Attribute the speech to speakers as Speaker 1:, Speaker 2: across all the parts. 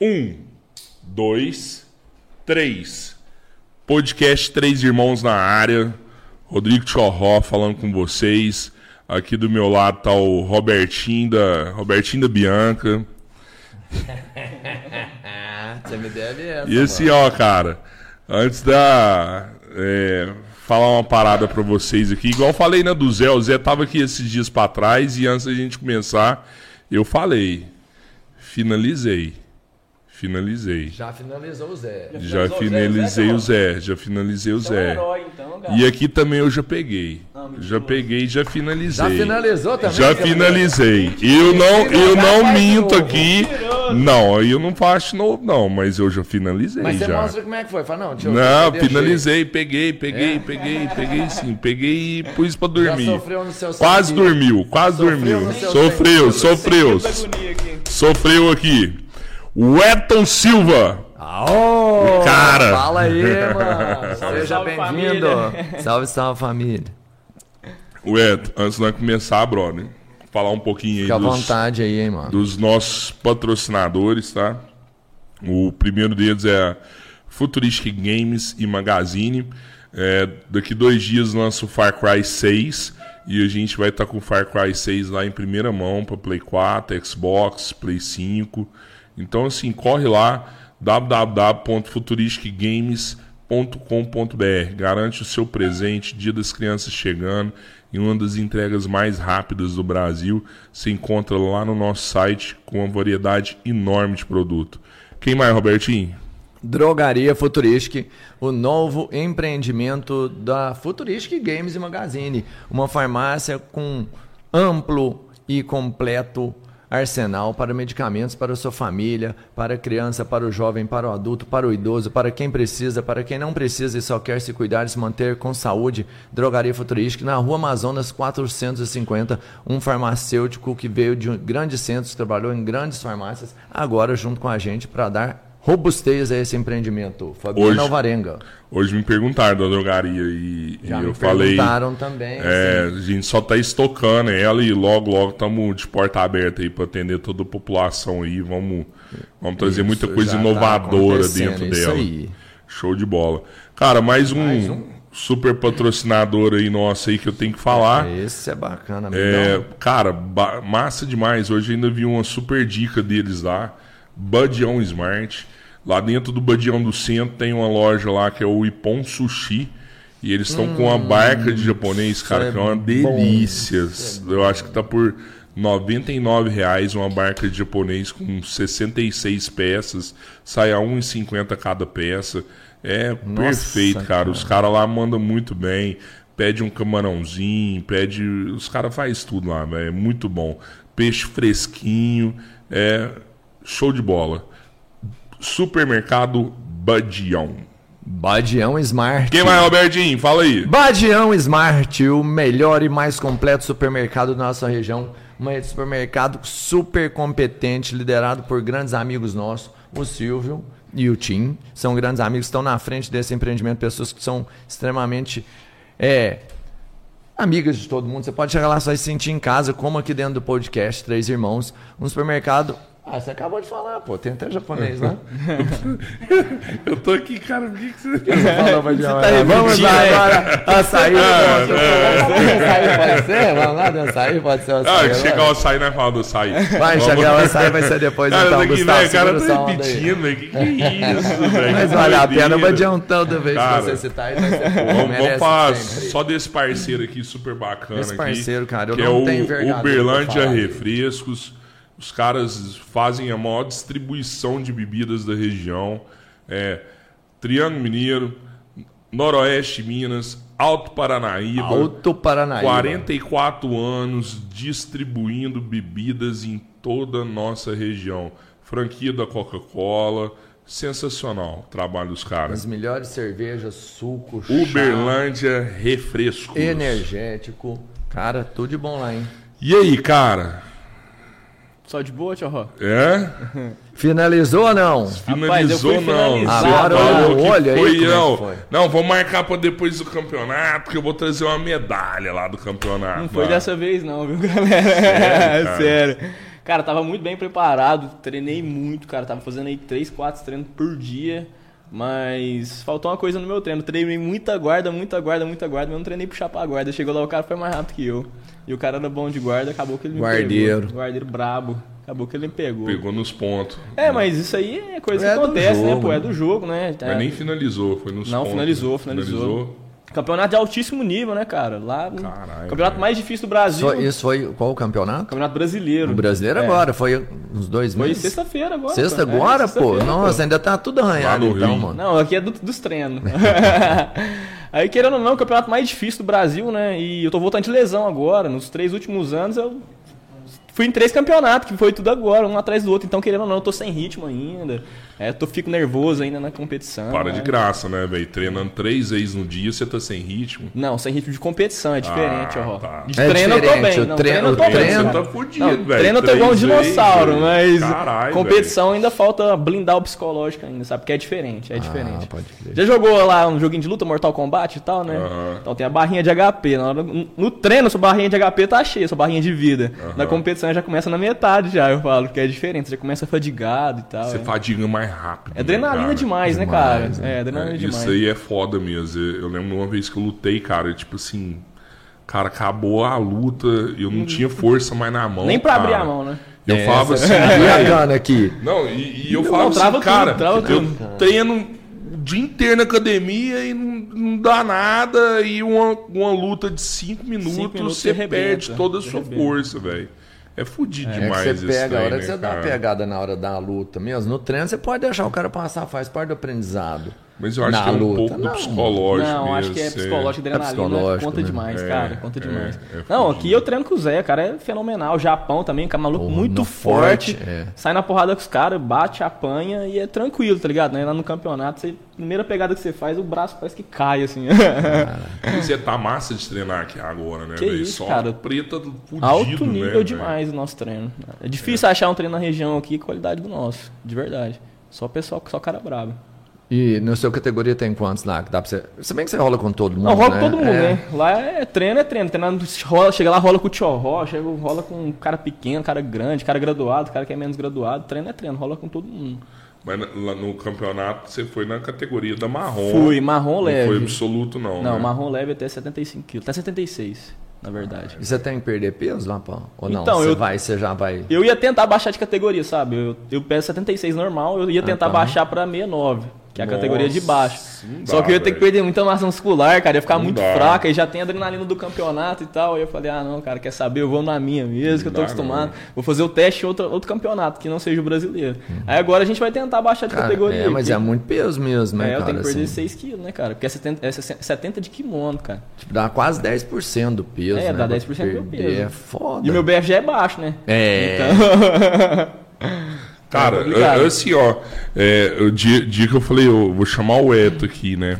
Speaker 1: Um, dois, três. Podcast Três Irmãos na área. Rodrigo Tchorró falando com vocês. Aqui do meu lado tá o Robertinho da, Robertinho da Bianca.
Speaker 2: Você me deve essa.
Speaker 1: E assim, ó, cara, antes da. é, falar uma parada pra vocês aqui, igual eu falei na do Zé, o Zé tava aqui esses dias pra trás e antes da gente começar, eu falei. Finalizei. Finalizei.
Speaker 2: Já finalizou o Zé.
Speaker 1: Já finalizei o Zé, já finalizei o
Speaker 3: Você é um
Speaker 1: Zé.
Speaker 3: herói, então, cara.
Speaker 1: E aqui também eu já peguei.
Speaker 3: Não, mentira.
Speaker 1: Já peguei e já
Speaker 2: Já
Speaker 1: finalizei.
Speaker 2: finalizou também?
Speaker 1: Já
Speaker 2: Zé?
Speaker 1: finalizei. Eu não, eu não
Speaker 2: Vai de
Speaker 1: minto
Speaker 2: novo.
Speaker 1: aqui. Não, eu não faço de novo, não, mas eu já finalizei
Speaker 2: Mas você
Speaker 1: já.
Speaker 2: mostra como é que foi. Fala, não, tio,
Speaker 1: Não,
Speaker 2: eu deixei.
Speaker 1: finalizei, peguei, peguei, peguei, peguei sim, peguei e pus pra
Speaker 2: É? Já
Speaker 1: dormir.
Speaker 2: sofreu no seu
Speaker 1: Quase
Speaker 2: sangue.
Speaker 1: dormiu, quase
Speaker 2: Sofreu
Speaker 1: dormiu.
Speaker 2: no seu
Speaker 1: Sofreu, sofreu,
Speaker 3: Senti essa agonia aqui.
Speaker 1: sofreu aqui. O Eton Silva,
Speaker 2: Aô!
Speaker 1: Cara.
Speaker 2: Fala aí, mano.
Speaker 3: Salve,
Speaker 2: Seja
Speaker 3: salve,
Speaker 2: bem-vindo.
Speaker 3: família.
Speaker 2: Salve, salve, família.
Speaker 1: Ué, antes de nós começar, brother, falar um pouquinho
Speaker 2: Fica à
Speaker 1: aí dos,
Speaker 2: vontade aí, hein, mano.
Speaker 1: dos nossos patrocinadores, tá? O primeiro deles é a Futuristic Games e Magazine. É, daqui dois dias lança o Far Cry 6 e a gente vai estar com o Far Cry 6 lá em primeira mão para Play 4, Xbox, Play 5. Então, assim, corre lá www.futuristicgames.com.br. Garante o seu presente, Dia das Crianças chegando, em uma das entregas mais rápidas do Brasil. Se encontra lá no nosso site com uma variedade enorme de produto. Quem mais, Robertinho?
Speaker 2: Drogaria Futuristic, o novo empreendimento da Futuristic Games e Magazine, uma farmácia com amplo e completo arsenal para medicamentos para a sua família, para a criança, para o jovem, para o adulto, para o idoso, para quem precisa, para quem não precisa e só quer se cuidar e se manter com saúde. Drogaria Futuristic na Rua Amazonas 450, um farmacêutico que veio de um- grandes centros, trabalhou em grandes farmácias, agora junto com a gente para dar robustez a esse empreendimento. Fabiano
Speaker 1: Hoje-
Speaker 2: Alvarenga.
Speaker 1: Hoje me perguntaram da drogaria e, e
Speaker 2: Já me
Speaker 1: eu falei.
Speaker 2: perguntaram também. assim,
Speaker 1: É, a gente só tá estocando ela e logo, logo estamos de porta aberta aí para atender toda a população aí. Vamos, vamos trazer muita
Speaker 2: isso
Speaker 1: coisa
Speaker 2: já tá
Speaker 1: inovadora
Speaker 2: acontecendo,
Speaker 1: dentro
Speaker 2: isso
Speaker 1: dela.
Speaker 2: aí.
Speaker 1: Show de bola. Cara, mais um, super patrocinador aí nosso aí que eu tenho que falar.
Speaker 2: Esse é bacana,
Speaker 1: Ah.
Speaker 2: Então,
Speaker 1: É,
Speaker 2: amigão.
Speaker 1: cara, ba- massa demais. Hoje ainda vi uma super dica deles lá. Badião Smart. Lá dentro do Badião do Centro tem uma loja lá que é o Ipon Sushi. E eles estão com uma barca de japonês, cara,
Speaker 2: é
Speaker 1: que é uma
Speaker 2: bom.
Speaker 1: delícia. Eu acho que tá por R$ 99 reais uma barca de japonês com 66 peças. Sai a 1,50 cada peça. É perfeito, cara. Os caras lá mandam muito bem. Pede um camarãozinho, pede. Os caras faz tudo lá, velho. É muito bom. Peixe fresquinho. É show de bola. Supermercado Badião.
Speaker 2: Badião Smart.
Speaker 1: Quem mais, Robertinho? Fala aí.
Speaker 2: Badião Smart, o melhor e mais completo supermercado da nossa região. Um supermercado super competente, liderado por grandes amigos nossos, o Silvio e o Tim. São grandes amigos, estão na frente desse empreendimento, pessoas que são extremamente é, amigas de todo mundo. Você pode chegar lá só e se sentir em casa, como aqui dentro do podcast Três Irmãos, um supermercado. Ah, você acabou de falar, pô, tem até japonês, né?
Speaker 1: Eu tô aqui, cara. Por que, que você.
Speaker 2: Vamos
Speaker 3: É, tá repetindo,
Speaker 2: lá
Speaker 3: né?
Speaker 2: agora. Açaí,
Speaker 1: Ah,
Speaker 2: vamos açaí, pode ser? Vamos lá do açaí, pode ser o açaí.
Speaker 1: é. Ah, chega
Speaker 2: agora?
Speaker 1: o açaí, nós falamos do açaí.
Speaker 2: Vai,
Speaker 1: Vamos-
Speaker 2: chegar o açaí, vai ser depois
Speaker 1: Cara,
Speaker 2: então,
Speaker 1: isso aqui, velho,
Speaker 2: Gustavo.
Speaker 1: o cara
Speaker 2: segura
Speaker 1: tá
Speaker 2: essa onda aí.
Speaker 1: repetindo, velho. Que que é isso, velho?
Speaker 2: Mas
Speaker 1: Que
Speaker 2: vale a pena, eu vou
Speaker 1: doideira.
Speaker 2: adiantar toda vez que
Speaker 1: Cara,
Speaker 2: você citar. e vai ser bom,
Speaker 1: Vamos, vamos
Speaker 2: merece
Speaker 1: falar
Speaker 2: sempre.
Speaker 1: só desse parceiro aqui, super bacana.
Speaker 2: Esse
Speaker 1: aqui,
Speaker 2: parceiro, cara, eu
Speaker 1: que
Speaker 2: não
Speaker 1: é
Speaker 2: tenho
Speaker 1: o
Speaker 2: envergadura pra
Speaker 1: Uberlândia
Speaker 2: falar dele.
Speaker 1: Refrescos. Os caras fazem a maior distribuição de bebidas da região. É, Triângulo Mineiro, Noroeste Minas, Alto Paranaíba.
Speaker 2: Alto Paranaíba.
Speaker 1: 44 anos distribuindo bebidas em toda a nossa região. Franquia da Coca-Cola, sensacional o trabalho dos
Speaker 2: As
Speaker 1: caras.
Speaker 2: melhores cervejas, suco, chá,
Speaker 1: Uberlândia Refrescos.
Speaker 2: energético. Cara, tudo de bom lá, hein?
Speaker 1: E aí, cara?
Speaker 3: Só de boa, tio Ró?
Speaker 1: É?
Speaker 2: Finalizou ou não?
Speaker 3: eu
Speaker 1: Finalizou
Speaker 3: fui
Speaker 1: não.
Speaker 3: finalizar.
Speaker 1: Você
Speaker 2: Agora
Speaker 1: falou
Speaker 2: olha o
Speaker 1: que
Speaker 2: olho aí,
Speaker 1: foi,
Speaker 2: como é que
Speaker 1: não.
Speaker 2: foi?
Speaker 1: Não, vou marcar pra depois do campeonato, que eu vou trazer uma medalha lá do campeonato.
Speaker 3: Não foi
Speaker 1: lá.
Speaker 3: dessa vez, não, viu, galera?
Speaker 1: cara.
Speaker 3: Sério. Cara, tava muito bem preparado, treinei muito, cara. Tava fazendo aí 3, 4 treinos por dia. Mas faltou uma coisa no meu treino. Treinei muita guarda, muita guarda, muita guarda, mas não treinei puxar pra guarda. Chegou lá, o cara foi mais rápido que eu. E o cara era bom de guarda, acabou que ele me
Speaker 2: Guardeiro.
Speaker 3: pegou. Guardeiro brabo. Acabou que ele me pegou.
Speaker 1: Pegou nos pontos.
Speaker 3: É, mas isso aí é coisa
Speaker 2: É
Speaker 3: que
Speaker 2: do
Speaker 3: acontece, né,
Speaker 2: jogo,
Speaker 3: pô? É
Speaker 2: né?
Speaker 3: do jogo, né? É-
Speaker 1: Mas nem finalizou, foi nos
Speaker 3: Não,
Speaker 1: pontos. né?
Speaker 3: finalizou, finalizou. Campeonato de altíssimo nível, né, cara? Lá.
Speaker 1: Caralho,
Speaker 3: campeonato
Speaker 1: velho.
Speaker 3: mais difícil do Brasil.
Speaker 2: Só- isso foi qual o campeonato?
Speaker 3: Campeonato brasileiro.
Speaker 2: O brasileiro
Speaker 3: É.
Speaker 2: agora, foi uns dois
Speaker 3: Foi
Speaker 2: meses.
Speaker 3: sexta-feira agora.
Speaker 2: Sexta
Speaker 3: pô. É,
Speaker 2: agora, pô?
Speaker 3: sexta-feira,
Speaker 2: Nossa, ainda tá tudo arranhado
Speaker 1: Lá no
Speaker 2: então,
Speaker 1: Rio.
Speaker 2: mano.
Speaker 3: Não, aqui é do- dos treinos. Aí, querendo ou não, o campeonato mais difícil do Brasil, né? E eu tô voltando de lesão agora. Nos três últimos anos eu fui em três campeonatos, que foi tudo agora, um atrás do outro. Então, querendo ou não, eu tô sem ritmo ainda. É, tô, fico nervoso ainda na competição.
Speaker 1: Para
Speaker 3: né?
Speaker 1: de graça, né, velho? Treinando três vezes no dia, você tá sem ritmo.
Speaker 3: Não, sem ritmo de competição, é diferente, ó.
Speaker 1: Ah, tá.
Speaker 3: De
Speaker 2: É
Speaker 3: treino eu tô
Speaker 2: diferente,
Speaker 3: bem.
Speaker 2: o
Speaker 3: Não,
Speaker 2: treino-
Speaker 3: treino eu tô
Speaker 2: o
Speaker 3: bem.
Speaker 2: treino é
Speaker 1: você
Speaker 3: cara.
Speaker 1: tá fudido,
Speaker 3: Não,
Speaker 1: velho.
Speaker 3: treino eu tô
Speaker 1: Três
Speaker 3: igual um dinossauro,
Speaker 1: vezes,
Speaker 3: mas
Speaker 1: velho. Caralho,
Speaker 3: competição ainda falta blindar o psicológico ainda, sabe? Porque é diferente, é diferente.
Speaker 2: Ah, pode crer.
Speaker 3: Já jogou lá um joguinho de luta, Mortal Kombat e tal, né?
Speaker 1: Aham.
Speaker 3: Então tem a barrinha de HP. Na hora- no treino, sua barrinha de HP tá cheia, sua barrinha de vida. Na competição já começa na metade já, eu falo, que é diferente. Você já começa fadigado e tal.
Speaker 1: Você
Speaker 3: é.
Speaker 1: fadiga mais rápido.
Speaker 3: É adrenalina
Speaker 1: né, cara?
Speaker 3: demais, né,
Speaker 2: Demais,
Speaker 3: cara? É, adrenalina
Speaker 1: É,
Speaker 3: demais.
Speaker 1: Isso aí é foda mesmo. Eu eu lembro uma vez que eu lutei, cara, tipo assim. Cara, acabou a luta, eu não tinha força mais na mão.
Speaker 3: Uhum. Nem pra abrir
Speaker 1: é cara.
Speaker 3: a mão, né?
Speaker 1: Eu
Speaker 2: É,
Speaker 1: falava assim,
Speaker 2: E a
Speaker 1: velho,
Speaker 2: Gana aqui?
Speaker 1: Não, e, e eu
Speaker 3: Não,
Speaker 1: falo assim,
Speaker 3: trava tudo,
Speaker 1: cara,
Speaker 3: trava
Speaker 1: eu
Speaker 3: tudo.
Speaker 1: treino o dia inteiro na academia e não, não dá nada, e uma, uma luta de cinco minutos,
Speaker 3: minutos
Speaker 1: você
Speaker 3: você
Speaker 1: perde
Speaker 3: arrebenta,
Speaker 1: toda a
Speaker 3: você
Speaker 1: sua
Speaker 3: arrebenta.
Speaker 1: força, velho. É fudido
Speaker 2: É
Speaker 1: demais
Speaker 2: que
Speaker 1: esse
Speaker 2: você pega, a
Speaker 1: trem,
Speaker 2: hora que
Speaker 1: né,
Speaker 2: você dá uma
Speaker 1: cara?
Speaker 2: pegada na hora da luta mesmo, no treino você pode deixar o cara passar, faz parte do aprendizado.
Speaker 1: Mas eu acho
Speaker 2: na
Speaker 1: que é um
Speaker 2: luta,
Speaker 1: pouco do
Speaker 2: não.
Speaker 1: psicológico
Speaker 3: Não, acho
Speaker 1: mesmo,
Speaker 3: que é
Speaker 1: você-
Speaker 3: psicológico,
Speaker 2: É
Speaker 3: adrenalina.
Speaker 2: psicológico,
Speaker 3: conta
Speaker 2: né?
Speaker 3: demais,
Speaker 1: É,
Speaker 3: cara. Conta
Speaker 1: é,
Speaker 3: demais.
Speaker 1: é
Speaker 3: não,
Speaker 1: fudido.
Speaker 3: aqui eu treino com o Zé, cara, é fenomenal. Japão também, cara, maluco
Speaker 2: Porra,
Speaker 3: muito
Speaker 2: não,
Speaker 3: forte.
Speaker 2: forte, é.
Speaker 3: Sai na porrada com os caras, bate, apanha e é tranquilo, tá ligado? Né? Lá no campeonato, você, primeira pegada que você faz, o braço parece que cai, assim.
Speaker 1: E Você tá massa de treinar aqui agora, né,
Speaker 3: Que
Speaker 1: velho?
Speaker 3: isso,
Speaker 1: Só
Speaker 3: cara.
Speaker 1: preta do fudido,
Speaker 3: Alto
Speaker 1: né,
Speaker 3: nível
Speaker 1: velho?
Speaker 3: demais o nosso treino. É difícil achar um treino na região aqui, qualidade do nosso, de verdade. Só pessoal, só cara brabo.
Speaker 2: E na sua categoria tem quantos lá? Que dá pra você... Se bem que você rola com todo mundo.
Speaker 3: Não, rola
Speaker 2: né?
Speaker 3: com todo mundo,
Speaker 2: É.
Speaker 3: né? Lá é treino, é treino. treino rola, chega lá, rola com o tchorró, chega, rola com um cara pequeno, cara grande, cara graduado, cara que é menos graduado. Treino é treino, rola com todo mundo.
Speaker 1: Mas na- lá no campeonato você foi na categoria da marrom.
Speaker 3: Fui, marrom
Speaker 1: não
Speaker 3: leve.
Speaker 1: foi absoluto, não.
Speaker 3: Não,
Speaker 1: né?
Speaker 3: marrom leve até 75 quilos. Até 76, na verdade.
Speaker 2: E você tem que perder peso lá, pô? Ou não?
Speaker 3: Então,
Speaker 2: você
Speaker 3: eu-
Speaker 2: vai, você já vai.
Speaker 3: Eu ia tentar baixar de categoria, sabe? Eu, eu peso 76 normal, eu ia tentar
Speaker 2: tá.
Speaker 3: baixar pra 69, que é a categoria de
Speaker 1: Nossa,
Speaker 3: baixo.
Speaker 1: não
Speaker 3: Só
Speaker 1: dá,
Speaker 3: que eu ia ter que
Speaker 1: velho.
Speaker 3: perder muita massa muscular, cara, ia ficar
Speaker 1: Não
Speaker 3: muito
Speaker 1: dá.
Speaker 3: fraca, e já tem a adrenalina do campeonato e tal. Aí eu falei, ah, não, cara, quer saber? Eu vou na minha mesmo, que eu tô
Speaker 1: dá,
Speaker 3: acostumado.
Speaker 1: não. Uhum.
Speaker 3: Vou fazer o teste em outro, outro campeonato, que não seja o brasileiro. Aí agora a gente vai tentar baixar de
Speaker 2: Cara,
Speaker 3: categoria.
Speaker 2: é, mas
Speaker 3: que-
Speaker 2: é muito peso mesmo, né,
Speaker 3: é, eu
Speaker 2: cara?
Speaker 3: tenho que perder
Speaker 2: assim.
Speaker 3: 6 quilos, né, cara? Porque é 70, é 70 de kimono, cara.
Speaker 2: Tipo, dá quase 10% do peso.
Speaker 3: É,
Speaker 2: né? pra
Speaker 3: dá 10% do
Speaker 2: perder,
Speaker 3: peso.
Speaker 2: É foda.
Speaker 3: E o meu BF já é baixo, né?
Speaker 2: É.
Speaker 1: Cara,
Speaker 3: É complicado.
Speaker 1: a- assim, ó, é, o dia, dia que eu falei, eu vou chamar o Eto aqui, né?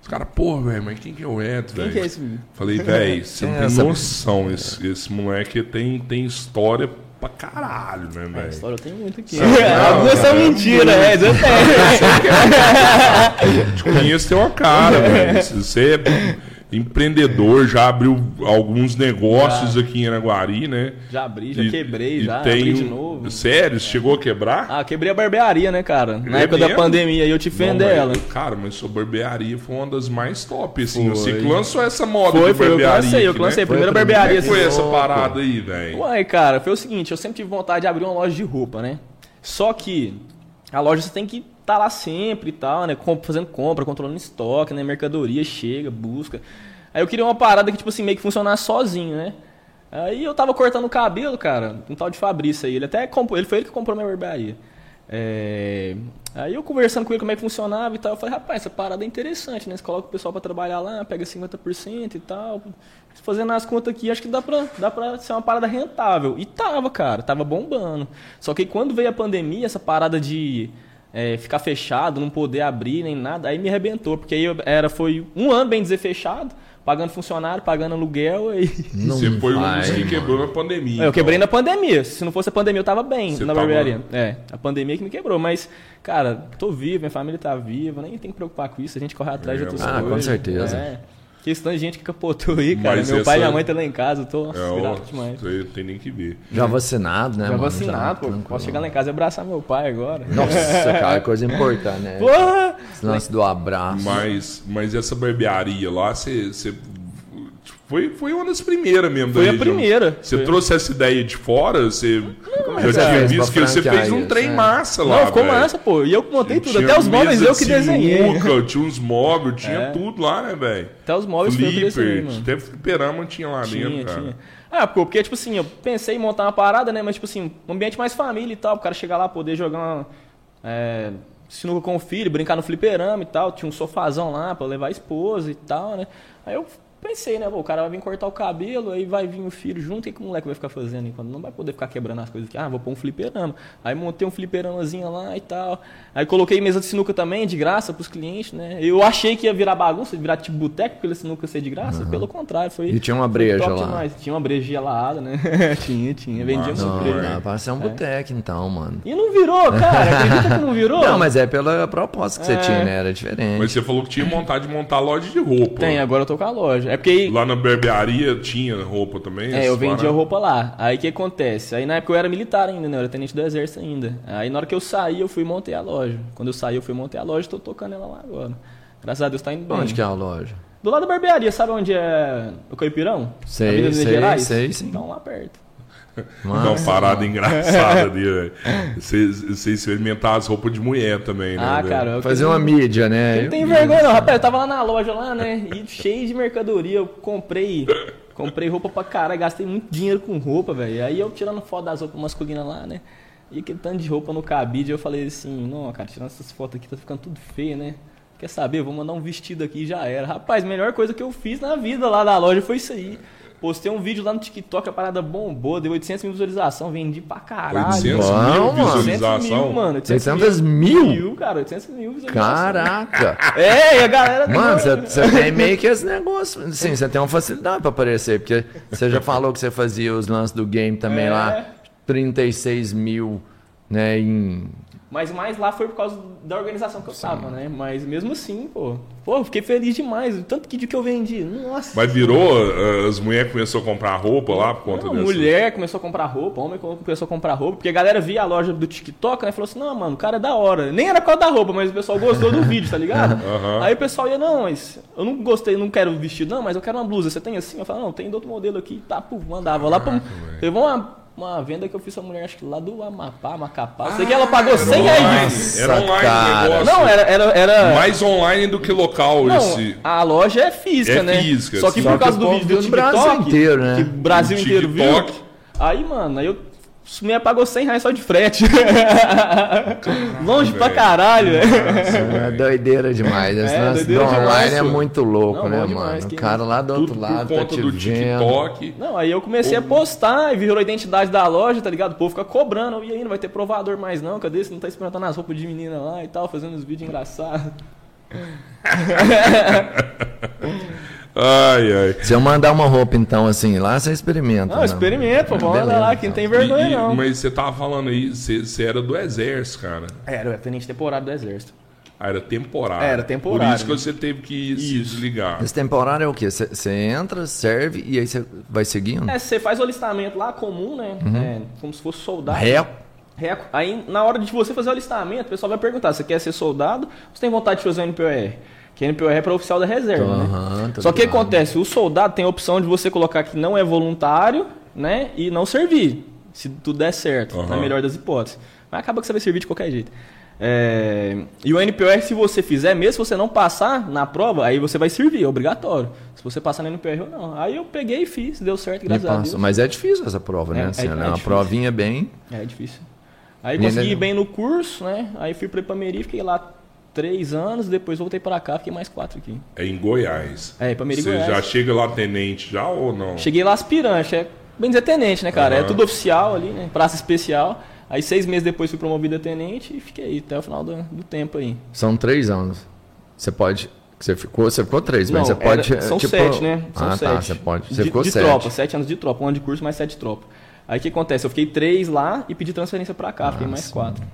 Speaker 1: Os caras, porra, velho, mas quem que é o Eto,
Speaker 3: Quem
Speaker 1: velho?
Speaker 3: que é esse?
Speaker 1: Falei, velho, você não
Speaker 2: Quem é
Speaker 1: tem
Speaker 2: essa-
Speaker 1: noção, esse, esse moleque tem, tem história pra caralho, né, velho?
Speaker 3: História tem muito aqui.
Speaker 1: Não,
Speaker 3: Algumas são
Speaker 1: cara.
Speaker 3: mentira, é, eu tenho.
Speaker 1: Te conheço tem uma cara, velho. Você é empreendedor, já abriu alguns negócios aqui em Araguari, né?
Speaker 3: Já abri, já
Speaker 1: E-
Speaker 3: quebrei,
Speaker 1: e
Speaker 3: já
Speaker 1: tem
Speaker 3: abri de
Speaker 1: um-
Speaker 3: novo.
Speaker 1: Sério? Você chegou a quebrar?
Speaker 3: Ah, quebrei a barbearia, né, cara? Na
Speaker 1: É
Speaker 3: época da
Speaker 1: mesmo?
Speaker 3: pandemia, eu te vender
Speaker 1: Não,
Speaker 3: ela.
Speaker 1: mas, Cara, mas sua barbearia foi uma das mais top, assim.
Speaker 2: Foi.
Speaker 1: Você que lançou essa moda
Speaker 3: Foi,
Speaker 1: de
Speaker 3: foi, eu que
Speaker 1: barbearia.
Speaker 3: lancei, eu
Speaker 1: aqui,
Speaker 3: que lancei.
Speaker 1: né?
Speaker 2: Foi
Speaker 3: Primeira
Speaker 2: a primeira
Speaker 1: Como
Speaker 3: barbearia,
Speaker 1: é que foi
Speaker 3: assim.
Speaker 1: essa
Speaker 2: Louco.
Speaker 1: parada aí, velho?
Speaker 3: Uai, cara, foi o seguinte, eu sempre tive vontade de abrir uma loja de roupa, né? Só que a loja você tem que estar lá sempre e tal, né? Com- Fazendo compra, controlando estoque, né? Mercadoria chega, busca. Aí eu queria uma parada que, tipo assim, meio que funcionasse sozinho, né? Aí eu tava cortando o cabelo, cara, um tal de Fabrício aí. Ele até comprou, ele foi ele que comprou minha barbearia. É, Aí eu conversando com ele como é que funcionava e tal, eu falei, rapaz, essa parada é interessante, né? Você coloca o pessoal pra trabalhar lá, pega 50% e tal. Fazendo as contas aqui, acho que dá pra, dá pra ser uma parada rentável. E tava, cara, tava bombando. Só que quando veio a pandemia, essa parada de é, ficar fechado, não poder abrir nem nada, aí me arrebentou, porque aí eu era, foi um ano, bem dizer, fechado, pagando funcionário, pagando aluguel e.
Speaker 2: Não
Speaker 1: Você foi um
Speaker 2: vai,
Speaker 1: dos que
Speaker 2: mano.
Speaker 1: quebrou na pandemia.
Speaker 3: É, Eu
Speaker 1: então.
Speaker 3: quebrei na pandemia. Se não fosse a pandemia, eu tava bem
Speaker 1: Você
Speaker 3: na
Speaker 1: tava-
Speaker 3: barbearia. É, a pandemia que me quebrou. Mas, cara, tô vivo, minha família tá viva, nem tem que preocupar com isso. A gente corre
Speaker 1: É,
Speaker 3: atrás de outras
Speaker 1: mano.
Speaker 2: Ah,
Speaker 3: coisas.
Speaker 2: com certeza.
Speaker 3: É. Que esse tanto de gente que capotou aí, cara.
Speaker 1: Mas
Speaker 3: Meu
Speaker 1: essa-
Speaker 3: pai e minha mãe tá lá em casa, eu tô nossa,
Speaker 1: É, ó,
Speaker 3: grato demais.
Speaker 1: isso aí não tem nem que ver.
Speaker 2: Já vacinado, né?
Speaker 3: Já
Speaker 2: mano?
Speaker 3: vacinado, pô.
Speaker 2: tranquilo.
Speaker 3: Posso chegar lá em casa e abraçar meu pai agora.
Speaker 2: Nossa,
Speaker 3: É.
Speaker 2: cara, coisa importante, né?
Speaker 3: Porra!
Speaker 2: Esse lance do abraço.
Speaker 1: Mas, mas essa barbearia lá, você. você- Foi, foi uma das primeiras mesmo
Speaker 3: Foi
Speaker 1: da
Speaker 3: a
Speaker 1: região.
Speaker 3: primeira.
Speaker 1: Você
Speaker 3: Foi.
Speaker 1: trouxe essa ideia de fora? Você
Speaker 2: é
Speaker 1: já
Speaker 2: que você
Speaker 1: tinha
Speaker 2: fez
Speaker 1: visto que
Speaker 2: pra
Speaker 1: você fez um
Speaker 2: franquia
Speaker 1: trem
Speaker 2: isso, né?
Speaker 1: massa lá.
Speaker 3: Não, ficou
Speaker 1: velho.
Speaker 3: massa, pô. E eu que montei tudo.
Speaker 1: Tinha
Speaker 3: Até os móveis
Speaker 1: mesa
Speaker 3: eu que
Speaker 1: de
Speaker 3: desenhei.
Speaker 1: sinuca, Tinha uns móveis, tinha
Speaker 3: É.
Speaker 1: tudo lá, né, velho?
Speaker 3: Até os móveis foi eu que desenhei,
Speaker 1: Flipper,
Speaker 3: mano.
Speaker 1: até fliperama tinha lá
Speaker 3: Tinha,
Speaker 1: dentro, cara.
Speaker 3: tinha. Ah, pô, porque, tipo assim, eu pensei em montar uma parada, né? Mas, tipo assim, um ambiente mais família e tal. O cara chegar lá, poder jogar uma. É, sinuca com o filho, brincar no fliperama e tal. Tinha um sofazão lá pra levar a esposa e tal, né? Aí eu pensei, né? Pô, o cara vai vir cortar o cabelo, aí vai vir o filho junto. O que, que o moleque vai ficar fazendo enquanto? Não vai poder ficar quebrando as coisas aqui. Ah, vou pôr um fliperama. Aí montei um fliperamazinho lá e tal. Aí coloquei mesa de sinuca também, de graça, pros clientes, né? Eu achei que ia virar bagunça, virar tipo boteco, porque sinuca ser de graça. Pelo contrário, foi.
Speaker 2: E tinha uma
Speaker 3: foi
Speaker 2: breja
Speaker 3: top
Speaker 2: lá.
Speaker 3: demais. Tinha uma breja gelada, né? tinha, tinha. Vendia
Speaker 1: Nossa,
Speaker 3: muito
Speaker 2: Não,
Speaker 1: mano.
Speaker 3: breja.
Speaker 2: dá pra ser um boteco então, mano.
Speaker 3: E não virou, cara. Acredita que não virou?
Speaker 2: Não, mas é pela proposta que você
Speaker 3: É.
Speaker 2: tinha, né? Era diferente.
Speaker 1: Mas você falou que tinha vontade de montar loja de roupa.
Speaker 3: Tem, agora eu tô com a loja. É porque.
Speaker 1: Lá na barbearia tinha roupa também?
Speaker 3: É, eu
Speaker 1: essas
Speaker 3: vendia
Speaker 1: paradas?
Speaker 3: roupa lá. Aí o que acontece? Aí na época eu era militar ainda, né? Eu era tenente do exército ainda. Aí na hora que eu saí, eu fui e montei a loja. Quando eu saí, eu fui e montei a loja tô tocando ela lá agora. Graças a Deus tá indo bem.
Speaker 2: Onde que é a loja?
Speaker 3: Do lado da barbearia, sabe onde é o Coipirão?
Speaker 2: Sei,
Speaker 3: Avenida Minas
Speaker 2: sei,
Speaker 3: Gerais?
Speaker 2: sei, sim.
Speaker 3: Então lá perto.
Speaker 1: Dá
Speaker 2: Mano,
Speaker 1: uma parada engraçada ali, velho. Você você experimentar as roupas de mulher também, né?
Speaker 3: ah,
Speaker 1: velho?
Speaker 3: cara, eu
Speaker 2: fazer uma mídia, né?
Speaker 3: Ele não tem vergonha não, rapaz. Eu tava lá na loja lá, né? E cheio de mercadoria. Eu comprei. Comprei roupa pra caralho, gastei muito dinheiro com roupa, velho. Aí eu tirando foto das roupas masculinas lá, né? E aquele tanto de roupa no cabide, eu falei assim, não, cara, tirando essas fotos aqui tá ficando tudo feio, né? Quer saber? Eu vou mandar um vestido aqui e já era. Rapaz, melhor coisa que eu fiz na vida lá da loja foi isso aí. Postei um vídeo lá no TikTok, a parada bombou, deu 800 mil visualização, vendi pra caralho.
Speaker 1: 800 mil
Speaker 2: Bom, mano.
Speaker 3: 800
Speaker 1: visualização.
Speaker 3: mil, mano.
Speaker 2: 800 mil?
Speaker 3: cara. 800 mil visualizações.
Speaker 2: Caraca!
Speaker 3: É, e a galera tá
Speaker 2: Mano, você-
Speaker 3: olhando.
Speaker 2: você tem meio que esse negócio. Sim, você tem uma facilidade pra aparecer, porque você já falou que você fazia os lances do game também
Speaker 3: É.
Speaker 2: lá. 36 mil, né? Em.
Speaker 3: Mas mais lá foi por causa da organização que eu tava, né? Mas mesmo assim, pô. Pô, eu fiquei feliz demais. O tanto que que eu vendi. Nossa.
Speaker 1: Mas virou, ah, as mulheres começaram a comprar roupa lá por conta
Speaker 3: Não,
Speaker 1: dessa.
Speaker 3: mulher começou a comprar roupa, homem começou a comprar roupa, porque a galera via a loja do TikTok, né? Falou assim, não, mano, o cara é da hora. Nem era por causa da roupa, mas o pessoal gostou do vídeo, tá ligado?
Speaker 1: Aham.
Speaker 3: Aí o pessoal ia, não, mas eu não gostei, não quero vestido, não, mas eu quero uma blusa. Você tem assim? Eu falava, não, tem do outro modelo aqui, tá, pô, mandava lá pra.
Speaker 1: velho.
Speaker 3: Teve uma, uma venda que eu fiz pra mulher, acho que lá do Amapá, Macapá.
Speaker 1: Ah,
Speaker 3: sei que ela pagou 100 reais.
Speaker 1: Era online
Speaker 2: Nossa,
Speaker 1: o negócio.
Speaker 3: Não, era. era, era...
Speaker 1: Mais online do que local
Speaker 3: Não,
Speaker 1: esse.
Speaker 2: ah,
Speaker 3: a loja é física,
Speaker 1: É
Speaker 3: né?
Speaker 1: física,
Speaker 3: Só
Speaker 1: sim.
Speaker 3: que por
Speaker 1: Só
Speaker 2: que
Speaker 3: causa
Speaker 2: o
Speaker 3: do
Speaker 2: povo
Speaker 3: vídeo do
Speaker 2: viu no Brasil
Speaker 3: TikTok,
Speaker 2: inteiro, né?
Speaker 3: que o Brasil
Speaker 1: Do
Speaker 3: inteiro viu.
Speaker 1: TikTok.
Speaker 3: Aí, mano, aí eu me pagou 100 reais só de frete. Longe pra
Speaker 1: velho.
Speaker 3: caralho. né? velho.
Speaker 2: É doideira demais. Esse
Speaker 3: É,
Speaker 2: lance do
Speaker 3: doideira demais,
Speaker 2: online é
Speaker 1: mano.
Speaker 2: muito louco,
Speaker 3: Não,
Speaker 2: né,
Speaker 3: bom
Speaker 2: mano?
Speaker 3: demais,
Speaker 2: o
Speaker 3: que-
Speaker 2: cara lá do
Speaker 1: Tudo
Speaker 2: outro
Speaker 1: por
Speaker 2: lado tá
Speaker 1: conta
Speaker 2: te
Speaker 1: do
Speaker 2: vendo.
Speaker 1: TikTok.
Speaker 3: Não, aí eu comecei a postar e virou a identidade da loja, tá ligado? O povo fica cobrando. E aí, não vai ter provador mais não? Cadê? Você não tá experimentando as roupas de menina lá e tal, fazendo uns vídeos engraçados.
Speaker 1: Ai, ai.
Speaker 2: Se eu mandar uma roupa, então, assim, lá você experimenta.
Speaker 3: Não,
Speaker 2: né?
Speaker 3: experimenta, pô.
Speaker 2: Beleza,
Speaker 3: Manda lá, que
Speaker 2: então.
Speaker 3: não tem vergonha
Speaker 1: E- e-
Speaker 3: não.
Speaker 1: Mas você tava falando aí, você você era do exército, cara.
Speaker 3: É, Era, tenente temporada do exército.
Speaker 1: Ah, Era temporário.
Speaker 3: Era temporário.
Speaker 1: Por isso que você teve que se desligar.
Speaker 2: Esse temporário é o quê? Você- Você entra, serve e aí você vai seguindo?
Speaker 3: É, você faz o alistamento lá comum, né?
Speaker 2: Uhum.
Speaker 3: É, como se fosse soldado.
Speaker 2: Réu.
Speaker 3: Reco. Aí, na hora de você fazer o alistamento, o pessoal vai perguntar: você quer ser soldado ou você tem vontade de fazer o NPR? Que NPR é para oficial da reserva,
Speaker 2: Aham,
Speaker 3: né?
Speaker 2: tô
Speaker 3: Só que o que
Speaker 2: ligado.
Speaker 3: acontece? O soldado tem a opção de você colocar que não é voluntário, né? E não servir. Se tudo der certo,
Speaker 1: Aham.
Speaker 3: na melhor das hipóteses. Mas acaba que você vai servir de qualquer jeito. É, E o NPR, se você fizer, mesmo se você não passar na prova, aí você vai servir, é obrigatório. Se você passar no NPR ou não. Aí eu peguei e fiz, deu certo,
Speaker 2: E
Speaker 3: graças a Deus.
Speaker 2: passa. Mas é difícil essa prova,
Speaker 3: É,
Speaker 2: né?
Speaker 3: é-
Speaker 2: Assim,
Speaker 3: é
Speaker 2: ela é uma
Speaker 3: difícil.
Speaker 2: provinha bem.
Speaker 3: É difícil. Aí
Speaker 2: Menina-
Speaker 3: consegui ir bem no curso, né? Aí fui pra Ipameri, fiquei lá três anos, depois voltei pra cá, fiquei mais quatro aqui.
Speaker 1: É em Goiás.
Speaker 3: É, Ipameri,
Speaker 1: Você
Speaker 3: Goiás.
Speaker 1: já chega lá tenente já ou não?
Speaker 3: Cheguei lá aspirante, é bem dizer tenente, né, cara? É
Speaker 1: Aham.
Speaker 3: tudo oficial ali, né? Praça especial. Aí seis meses depois fui promovido a tenente e fiquei aí até o final do, do tempo aí.
Speaker 2: São três anos. Você pode. Você ficou, você ficou três,
Speaker 3: Não,
Speaker 2: mas você
Speaker 3: era-
Speaker 2: pode.
Speaker 3: São
Speaker 2: tipo-
Speaker 3: sete, né? São
Speaker 2: ah,
Speaker 3: sete.
Speaker 2: tá. Você pode. Você
Speaker 3: de,
Speaker 2: ficou
Speaker 3: de
Speaker 2: sete.
Speaker 3: tropa, sete anos de tropa, um ano de curso mais sete de tropa. Aí o que acontece? Eu fiquei três lá e pedi transferência pra cá, fiquei mais quatro.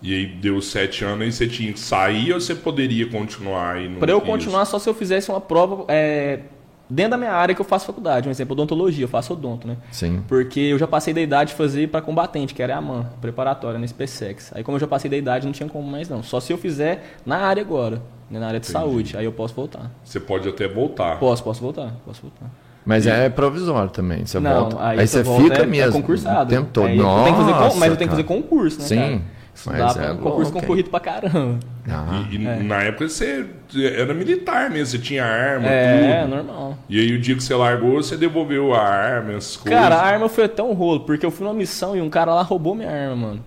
Speaker 1: E aí deu sete anos, aí você tinha que sair ou você poderia continuar aí no.
Speaker 3: Para eu continuar, só se eu fizesse uma prova é, dentro da minha área que eu faço faculdade. Um exemplo, odontologia, eu faço odonto, né?
Speaker 2: Sim.
Speaker 3: Porque eu já passei da idade de fazer para combatente, que era a AMAN, preparatória, na SpaceX. Aí como eu já passei da idade, não tinha como mais não. Só se eu fizer na área agora, né, na área de saúde, aí eu posso voltar.
Speaker 1: Você pode até voltar.
Speaker 3: Posso, posso voltar, posso voltar.
Speaker 2: Mas é provisório também. Você
Speaker 3: não,
Speaker 2: volta.
Speaker 3: aí,
Speaker 2: Tá Aí
Speaker 3: você
Speaker 2: você
Speaker 3: volta,
Speaker 2: fica
Speaker 3: é,
Speaker 2: mesmo.
Speaker 3: é concursado.
Speaker 2: O tempo todo.
Speaker 3: Aí eu
Speaker 2: Nossa,
Speaker 3: tenho que fazer con- mas eu tenho que fazer
Speaker 2: cara.
Speaker 3: concurso, né,
Speaker 2: Sim,
Speaker 3: cara? Estudar
Speaker 2: mas
Speaker 3: pra
Speaker 2: é
Speaker 3: um concurso
Speaker 2: louco, hein?
Speaker 3: concorrido pra caramba.
Speaker 2: Ah,
Speaker 1: E, e na época você era militar mesmo, você tinha arma,
Speaker 3: É,
Speaker 1: tudo.
Speaker 3: normal.
Speaker 1: E aí o dia que você largou, você devolveu a arma, as coisas.
Speaker 3: Cara, a arma foi até um rolo, porque eu fui numa missão e um cara lá roubou minha arma, mano.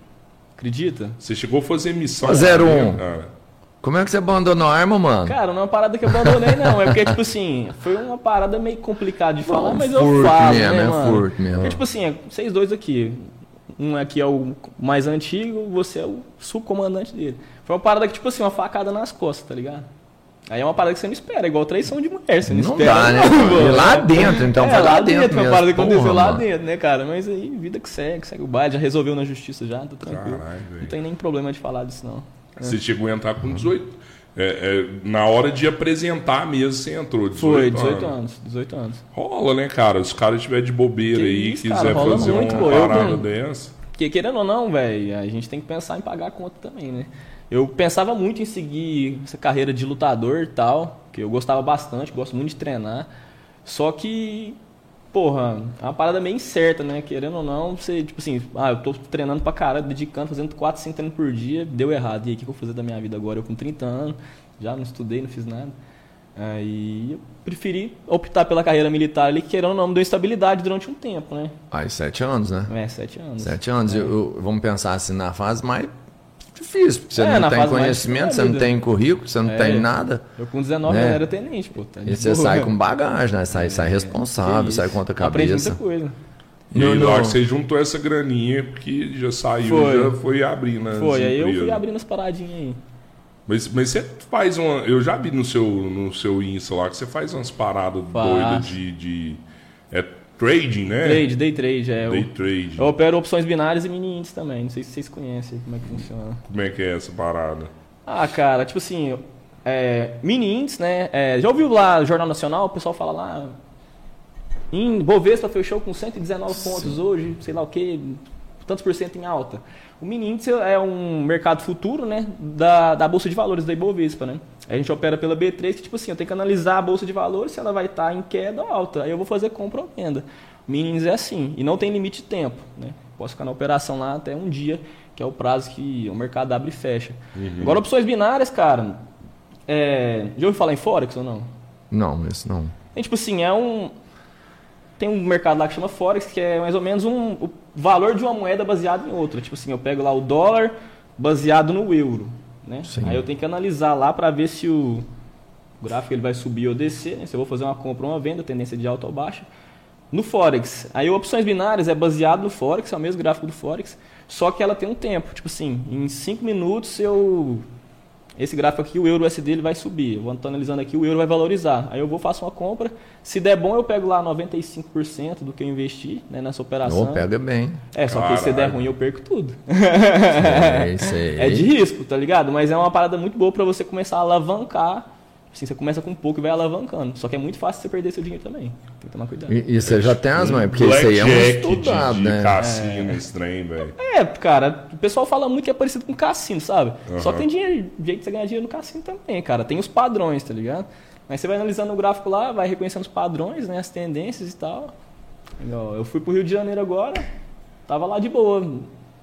Speaker 3: Acredita?
Speaker 1: Você chegou a fazer missão.
Speaker 2: Ó, 01.
Speaker 1: né, cara?
Speaker 2: Como é que você abandonou a arma, mano?
Speaker 3: Cara, não é uma parada que eu abandonei, não. É porque, tipo assim, foi uma parada meio complicada de falar,
Speaker 2: um
Speaker 3: mas eu
Speaker 2: furto
Speaker 3: falo,
Speaker 2: mesmo,
Speaker 3: né,
Speaker 2: é um
Speaker 3: mano?
Speaker 2: furto mesmo.
Speaker 3: Porque, tipo assim, é vocês dois aqui. Um aqui é o mais antigo, você é o subcomandante dele. Foi uma parada que, tipo assim, uma facada nas costas, tá ligado? Aí é uma parada que você não espera, é igual traição de mulher, você não,
Speaker 2: não
Speaker 3: espera.
Speaker 2: dá, né?
Speaker 3: não, mano.
Speaker 2: lá dentro, então.
Speaker 3: é,
Speaker 2: foi
Speaker 3: lá dentro, foi uma
Speaker 2: mesmo.
Speaker 3: parada que
Speaker 2: Porra,
Speaker 3: aconteceu lá
Speaker 2: mano.
Speaker 3: dentro, né, cara? Mas aí, vida que segue, segue o baile, já resolveu na justiça já, tá tranquilo.
Speaker 1: Caralho,
Speaker 3: não
Speaker 1: velho.
Speaker 3: tem nem problema de falar disso, não.
Speaker 1: Você chegou a entrar com 18. É, é, na hora de apresentar mesmo, você entrou. 18
Speaker 3: Foi, 18 anos, 18 anos.
Speaker 1: Rola, né, cara? Se o cara tiver de bobeira
Speaker 3: Que
Speaker 1: aí,
Speaker 3: isso,
Speaker 1: quiser
Speaker 3: cara, rola
Speaker 1: fazer
Speaker 3: muito,
Speaker 1: uma
Speaker 3: pô. Eu,
Speaker 1: parada
Speaker 3: mano.
Speaker 1: dessa.
Speaker 3: Porque querendo ou não, velho, a gente tem que pensar em pagar a conta também, né? Eu pensava muito em seguir essa carreira de lutador e tal, que eu gostava bastante, gosto muito de treinar. Só que, porra, é uma parada meio incerta, né? Querendo ou não, você, tipo assim, ah, eu tô treinando pra caralho, dedicando, fazendo 4, 5 treinos por dia, deu errado. E aí, o que que eu vou fazer da minha vida agora? Eu com 30 anos, já não estudei, não fiz nada. Aí eu preferi optar pela carreira militar ali, que, querendo ou não, me deu estabilidade durante um tempo, né?
Speaker 2: Aí, sete anos, né?
Speaker 3: É, sete anos.
Speaker 2: Sete anos. eu- eu- vamos pensar assim, na fase mais difícil. Porque você
Speaker 3: É, na
Speaker 2: não tem
Speaker 3: fase mais
Speaker 2: conhecimento, você não
Speaker 3: escolhida.
Speaker 2: tem currículo, você não
Speaker 3: É.
Speaker 2: tem nada.
Speaker 3: Eu com 19
Speaker 2: Né?
Speaker 3: anos era tenente, pô. Tá de
Speaker 2: E você
Speaker 3: boa.
Speaker 2: sai com bagagem, né? Sai, sai
Speaker 3: É. Que
Speaker 2: responsável,
Speaker 3: isso.
Speaker 2: sai contra a
Speaker 3: Aprendi muita
Speaker 2: cabeça.
Speaker 3: coisa.
Speaker 1: E aí,
Speaker 2: Não,
Speaker 1: logo
Speaker 2: não.
Speaker 1: você juntou essa graninha, porque já saiu,
Speaker 3: Foi.
Speaker 1: já foi abrindo. as
Speaker 3: Foi, aí eu fui
Speaker 1: empresas.
Speaker 3: abrindo as paradinhas aí.
Speaker 1: Mas, mas você faz uma. Eu já vi no seu, no seu Insta lá que você faz umas paradas
Speaker 3: Faço.
Speaker 1: doidas de, de. É trading, né?
Speaker 3: Trade, day trade, é.
Speaker 1: Day
Speaker 3: Eu,
Speaker 1: trade.
Speaker 3: eu opero opções binárias e mini índices também. Não sei se vocês conhecem como é que funciona.
Speaker 1: Como é que é essa parada?
Speaker 3: Ah, cara, tipo assim, é, mini índice, né? É, já ouviu lá no Jornal Nacional, o pessoal fala lá. Em Bovespa fechou com 119 pontos hoje, sei lá o quê, tantos por cento em alta. O mini índice é um mercado futuro, né? Da, da Bolsa de Valores, da Ibovespa, né? A gente opera pela B3, que tipo assim, eu tenho que analisar a Bolsa de Valores se ela vai estar em queda ou alta. Aí eu vou fazer compra ou venda. O mini índice é assim, e não tem limite de tempo, né? Posso ficar na operação lá até um dia, que é o prazo que o mercado abre e fecha. Agora, opções binárias, cara. É... Já ouviu falar em Forex ou não?
Speaker 2: Não, isso não.
Speaker 3: É tipo assim, é um. Tem um mercado lá que chama Forex, que é mais ou menos um, o valor de uma moeda baseado em outra. Tipo assim, eu pego lá o dólar baseado no euro. Né?
Speaker 2: Sim.
Speaker 3: Aí eu tenho que analisar lá para ver se o gráfico ele vai subir ou descer, né? se eu vou fazer uma compra ou uma venda, tendência de alta ou baixa. No Forex, aí opções binárias é baseado no Forex, é o mesmo gráfico do Forex, só que ela tem um tempo. Tipo assim, em 5 minutos eu esse gráfico aqui, o euro USD ele vai subir. Eu vou tô analisando aqui, o euro vai valorizar. Aí eu vou faço uma compra. Se der bom, eu pego lá 95% do que eu investi né, nessa operação.
Speaker 2: Não, pega bem.
Speaker 3: É, só que se der
Speaker 1: Caralho.
Speaker 3: ruim, eu perco tudo.
Speaker 2: É, isso aí.
Speaker 3: É de risco, tá ligado? Mas é uma parada muito boa pra você começar a alavancar. Assim, você começa com pouco e vai alavancando. Só que é muito fácil você perder seu dinheiro também. Tem que tomar cuidado.
Speaker 2: E, e você já tem as mães, porque isso aí é um
Speaker 1: Blackjack
Speaker 2: estudado,
Speaker 1: de, de
Speaker 2: né?
Speaker 1: cassino esse trem, velho.
Speaker 3: É, cara, o pessoal fala muito que é parecido com cassino, sabe? Só
Speaker 1: Aham.
Speaker 3: que tem dinheiro, jeito de você ganhar dinheiro no cassino também, cara. Tem os padrões, tá ligado? Mas você vai analisando o gráfico lá, vai reconhecendo os padrões, né? As tendências e tal. Ó, Eu fui pro Rio de Janeiro agora, tava lá de boa,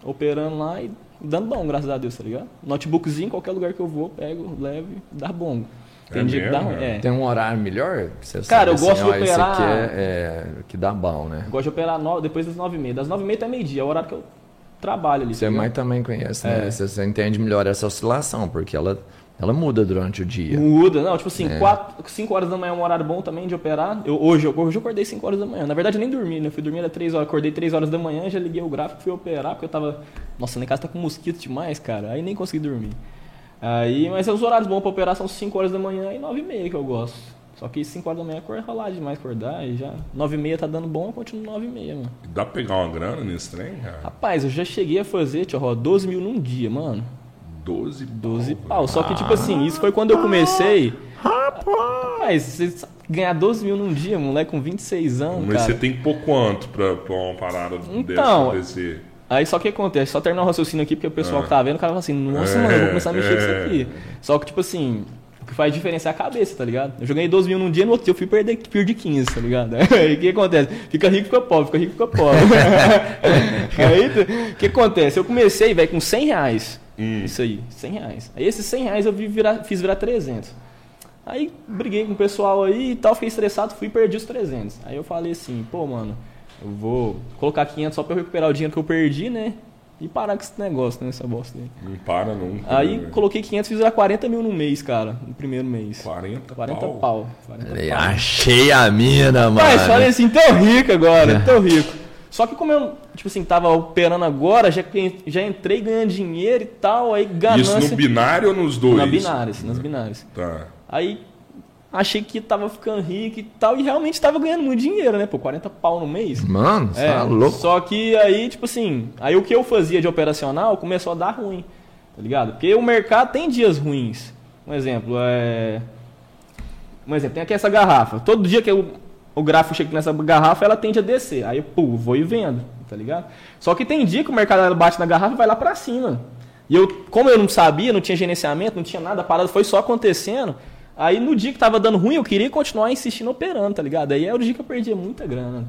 Speaker 3: operando lá e dando bom, graças a Deus, tá ligado? Notebookzinho, qualquer lugar que eu vou, pego, levo, e dá bom. Tem
Speaker 1: É
Speaker 3: dia que dá
Speaker 1: mesmo,
Speaker 3: ruim,
Speaker 1: cara?
Speaker 3: é.
Speaker 2: Tem um horário melhor? que Você assim,
Speaker 3: Cara, eu gosto de
Speaker 2: ó, esse
Speaker 3: operar-
Speaker 2: aqui é, é que dá bom, né?
Speaker 3: Gosto de operar no- depois das nove e meia. Das nove e meia até meio-dia, é o horário que eu trabalho ali.
Speaker 1: é
Speaker 2: Você
Speaker 3: tá ligado?
Speaker 2: mais também conhece, né?
Speaker 3: É.
Speaker 2: Você, você entende melhor essa oscilação, porque ela, ela muda durante o dia.
Speaker 3: Muda, não, tipo assim, 5 horas da manhã é um horário bom também de operar. Eu, hoje, eu, hoje eu acordei 5 horas da manhã. Na verdade, eu nem dormi, né? Eu fui dormir era 3 horas, acordei 3 horas da manhã, já liguei o gráfico, fui operar, porque eu tava. Nossa, na casa tá com mosquito demais, cara. Aí nem consegui dormir. Aí, mas os horários bons pra operar são 5 horas da manhã e 9 e meia que eu gosto. Só que 5 horas da manhã é rolar demais acordar e já. 9 e meia tá dando bom, eu continuo 9 e meia, mano.
Speaker 1: Dá pra pegar uma grana nesse trem, cara?
Speaker 3: Rapaz, eu já cheguei a fazer, tio, Ró, 12 mil num dia, mano.
Speaker 1: 12 pau.
Speaker 3: 12
Speaker 1: velho.
Speaker 3: pau. Só que, tipo assim, isso foi quando eu comecei. Rapaz, você sabe que ganhar 12 mil num dia, moleque com 26 anos,
Speaker 1: Mas
Speaker 3: cara.
Speaker 1: você tem que pôr quanto pra, pra uma parada dessa
Speaker 3: Então,
Speaker 1: acontecer?
Speaker 3: Aí só que acontece, só terminar o raciocínio aqui, porque o pessoal que tá vendo, o cara fala assim, nossa,
Speaker 1: Ah. É,
Speaker 3: mano, eu vou começar a mexer
Speaker 1: é.
Speaker 3: com isso aqui. Só que, tipo assim, o que faz diferença é a cabeça, tá ligado? Eu joguei 12 mil num dia, no outro dia eu fui perder, perdi 15, tá ligado? Aí o que acontece? Fica rico, fica pobre, fica rico, fica pobre. Aí tu- o que acontece? Eu comecei, velho, com 100 reais.
Speaker 1: Hum.
Speaker 3: Isso aí, 100 reais. Aí esses 100 reais eu vi virar- fiz virar 300. Aí briguei com o pessoal aí e tal, fiquei estressado, fui e perdi os 300. Aí eu falei assim, pô, mano, eu vou colocar 500 só pra eu recuperar o dinheiro que eu perdi, né? E parar com esse negócio, né? Essa bosta aí.
Speaker 1: Não para nunca. né,
Speaker 3: Aí
Speaker 1: velho?
Speaker 3: coloquei 500 fiz virar 40 mil no mês, cara, no primeiro mês.
Speaker 1: 40,
Speaker 3: 40
Speaker 1: pau.
Speaker 3: pau. 40
Speaker 2: Falei,
Speaker 3: pau.
Speaker 2: Achei a mina, mano.
Speaker 3: Mas falei assim, tão rico
Speaker 1: É.
Speaker 3: agora, tão rico. Só que como eu, tipo assim, tava operando agora, já, que- já entrei ganhando dinheiro e tal, aí ganância...
Speaker 1: Isso no binário ou nos dois?
Speaker 3: Na binárias, nas binárias.
Speaker 1: Tá.
Speaker 3: Aí achei que tava ficando rico e tal, e realmente tava ganhando muito dinheiro, né? Pô, 40 pau no mês. É,
Speaker 2: Mano, você tá louco.
Speaker 3: Só que aí, tipo assim, aí o que eu fazia de operacional começou a dar ruim, tá ligado? Porque o mercado tem dias ruins. Um exemplo, é. Um exemplo, tem aqui essa garrafa. Todo dia que eu- o gráfico chega nessa garrafa, ela tende a descer. Aí, pô, vou e vendo, tá ligado? Só que tem dia que o mercado ela bate na garrafa e vai lá pra cima. E eu, como eu não sabia, não tinha gerenciamento, não tinha nada, a parada foi só acontecendo. Aí no dia que tava dando ruim, eu queria continuar insistindo operando, tá ligado? Aí era o dia que eu perdia muita grana.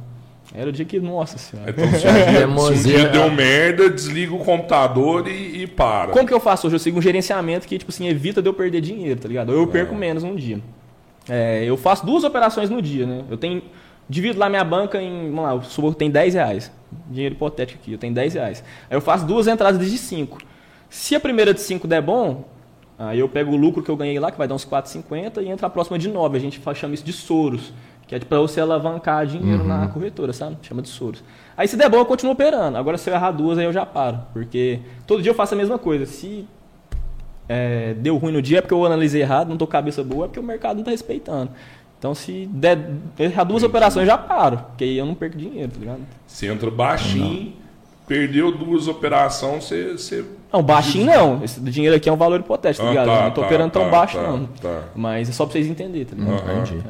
Speaker 3: Era o dia que, nossa senhora.
Speaker 1: Então, se um dia, se um
Speaker 2: Teimosia.
Speaker 1: dia
Speaker 3: é.
Speaker 1: deu merda, desliga o computador e, e para.
Speaker 3: Como que eu faço hoje? Eu sigo um gerenciamento que, tipo assim, evita de eu perder dinheiro, tá ligado? Ou eu perco
Speaker 1: É.
Speaker 3: menos num dia. É, eu faço duas operações no dia, né? Eu tenho. Divido lá minha banca em. Vamos lá, eu subo que tem 10 reais. Dinheiro hipotético aqui, eu tenho 10 reais. Aí eu faço duas entradas de 5. Se a primeira de 5 der bom, aí eu pego o lucro que eu ganhei lá, que vai dar uns 4,50, e entra a próxima de 9. A gente fa- chama isso de soros. Que é pra você alavancar dinheiro
Speaker 1: Uhum.
Speaker 3: na corretora, sabe? Chama de soros. Aí se der bom, eu continuo operando. Agora se eu errar duas, aí eu já paro. Porque todo dia eu faço a mesma coisa. Se é, deu ruim no dia é porque eu analisei errado, não tô com cabeça boa, é porque o mercado não tá respeitando. Então, se der errar duas operações, eu já paro, porque aí eu não perco dinheiro, tá ligado?
Speaker 1: Você entra baixinho, perdeu duas operações, você. você...
Speaker 3: Não, baixinho não. Esse dinheiro aqui é um valor hipotético, tá
Speaker 1: Ah,
Speaker 3: ligado?
Speaker 1: tá,
Speaker 3: eu não tô
Speaker 1: tá,
Speaker 3: operando tão
Speaker 1: tá,
Speaker 3: baixo,
Speaker 1: tá, Uhum.
Speaker 3: não.
Speaker 1: tá.
Speaker 3: Mas é só pra vocês entenderem, tá ligado?
Speaker 1: Aham,
Speaker 2: Entendi.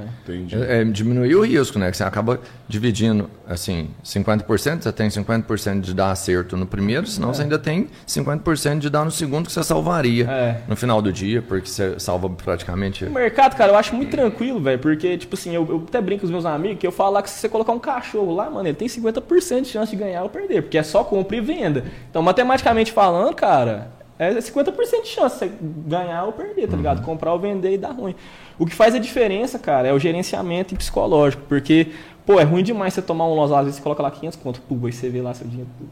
Speaker 1: Entendi.
Speaker 2: É, é, diminuir o risco, né? Que você acaba dividindo, assim, 50%, você tem 50% de dar acerto no primeiro, senão você ainda tem 50% de dar no segundo que você salvaria
Speaker 3: É.
Speaker 2: no final do dia, porque você salva praticamente...
Speaker 3: O mercado, cara, eu acho muito tranquilo, velho, porque, tipo assim, eu, eu até brinco com os meus amigos que eu falo lá que se você colocar um cachorro lá, mano, ele tem 50% de chance de ganhar ou perder, porque é só compra e venda. Então, matematicamente falando, cara, é 50% de chance de você ganhar ou perder, tá
Speaker 2: Uhum.
Speaker 3: ligado? Comprar ou vender e dar ruim. O que faz a diferença, cara, é o gerenciamento e psicológico, porque, pô, é ruim demais você tomar um Los às vezes você coloca lá 500 conto, pô, aí você vê lá seu dinheiro, pô,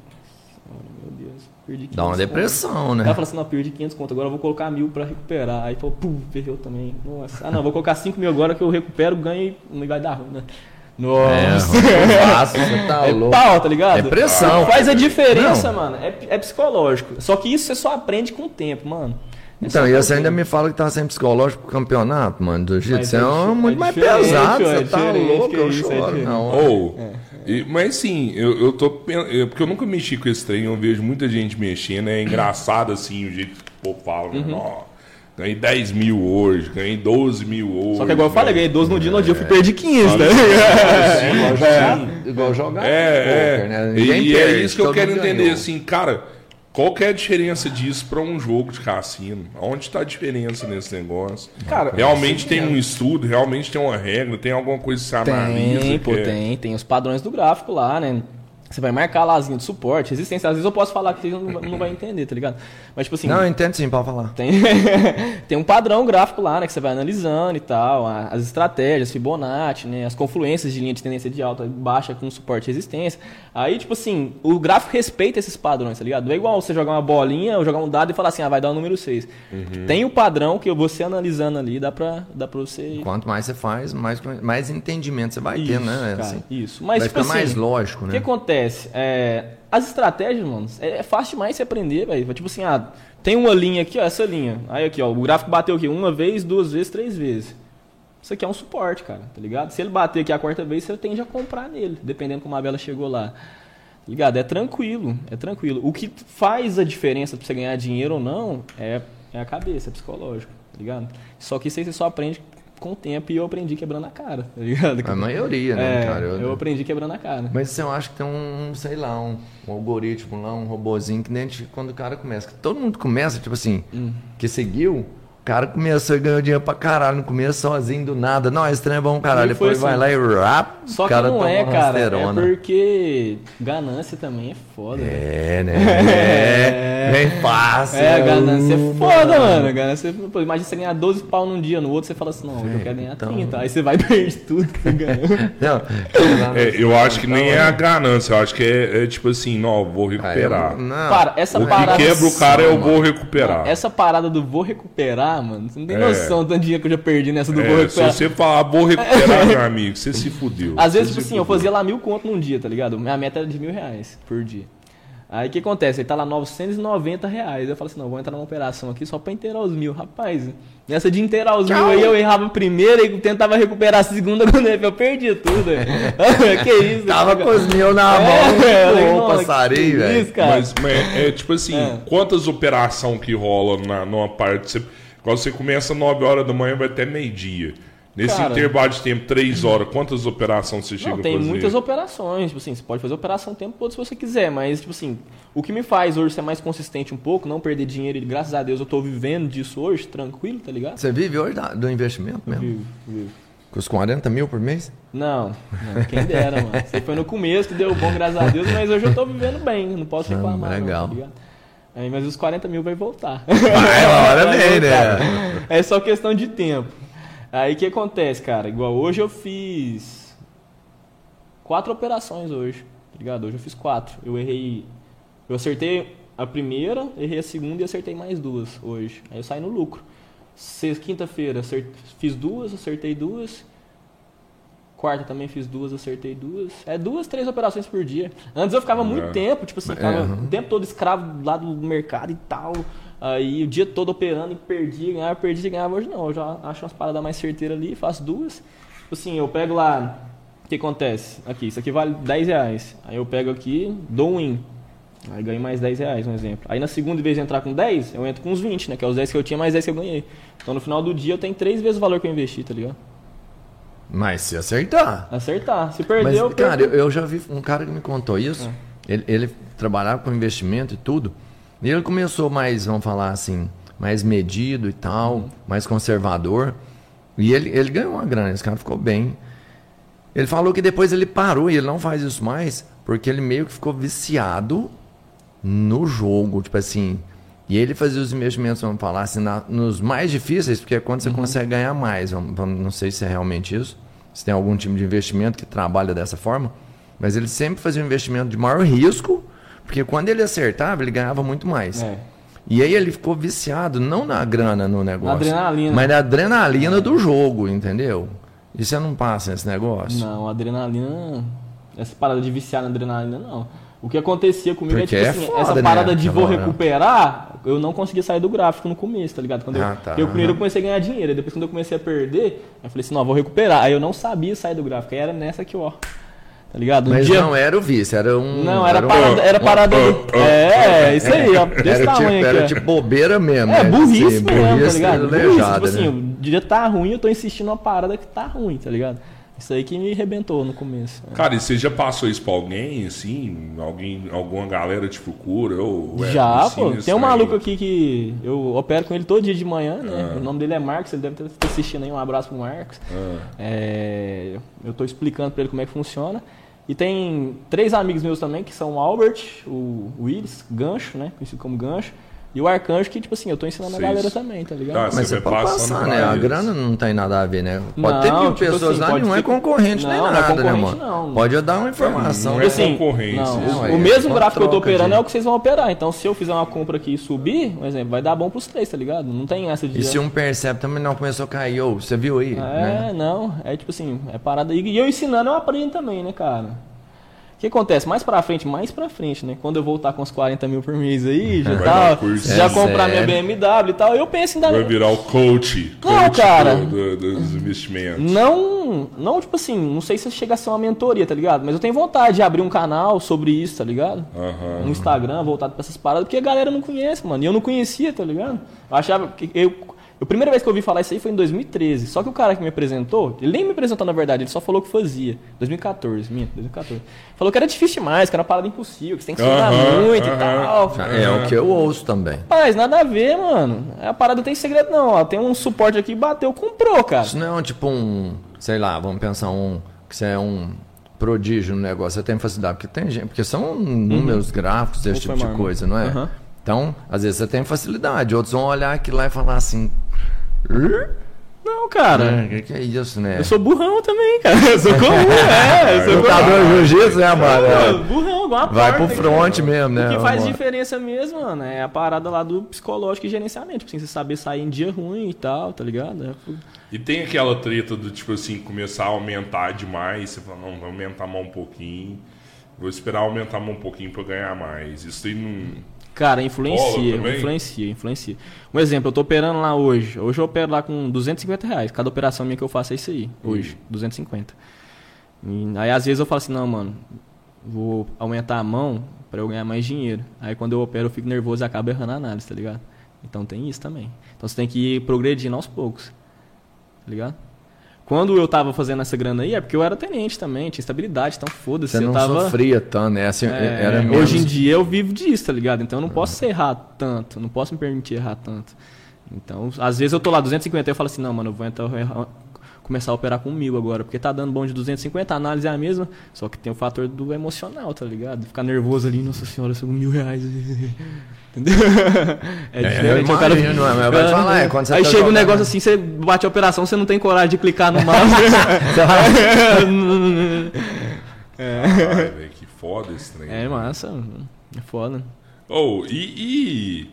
Speaker 3: mano, meu Deus, perdi 500
Speaker 2: Dá uma
Speaker 3: conto.
Speaker 2: depressão,
Speaker 3: Ela
Speaker 2: né?
Speaker 3: fala assim, não, perdi 500 conto, agora eu vou colocar mil pra recuperar. Aí falou, pum, perdeu também. Nossa, ah não, vou colocar 5 mil agora que eu recupero, ganho e vai dar ruim, né?
Speaker 2: É,
Speaker 3: Nossa.
Speaker 2: fácil, você tá
Speaker 3: É,
Speaker 2: louco.
Speaker 3: pau, tá ligado?
Speaker 2: Depressão.
Speaker 3: O que Faz a diferença,
Speaker 2: Não.
Speaker 3: mano. É, é psicológico. Só que isso você só aprende com o tempo, mano. É
Speaker 2: Então,
Speaker 3: só
Speaker 2: e
Speaker 3: com o
Speaker 2: você ainda
Speaker 3: tempo.
Speaker 2: me fala que tá sem psicológico pro campeonato, mano, do jeito.
Speaker 3: Mas
Speaker 2: Você é,
Speaker 3: é di-
Speaker 2: um
Speaker 3: é
Speaker 2: muito mais
Speaker 3: diferente,
Speaker 2: pesado,
Speaker 3: ó, é
Speaker 2: você tá
Speaker 3: diferente,
Speaker 2: louco,
Speaker 3: que
Speaker 2: eu
Speaker 3: isso, é
Speaker 2: choro.
Speaker 3: diferente.
Speaker 2: não.
Speaker 1: Ou, e- mas sim, eu, eu tô. pen- eu- Porque eu nunca mexi com esse trem, eu vejo muita gente mexendo, é engraçado assim o jeito que o povo fala, né?
Speaker 3: Uhum.
Speaker 1: Ó, ganhei 10 mil hoje, ganhei 12 mil hoje.
Speaker 3: Só que igual eu
Speaker 1: né?
Speaker 3: falei, ganhei 12 no dia, no dia eu fui perder 15, né?
Speaker 2: Igual jogar,
Speaker 3: É.
Speaker 2: igual jogar
Speaker 1: É,
Speaker 2: poker, né?
Speaker 1: é. E,
Speaker 2: Ninguém
Speaker 1: e é
Speaker 2: perde,
Speaker 1: isso que eu
Speaker 2: todo
Speaker 1: quero
Speaker 2: mundo
Speaker 1: entender,
Speaker 2: ganhou.
Speaker 1: assim, cara, qual que é a diferença disso pra um jogo de cassino? Onde tá a diferença nesse negócio?
Speaker 3: Cara,
Speaker 1: realmente tem um estudo, realmente tem uma regra, tem alguma coisa que se analisa.
Speaker 3: Tem,
Speaker 1: que
Speaker 3: pô,
Speaker 1: é-
Speaker 3: tem. Tem os padrões do gráfico lá, né? Você vai marcar lá as linhas de suporte, resistência. Às vezes eu posso falar que vocês não, não vai entender, tá ligado? Mas, tipo assim.
Speaker 2: Não, eu entendo sim, pode falar.
Speaker 3: Tem, tem um padrão gráfico lá, né? Que você vai analisando e tal. a- As estratégias, Fibonacci, né? As confluências de linha de tendência de alta e baixa com suporte e resistência. Aí, tipo assim, o gráfico respeita esses padrões, tá ligado? Não é igual você jogar uma bolinha ou jogar um dado e falar assim, ah, vai dar o número 6. Tem o padrão que você analisando ali, dá pra, dá pra você...
Speaker 2: Quanto mais você faz, mais, mais entendimento você vai ter, né?
Speaker 3: cara,
Speaker 2: Assim,
Speaker 3: isso. Mas,
Speaker 2: vai
Speaker 3: tipo
Speaker 2: ficar mais
Speaker 3: assim,
Speaker 2: lógico,
Speaker 3: O que
Speaker 2: né?
Speaker 3: acontece? É, as estratégias, mano, é, é fácil demais você aprender, velho. Tipo assim, ah, tem uma linha aqui, ó, essa linha. Aí aqui, ó, o gráfico bateu aqui uma vez, duas vezes, três vezes. Isso aqui é um suporte, cara, tá ligado? Se ele bater aqui a quarta vez, você tende a comprar nele, dependendo como a vela chegou lá. Ligado? É tranquilo, é tranquilo. O que faz a diferença pra você ganhar dinheiro ou não é, é a cabeça, é psicológico, tá ligado? Só que isso aí você só aprende com o tempo e eu aprendi quebrando a cara, tá ligado?
Speaker 2: A maioria, né,
Speaker 3: É,
Speaker 2: cara?
Speaker 3: Eu, aprendi quebrando a cara.
Speaker 2: Mas isso eu acho que tem um, um, sei lá, um, um algoritmo lá, um robozinho que dentro quando o cara começa. que Todo mundo começa, tipo assim,
Speaker 3: Hum.
Speaker 2: que seguiu, o cara começou e ganhou dinheiro pra caralho. No começo sozinho do nada. Não, esse trem é bom, caralho.
Speaker 3: E foi
Speaker 2: Depois vai
Speaker 3: assim.
Speaker 2: lá e rap,
Speaker 3: Só
Speaker 2: o
Speaker 3: que
Speaker 2: cara
Speaker 3: não é,
Speaker 2: toma uma
Speaker 3: cara.
Speaker 2: rasterona.
Speaker 3: É porque ganância também é foda, velho.
Speaker 2: É, né? É, bem fácil.
Speaker 3: É, ganância é foda, mano. Ganância, é- pô, imagina você ganhar 12 pau num dia, no outro você fala assim, não, hoje eu quero ganhar
Speaker 2: então-
Speaker 3: 30. Aí você vai perder tudo tá que você ganhou.
Speaker 2: Não,
Speaker 1: É, eu acho que nem é
Speaker 3: né?
Speaker 1: a ganância, eu acho que é, é tipo assim, não, vou
Speaker 2: Ah, eu-
Speaker 1: recuperar.
Speaker 2: não.
Speaker 3: Para, essa
Speaker 1: O que
Speaker 3: parada.
Speaker 1: quebra o cara é eu vou recuperar.
Speaker 3: Essa parada do vou recuperar, mano, você não tem
Speaker 1: É.
Speaker 3: noção do tanto dinheiro que eu já perdi nessa do vou
Speaker 1: É, se
Speaker 3: recuperar.
Speaker 1: você falar, vou recuperar, meu amigo, você se fudeu.
Speaker 3: Às vezes,
Speaker 1: Você
Speaker 3: tipo
Speaker 1: se
Speaker 3: assim, eu
Speaker 1: fudeu.
Speaker 3: fazia lá mil conto num dia, tá ligado? Minha meta era de mil reais por dia. Aí o que acontece? Ele tá lá 990 reais. Eu falo assim, não, vou entrar numa operação aqui só pra inteirar os mil. Rapaz, nessa de inteirar os mil aí eu errava a primeira e tentava recuperar a segunda quando eu perdi tudo. velho. que isso?
Speaker 2: Tava com os mil na
Speaker 3: É, eu falei,
Speaker 2: mão. Ô,
Speaker 3: "Nossa,
Speaker 2: passarinho,
Speaker 3: que
Speaker 2: velho.
Speaker 3: isso, cara.
Speaker 1: Mas, mas é tipo assim, quantas operação que rola na, numa parte? Você, quando você começa 9 horas da manhã, vai até meio-dia. Nesse
Speaker 3: Cara.
Speaker 1: intervalo de tempo, 3 horas, quantas operações você chega
Speaker 3: Não,
Speaker 1: a
Speaker 3: tem
Speaker 1: fazer?
Speaker 3: muitas operações, tipo assim, você pode fazer operação o tempo todo se você quiser, mas, tipo assim, o que me faz hoje ser mais consistente um pouco, não perder dinheiro, e graças a Deus eu tô vivendo disso hoje, tranquilo, tá ligado?
Speaker 2: Você vive hoje da- do investimento mesmo?
Speaker 3: Vivo, vivo.
Speaker 2: Com os 40 mil por mês?
Speaker 3: Não, não, quem dera, mano. Você foi no começo que deu bom, graças a Deus, mas hoje eu tô vivendo bem, não posso
Speaker 2: Ah,
Speaker 3: reclamar. não, tá
Speaker 2: legal.
Speaker 3: ligado? Aí, mas os 40 mil vai voltar.
Speaker 2: Vai, uma hora
Speaker 3: É, Vai
Speaker 2: vem,
Speaker 3: voltar.
Speaker 2: né?
Speaker 3: É só questão de tempo. Aí o que acontece, cara? Igual hoje eu fiz quatro operações hoje, tá ligado? Hoje eu fiz quatro. Eu errei. Eu acertei a primeira, errei a segunda e acertei mais duas hoje. Aí eu saí no lucro. Sexta- Quinta-feira acer- fiz duas, acertei duas. Quarta também fiz duas, acertei duas. É duas, três operações por dia. Antes eu ficava muito
Speaker 1: É.
Speaker 3: tempo, tipo assim, ficava
Speaker 2: É.
Speaker 3: o tempo todo escravo lá do mercado e tal. Aí o dia todo operando e perdi, ganhava, perdi, ganhava. Hoje não, eu já acho umas paradas mais certeiras ali, faço duas. Tipo assim, eu pego lá, o que acontece? Aqui, isso aqui vale 10 reais. Aí eu pego aqui, dou um win. Aí ganho mais 10 reais, um exemplo. Aí na segunda, em vez de entrar com 10, eu entro com uns 20, né? Que é os 10 que eu tinha, mais 10 que eu ganhei. Então no final do dia eu tenho três vezes o valor que eu investi, tá ligado?
Speaker 2: Mas se acertar.
Speaker 3: Acertar. Se
Speaker 2: Mas,
Speaker 3: perdeu, Ah.
Speaker 2: cara,
Speaker 3: perdeu.
Speaker 2: eu, eu já vi um cara que me contou isso. Ele, ele trabalhava com investimento e tudo. E ele começou mais, vamos falar assim, mais medido e tal,
Speaker 3: Uhum.
Speaker 2: mais conservador. E ele, ele ganhou uma grana, esse cara ficou bem. Ele falou que depois ele parou e ele não faz isso mais, porque ele meio que ficou viciado no jogo, tipo assim. E ele fazia os investimentos, vamos falar assim, na- nos mais difíceis, porque é quando
Speaker 3: Uhum.
Speaker 2: você consegue ganhar mais. Vamos, vamos- não sei se é realmente isso, se tem algum time de investimento que trabalha dessa forma, mas ele sempre fazia um investimento de maior risco, porque quando ele acertava, ele ganhava muito mais.
Speaker 3: É.
Speaker 2: E aí ele ficou viciado, não na grana no negócio,
Speaker 3: adrenalina.
Speaker 2: mas na adrenalina do jogo, entendeu? E você não passa nesse negócio?
Speaker 3: Não, adrenalina. Essa parada de viciar na adrenalina, não. O que acontecia comigo
Speaker 2: Porque
Speaker 3: é tipo
Speaker 2: é
Speaker 3: assim,
Speaker 2: foda, né,
Speaker 3: essa parada de
Speaker 2: aquela
Speaker 3: vou
Speaker 2: hora.
Speaker 3: recuperar, eu não conseguia sair do gráfico no começo, tá ligado? Quando eu-
Speaker 2: Ah, tá.
Speaker 3: eu, primeiro eu comecei a ganhar dinheiro, aí depois quando eu comecei a perder, aí eu falei assim, não, vou recuperar. Aí eu não sabia sair do gráfico, aí era nessa aqui, ó. Tá ligado? Um
Speaker 2: Mas
Speaker 3: dia-
Speaker 2: não era o vício, era um.
Speaker 3: Não, era
Speaker 2: um-
Speaker 3: parada, era parada
Speaker 1: ó,
Speaker 3: de-
Speaker 1: ó,
Speaker 3: É, isso aí, ó.
Speaker 2: Era
Speaker 3: Desse
Speaker 2: tipo,
Speaker 3: tamanho aqui.
Speaker 2: era
Speaker 3: ó.
Speaker 2: tipo bobeira mesmo.
Speaker 3: É,
Speaker 2: né?
Speaker 3: burrice
Speaker 2: Assim,
Speaker 3: mesmo, tá
Speaker 2: burrice
Speaker 3: ligado? Burrice,
Speaker 2: aleijada,
Speaker 3: tipo assim,
Speaker 2: né?
Speaker 3: o dia tá ruim, eu tô insistindo numa parada que tá ruim, tá ligado? Isso aí que me arrebentou no começo. é.
Speaker 1: Cara, e você já passou isso pra alguém, assim? Alguém, alguma galera te procura? Ou, é assim ué,
Speaker 3: Já,
Speaker 1: ensina
Speaker 3: pô.
Speaker 1: isso
Speaker 3: Tem um
Speaker 1: aí.
Speaker 3: maluco aqui que eu opero com ele todo dia de manhã, né?
Speaker 1: Ah.
Speaker 3: O nome dele é Marcos, ele deve estar assistindo aí. Um abraço pro Marcos. É, eu tô explicando pra ele como é que funciona. E tem três amigos meus também, que são o Albert, o Willis, Gancho, né? Conhecido como Gancho. E o Arcanjo, que, tipo assim, eu tô ensinando
Speaker 1: Seis.
Speaker 3: a galera também, tá ligado?
Speaker 1: Tá,
Speaker 2: Mas você
Speaker 1: vai
Speaker 2: pode
Speaker 1: passando
Speaker 2: passar,
Speaker 1: pra
Speaker 2: né? A
Speaker 1: eles.
Speaker 2: grana não tem nada a ver, né? Pode
Speaker 3: Não,
Speaker 2: ter mil
Speaker 3: tipo
Speaker 2: pessoas
Speaker 3: assim,
Speaker 2: lá,
Speaker 3: pode
Speaker 2: não é
Speaker 3: ter-
Speaker 2: concorrente nem
Speaker 3: Não, não é
Speaker 2: nada, né,
Speaker 3: concorrente,
Speaker 2: mano?
Speaker 3: não.
Speaker 2: Pode eu dar uma informação.
Speaker 1: Não
Speaker 2: né?
Speaker 1: é
Speaker 3: Tipo assim,
Speaker 1: concorrência,
Speaker 3: não,
Speaker 1: isso
Speaker 3: o-
Speaker 2: aí
Speaker 3: o
Speaker 2: é
Speaker 3: mesmo
Speaker 2: só
Speaker 3: gráfico que eu tô
Speaker 2: troca
Speaker 3: operando
Speaker 2: de-
Speaker 3: é o que vocês vão operar. Então, se eu fizer uma compra aqui e subir, um exemplo, vai dar bom pros três, tá ligado? Não tem essa de.
Speaker 2: E se um percebe também, não, começou a cair, ô, você viu aí? né?
Speaker 3: É, não. É tipo assim, é parada. E e eu ensinando, eu aprendo também, né, cara? O que acontece? Mais pra frente, mais pra frente, né? Quando eu voltar com os 40 mil por mês aí, já,
Speaker 1: Vai
Speaker 3: tá,
Speaker 1: dar curso.
Speaker 3: já
Speaker 2: É
Speaker 3: comprar minha
Speaker 2: sério.
Speaker 3: BMW e tal, eu penso em dar. um
Speaker 1: Vai virar o coach.
Speaker 3: Não,
Speaker 1: coach
Speaker 3: cara.
Speaker 1: do- do- dos investimentos.
Speaker 3: Não um. Não, tipo assim, não sei se chega a ser uma mentoria, tá ligado? Mas eu tenho vontade de abrir um canal sobre isso, tá ligado?
Speaker 1: Aham.
Speaker 3: Um Instagram voltado pra essas paradas, porque a galera não conhece, mano. E eu não conhecia, tá ligado? Eu achava que. Eu, a primeira vez que eu ouvi falar isso aí foi em 2013. Só que o cara que me apresentou, ele nem me apresentou na verdade, ele só falou que fazia. 2014, minha, 2014. Falou que era difícil demais, que era uma parada impossível, que você tem que estudar
Speaker 1: Aham,
Speaker 3: muito e
Speaker 1: aham.
Speaker 3: tal.
Speaker 2: É o que eu ouço também.
Speaker 3: Rapaz, nada a ver, mano. A parada não tem segredo, não. Ó, tem um suporte aqui, bateu, comprou, cara.
Speaker 2: Isso não é tipo um, sei lá, vamos pensar um que você é um prodígio no negócio, você tem facilidade, porque tem gente, porque são
Speaker 3: Uhum.
Speaker 2: números gráficos, esse
Speaker 3: Ufa,
Speaker 2: tipo de
Speaker 3: mano.
Speaker 2: coisa, não é?
Speaker 3: né? Aham.
Speaker 2: Então, às vezes você tem facilidade, outros vão olhar aquilo lá e falar assim,
Speaker 3: Não, cara.
Speaker 2: o que, que é isso, né?
Speaker 3: Eu sou burrão também, cara. Eu sou comum, é. Eu sou
Speaker 2: lutador de jiu-jitsu, né, mano?
Speaker 3: burrão,
Speaker 2: É.
Speaker 3: burrão, igual a
Speaker 2: Vai pro
Speaker 3: porta,
Speaker 2: front mesmo, né?
Speaker 3: O que faz
Speaker 2: mano?
Speaker 3: diferença mesmo, mano, é a parada lá do psicológico e gerenciamento. Tipo assim, você saber sair em dia ruim e tal, tá ligado? É,
Speaker 1: E tem aquela treta do tipo assim, começar a aumentar demais, você fala, não, vou aumentar mais um pouquinho, vou esperar aumentar mais um pouquinho pra eu ganhar mais. Isso aí não.
Speaker 3: Cara,
Speaker 1: Rola
Speaker 3: influencia,
Speaker 1: também?
Speaker 3: influencia, influencia. Um exemplo, eu tô operando lá hoje. Hoje eu opero lá com 250 reais. Cada operação minha que eu faço é isso aí, hoje, 250. E aí às vezes eu falo assim, não, mano, vou aumentar a mão pra eu ganhar mais dinheiro. Aí quando eu opero eu fico nervoso e acabo errando a análise, tá ligado? Então tem isso também. Então você tem que ir progredindo aos poucos, tá ligado? Quando eu tava fazendo essa grana aí, é porque eu era tenente também, tinha estabilidade, então foda-se.
Speaker 2: Você
Speaker 3: eu
Speaker 2: não
Speaker 3: tava...
Speaker 2: sofria tanto, né? Assim,
Speaker 3: É,
Speaker 2: era menos...
Speaker 3: hoje em dia eu vivo disso, tá ligado? Então eu não posso errar tanto, não posso me permitir errar tanto. Então, às vezes eu tô lá 250 e eu falo assim, não, mano, eu vou então errar- começar a operar com mil agora, porque tá dando bom de 250, a análise é a mesma, só que tem o fator do emocional, tá ligado? Ficar nervoso ali, nossa senhora, são mil reais. Entendeu? É diferente.
Speaker 2: eu
Speaker 3: o cara-
Speaker 2: imagino, é, mas eu vou te falar, é, quando você
Speaker 3: Aí
Speaker 2: tá
Speaker 3: chega um
Speaker 2: jogando-
Speaker 3: negócio assim, você bate a operação, você não tem coragem de clicar no mouse.
Speaker 2: "Ah,
Speaker 1: Ai, velho, que foda esse trem. né?
Speaker 3: é massa, mano. é foda.
Speaker 1: Oh, e, e,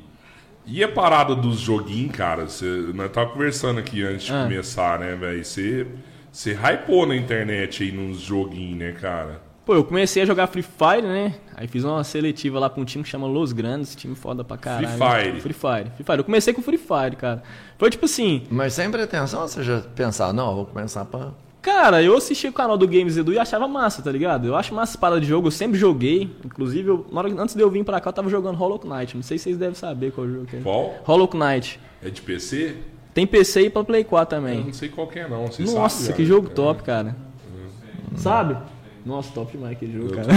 Speaker 1: e a parada dos joguinhos, cara? Cê, nós tava conversando aqui antes de
Speaker 3: Ah.
Speaker 1: começar, né, velho? Você você hypou na internet aí nos joguinhos, né, cara?
Speaker 3: Pô, eu comecei a jogar Free Fire, né? Aí fiz uma seletiva lá pra um time que chama Los Grandes, time foda pra caralho.
Speaker 1: Free Fire.
Speaker 3: Free Fire. Free Fire. Eu comecei com Free Fire, cara. Foi tipo assim,
Speaker 2: Mas sem pretensão, você já pensava, não, eu vou começar pra...
Speaker 3: cara, eu assisti o canal do Games Edu e achava massa, tá ligado? Eu acho massa essa parada de jogo, eu sempre joguei. Inclusive, eu- na hora- antes de eu vir pra cá, eu tava jogando Hollow Knight. Não sei se vocês devem saber qual jogo que é.
Speaker 1: Qual?
Speaker 3: Hollow Knight.
Speaker 1: É de PC?
Speaker 3: Tem PC e pra Play 4
Speaker 1: Eu
Speaker 3: também.
Speaker 1: não sei qual que é, não. Você
Speaker 3: Nossa,
Speaker 1: sabe, É
Speaker 3: que
Speaker 1: cara?
Speaker 3: jogo top, cara. É. Sabe? Nossa, top demais aquele jogo, cara.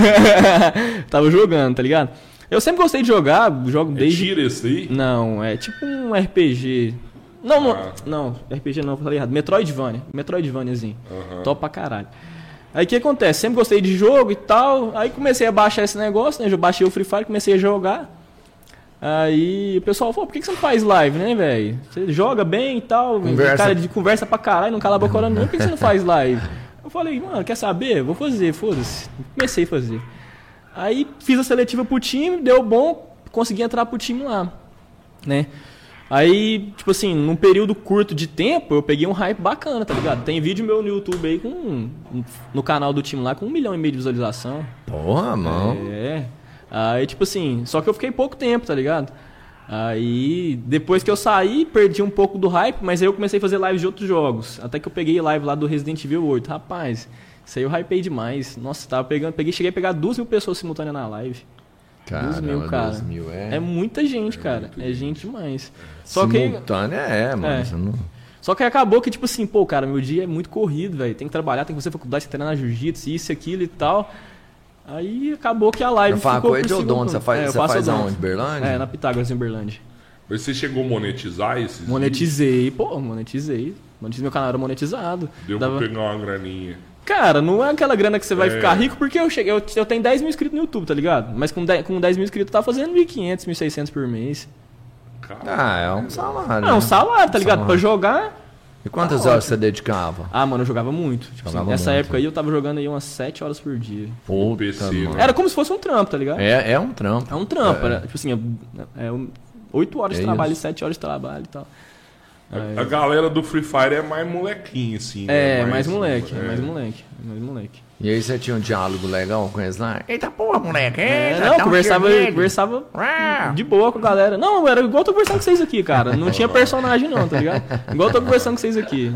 Speaker 3: Tava jogando, tá ligado? Eu sempre gostei de jogar, jogo
Speaker 1: É
Speaker 3: desde.
Speaker 1: tira esse aí?
Speaker 3: Não, é tipo um RPG. Não, não-
Speaker 1: Ah.
Speaker 3: não, RPG não, falei errado. Metroidvania. Metroidvaniazinho.
Speaker 1: Aham.
Speaker 3: Top pra caralho. Aí o que acontece? Sempre gostei de jogo e tal. Aí comecei a baixar esse negócio, né? Eu baixei o Free Fire, comecei a jogar. Aí o pessoal falou, por que que você não faz live, né, velho? Você joga bem e tal,
Speaker 2: Conversa.
Speaker 3: cara de conversa pra caralho, não cala a boca hora nenhuma, por que que você não faz live? Eu falei, mano, quer saber? Vou fazer, foda-se. Comecei a fazer. Aí fiz a seletiva pro time, deu bom, consegui entrar pro time lá, né? Aí, tipo assim, num período curto de tempo, eu peguei um hype bacana, tá ligado? Tem vídeo meu no YouTube aí com. no canal do time lá com um milhão e meio de visualização.
Speaker 2: Porra, mano.
Speaker 3: É. Aí, tipo assim, só que eu fiquei pouco tempo, tá ligado? Aí, depois que eu saí, perdi um pouco do hype, mas aí eu comecei a fazer lives de outros jogos. Até que eu peguei live lá do Resident Evil 8. Rapaz, isso aí eu hypei demais. Nossa, tava pegando, peguei, cheguei a pegar duas mil pessoas simultâneas na live.
Speaker 2: Caramba,
Speaker 3: 2 mil, cara.
Speaker 2: 2 mil, é...
Speaker 3: É muita gente, cara. É gente demais. Só que,
Speaker 2: Simultânea é, mano.
Speaker 3: É.
Speaker 2: Você não...
Speaker 3: só que acabou que, tipo assim, pô, cara, meu dia é muito corrido, velho. Tem que trabalhar, tem que fazer faculdade, tem que treinar jiu-jitsu, isso, aquilo e tal. Aí acabou que a live
Speaker 2: Eu falo,
Speaker 3: ficou
Speaker 2: coisa de
Speaker 3: por segundo
Speaker 2: odonto, você
Speaker 3: plano.
Speaker 2: faz,
Speaker 3: É, eu
Speaker 2: você
Speaker 3: faço
Speaker 2: faz
Speaker 3: odonto.
Speaker 2: aonde? Berlândia?
Speaker 3: É, na Pitágoras, em Berlândia.
Speaker 1: Mas você chegou a monetizar esses?
Speaker 3: Monetizei, pô, monetizei. Monetizei, meu canal era monetizado.
Speaker 1: vídeos? Deu
Speaker 3: Dava-
Speaker 1: pra pegar uma graninha.
Speaker 3: Cara, não é aquela grana que você vai
Speaker 1: É.
Speaker 3: ficar rico, porque eu, cheguei, eu, eu tenho 10 mil inscritos no YouTube, tá ligado? Mas com 10, com 10 mil inscritos, eu tava fazendo 1.500, 1.600 por mês.
Speaker 1: Cara,
Speaker 2: Ah, é um salário.
Speaker 3: Ah, é um
Speaker 2: né?
Speaker 3: salário, tá ligado?
Speaker 2: Salário.
Speaker 3: Pra jogar,
Speaker 2: E quantas horas você dedicava?
Speaker 3: Ah, mano, eu jogava muito. Tipo,
Speaker 2: Jogava
Speaker 3: assim, nessa
Speaker 2: muito. é.
Speaker 3: época aí eu tava jogando aí umas 7 horas por dia.
Speaker 2: Puta,
Speaker 1: PC,
Speaker 2: mano.
Speaker 1: um né?
Speaker 3: Era como se fosse um trampo, tá ligado? É,
Speaker 2: É, é um trampo.
Speaker 3: um trampo, era, tipo assim, é, é 8 horas
Speaker 2: É
Speaker 3: de trabalho,
Speaker 2: isso.
Speaker 3: 7 horas de trabalho e tal.
Speaker 1: a, a galera do Free Fire é mais molequinho, assim. né?
Speaker 3: É, mais moleque, é.
Speaker 1: é.
Speaker 3: mais moleque, é mais moleque.
Speaker 2: E aí você tinha um diálogo legal com eles lá? Eita porra, moleque.
Speaker 3: É,
Speaker 2: Eita,
Speaker 3: não,
Speaker 2: dá um
Speaker 3: conversava,
Speaker 2: vermelho.
Speaker 3: conversava
Speaker 2: Ah.
Speaker 3: de boa com a galera. Não, era igual eu tô conversando com vocês aqui, cara. Não tinha personagem não, tá ligado? Igual eu tô conversando com vocês aqui.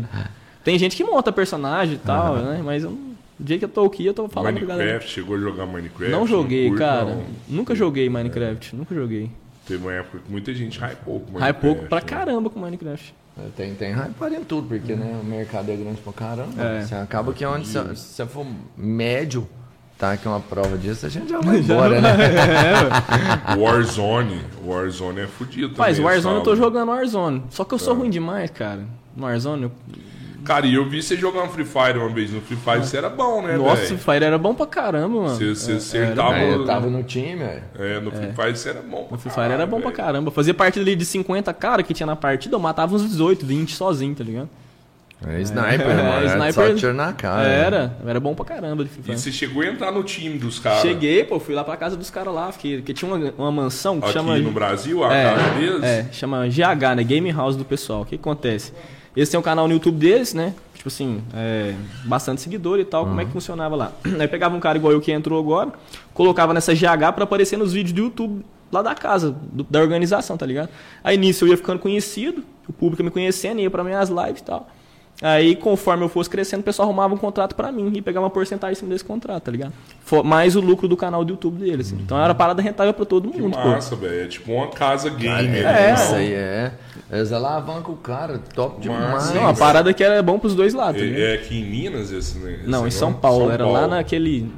Speaker 3: Tem gente que monta personagem e tal, né? Mas eu, não- do jeito que eu tô aqui, eu tô falando pra galera.
Speaker 1: Minecraft, chegou a jogar Minecraft?
Speaker 3: Não joguei,
Speaker 1: curte,
Speaker 3: cara.
Speaker 1: não.
Speaker 3: Nunca joguei Minecraft, nunca joguei.
Speaker 1: Teve uma época que muita gente hypou com
Speaker 3: Aí
Speaker 1: Minecraft.
Speaker 3: pouco pra
Speaker 1: né?
Speaker 3: caramba com Minecraft.
Speaker 2: Tem, tem hype em tudo, porque né, o mercado é grande pra caramba.
Speaker 3: É.
Speaker 2: Você acaba que onde você, se você for médio, tá? Que é uma prova disso, a gente já vai embora, né?
Speaker 1: Warzone. Warzone é fodido também. É.
Speaker 3: Mas Warzone eu tô
Speaker 1: sabe?
Speaker 3: jogando Warzone. Só que eu sou ruim demais, cara. No Warzone, eu...
Speaker 1: Cara, e eu vi você jogar um Free Fire uma vez. No Free Fire você era bom, né,
Speaker 3: Ah. Nossa,
Speaker 1: velho?
Speaker 3: Free Fire era bom pra caramba, mano. É,
Speaker 1: Você, você
Speaker 3: bom.
Speaker 1: acertava...
Speaker 2: Aí eu tava no time, velho.
Speaker 1: É, no Free Fire você era bom pra
Speaker 3: O Free Fire era bom pra
Speaker 1: caralho,
Speaker 3: caramba. Eu Fazia partida ali de 50 cara que tinha na partida, eu matava uns 18, 20 sozinho, tá ligado?
Speaker 2: É sniper,
Speaker 3: É,
Speaker 2: mano. Sniper... Só
Speaker 3: sniper-
Speaker 2: tiro na cara.
Speaker 3: era, eu era bom pra caramba de Free
Speaker 1: velho. E
Speaker 3: Fire.
Speaker 1: você chegou a entrar no time dos caras.
Speaker 3: né? Cheguei, pô, fui lá pra casa dos caras lá, fiquei, porque tinha uma, uma mansão que
Speaker 1: Aqui
Speaker 3: chama.
Speaker 1: no Brasil, a casa deles.
Speaker 3: é, é, chama GH, né? Game House do pessoal. O que que acontece? Eles têm um canal no YouTube deles, né? Tipo assim, é, bastante seguidor e tal. Como é
Speaker 1: Uhum.
Speaker 3: que funcionava lá? Aí pegava um cara igual eu que entrou agora, colocava nessa GH pra aparecer nos vídeos do YouTube lá da casa, do- da organização, tá ligado? Aí nisso eu ia ficando conhecido, o público me conhecendo, ia pra minhas lives e tal. Aí, conforme eu fosse crescendo, o pessoal arrumava um contrato pra mim e pegava uma porcentagem em cima desse contrato, tá ligado? Fo- Mais o lucro do canal do YouTube deles. Então era parada rentável pra todo
Speaker 1: Uhum. Que
Speaker 3: mundo, pô.
Speaker 1: massa, velho. É tipo uma casa gamer.
Speaker 3: É.
Speaker 1: né?
Speaker 2: Isso aí é. Eles alavancam o cara, top demais.
Speaker 1: Mas-
Speaker 3: Não, a parada é que era bom pros dois lados. né?
Speaker 1: É, é aqui em Minas esse, né?
Speaker 3: não, em
Speaker 1: esse
Speaker 3: São
Speaker 1: nome?
Speaker 3: Paulo. era lá
Speaker 1: Paulo.
Speaker 3: naquele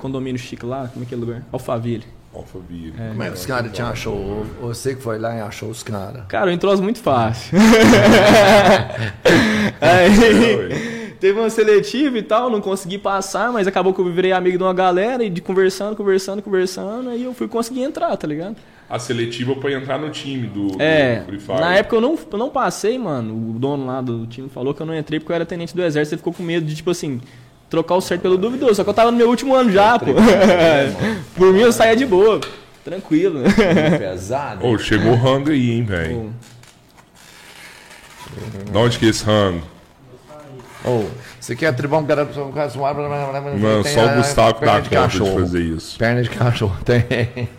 Speaker 3: condomínio chique lá, como é que é o lugar? Alphaville.
Speaker 1: Alphaville.
Speaker 2: Como é que os caras te achou? Você que foi lá e achou os caras.
Speaker 3: Cara, eu entroso muito fácil.
Speaker 1: É,
Speaker 3: Aí,
Speaker 1: ué.
Speaker 3: teve uma seletiva e tal, não consegui passar, mas acabou que eu virei amigo de uma galera e de conversando, conversando, conversando, aí eu fui conseguir entrar, tá ligado?
Speaker 1: A seletiva pra entrar no time do, do
Speaker 3: É,
Speaker 1: Free Fire.
Speaker 3: na época eu não, eu não passei, mano. O dono lá do time falou que eu não entrei porque eu era tenente do exército. Ele ficou com medo de, tipo assim, trocar o certo pelo duvidoso. Só que eu tava no meu último ano já, pô. Por mim eu saía de boa. Tranquilo.
Speaker 1: É
Speaker 2: Pesado.
Speaker 1: Ô,
Speaker 3: É.
Speaker 1: chegou o rango aí, hein, velho. Da onde que é esse rango? Oh.
Speaker 2: Ô, você quer atribuir um cara pra um cara suar? blá, blá, blá, blá,
Speaker 1: Não,
Speaker 2: tem
Speaker 1: só
Speaker 2: a-
Speaker 1: o Gustavo
Speaker 2: perna
Speaker 1: dá
Speaker 2: de
Speaker 1: conta de fazer isso.
Speaker 2: Perna de cachorro, tem.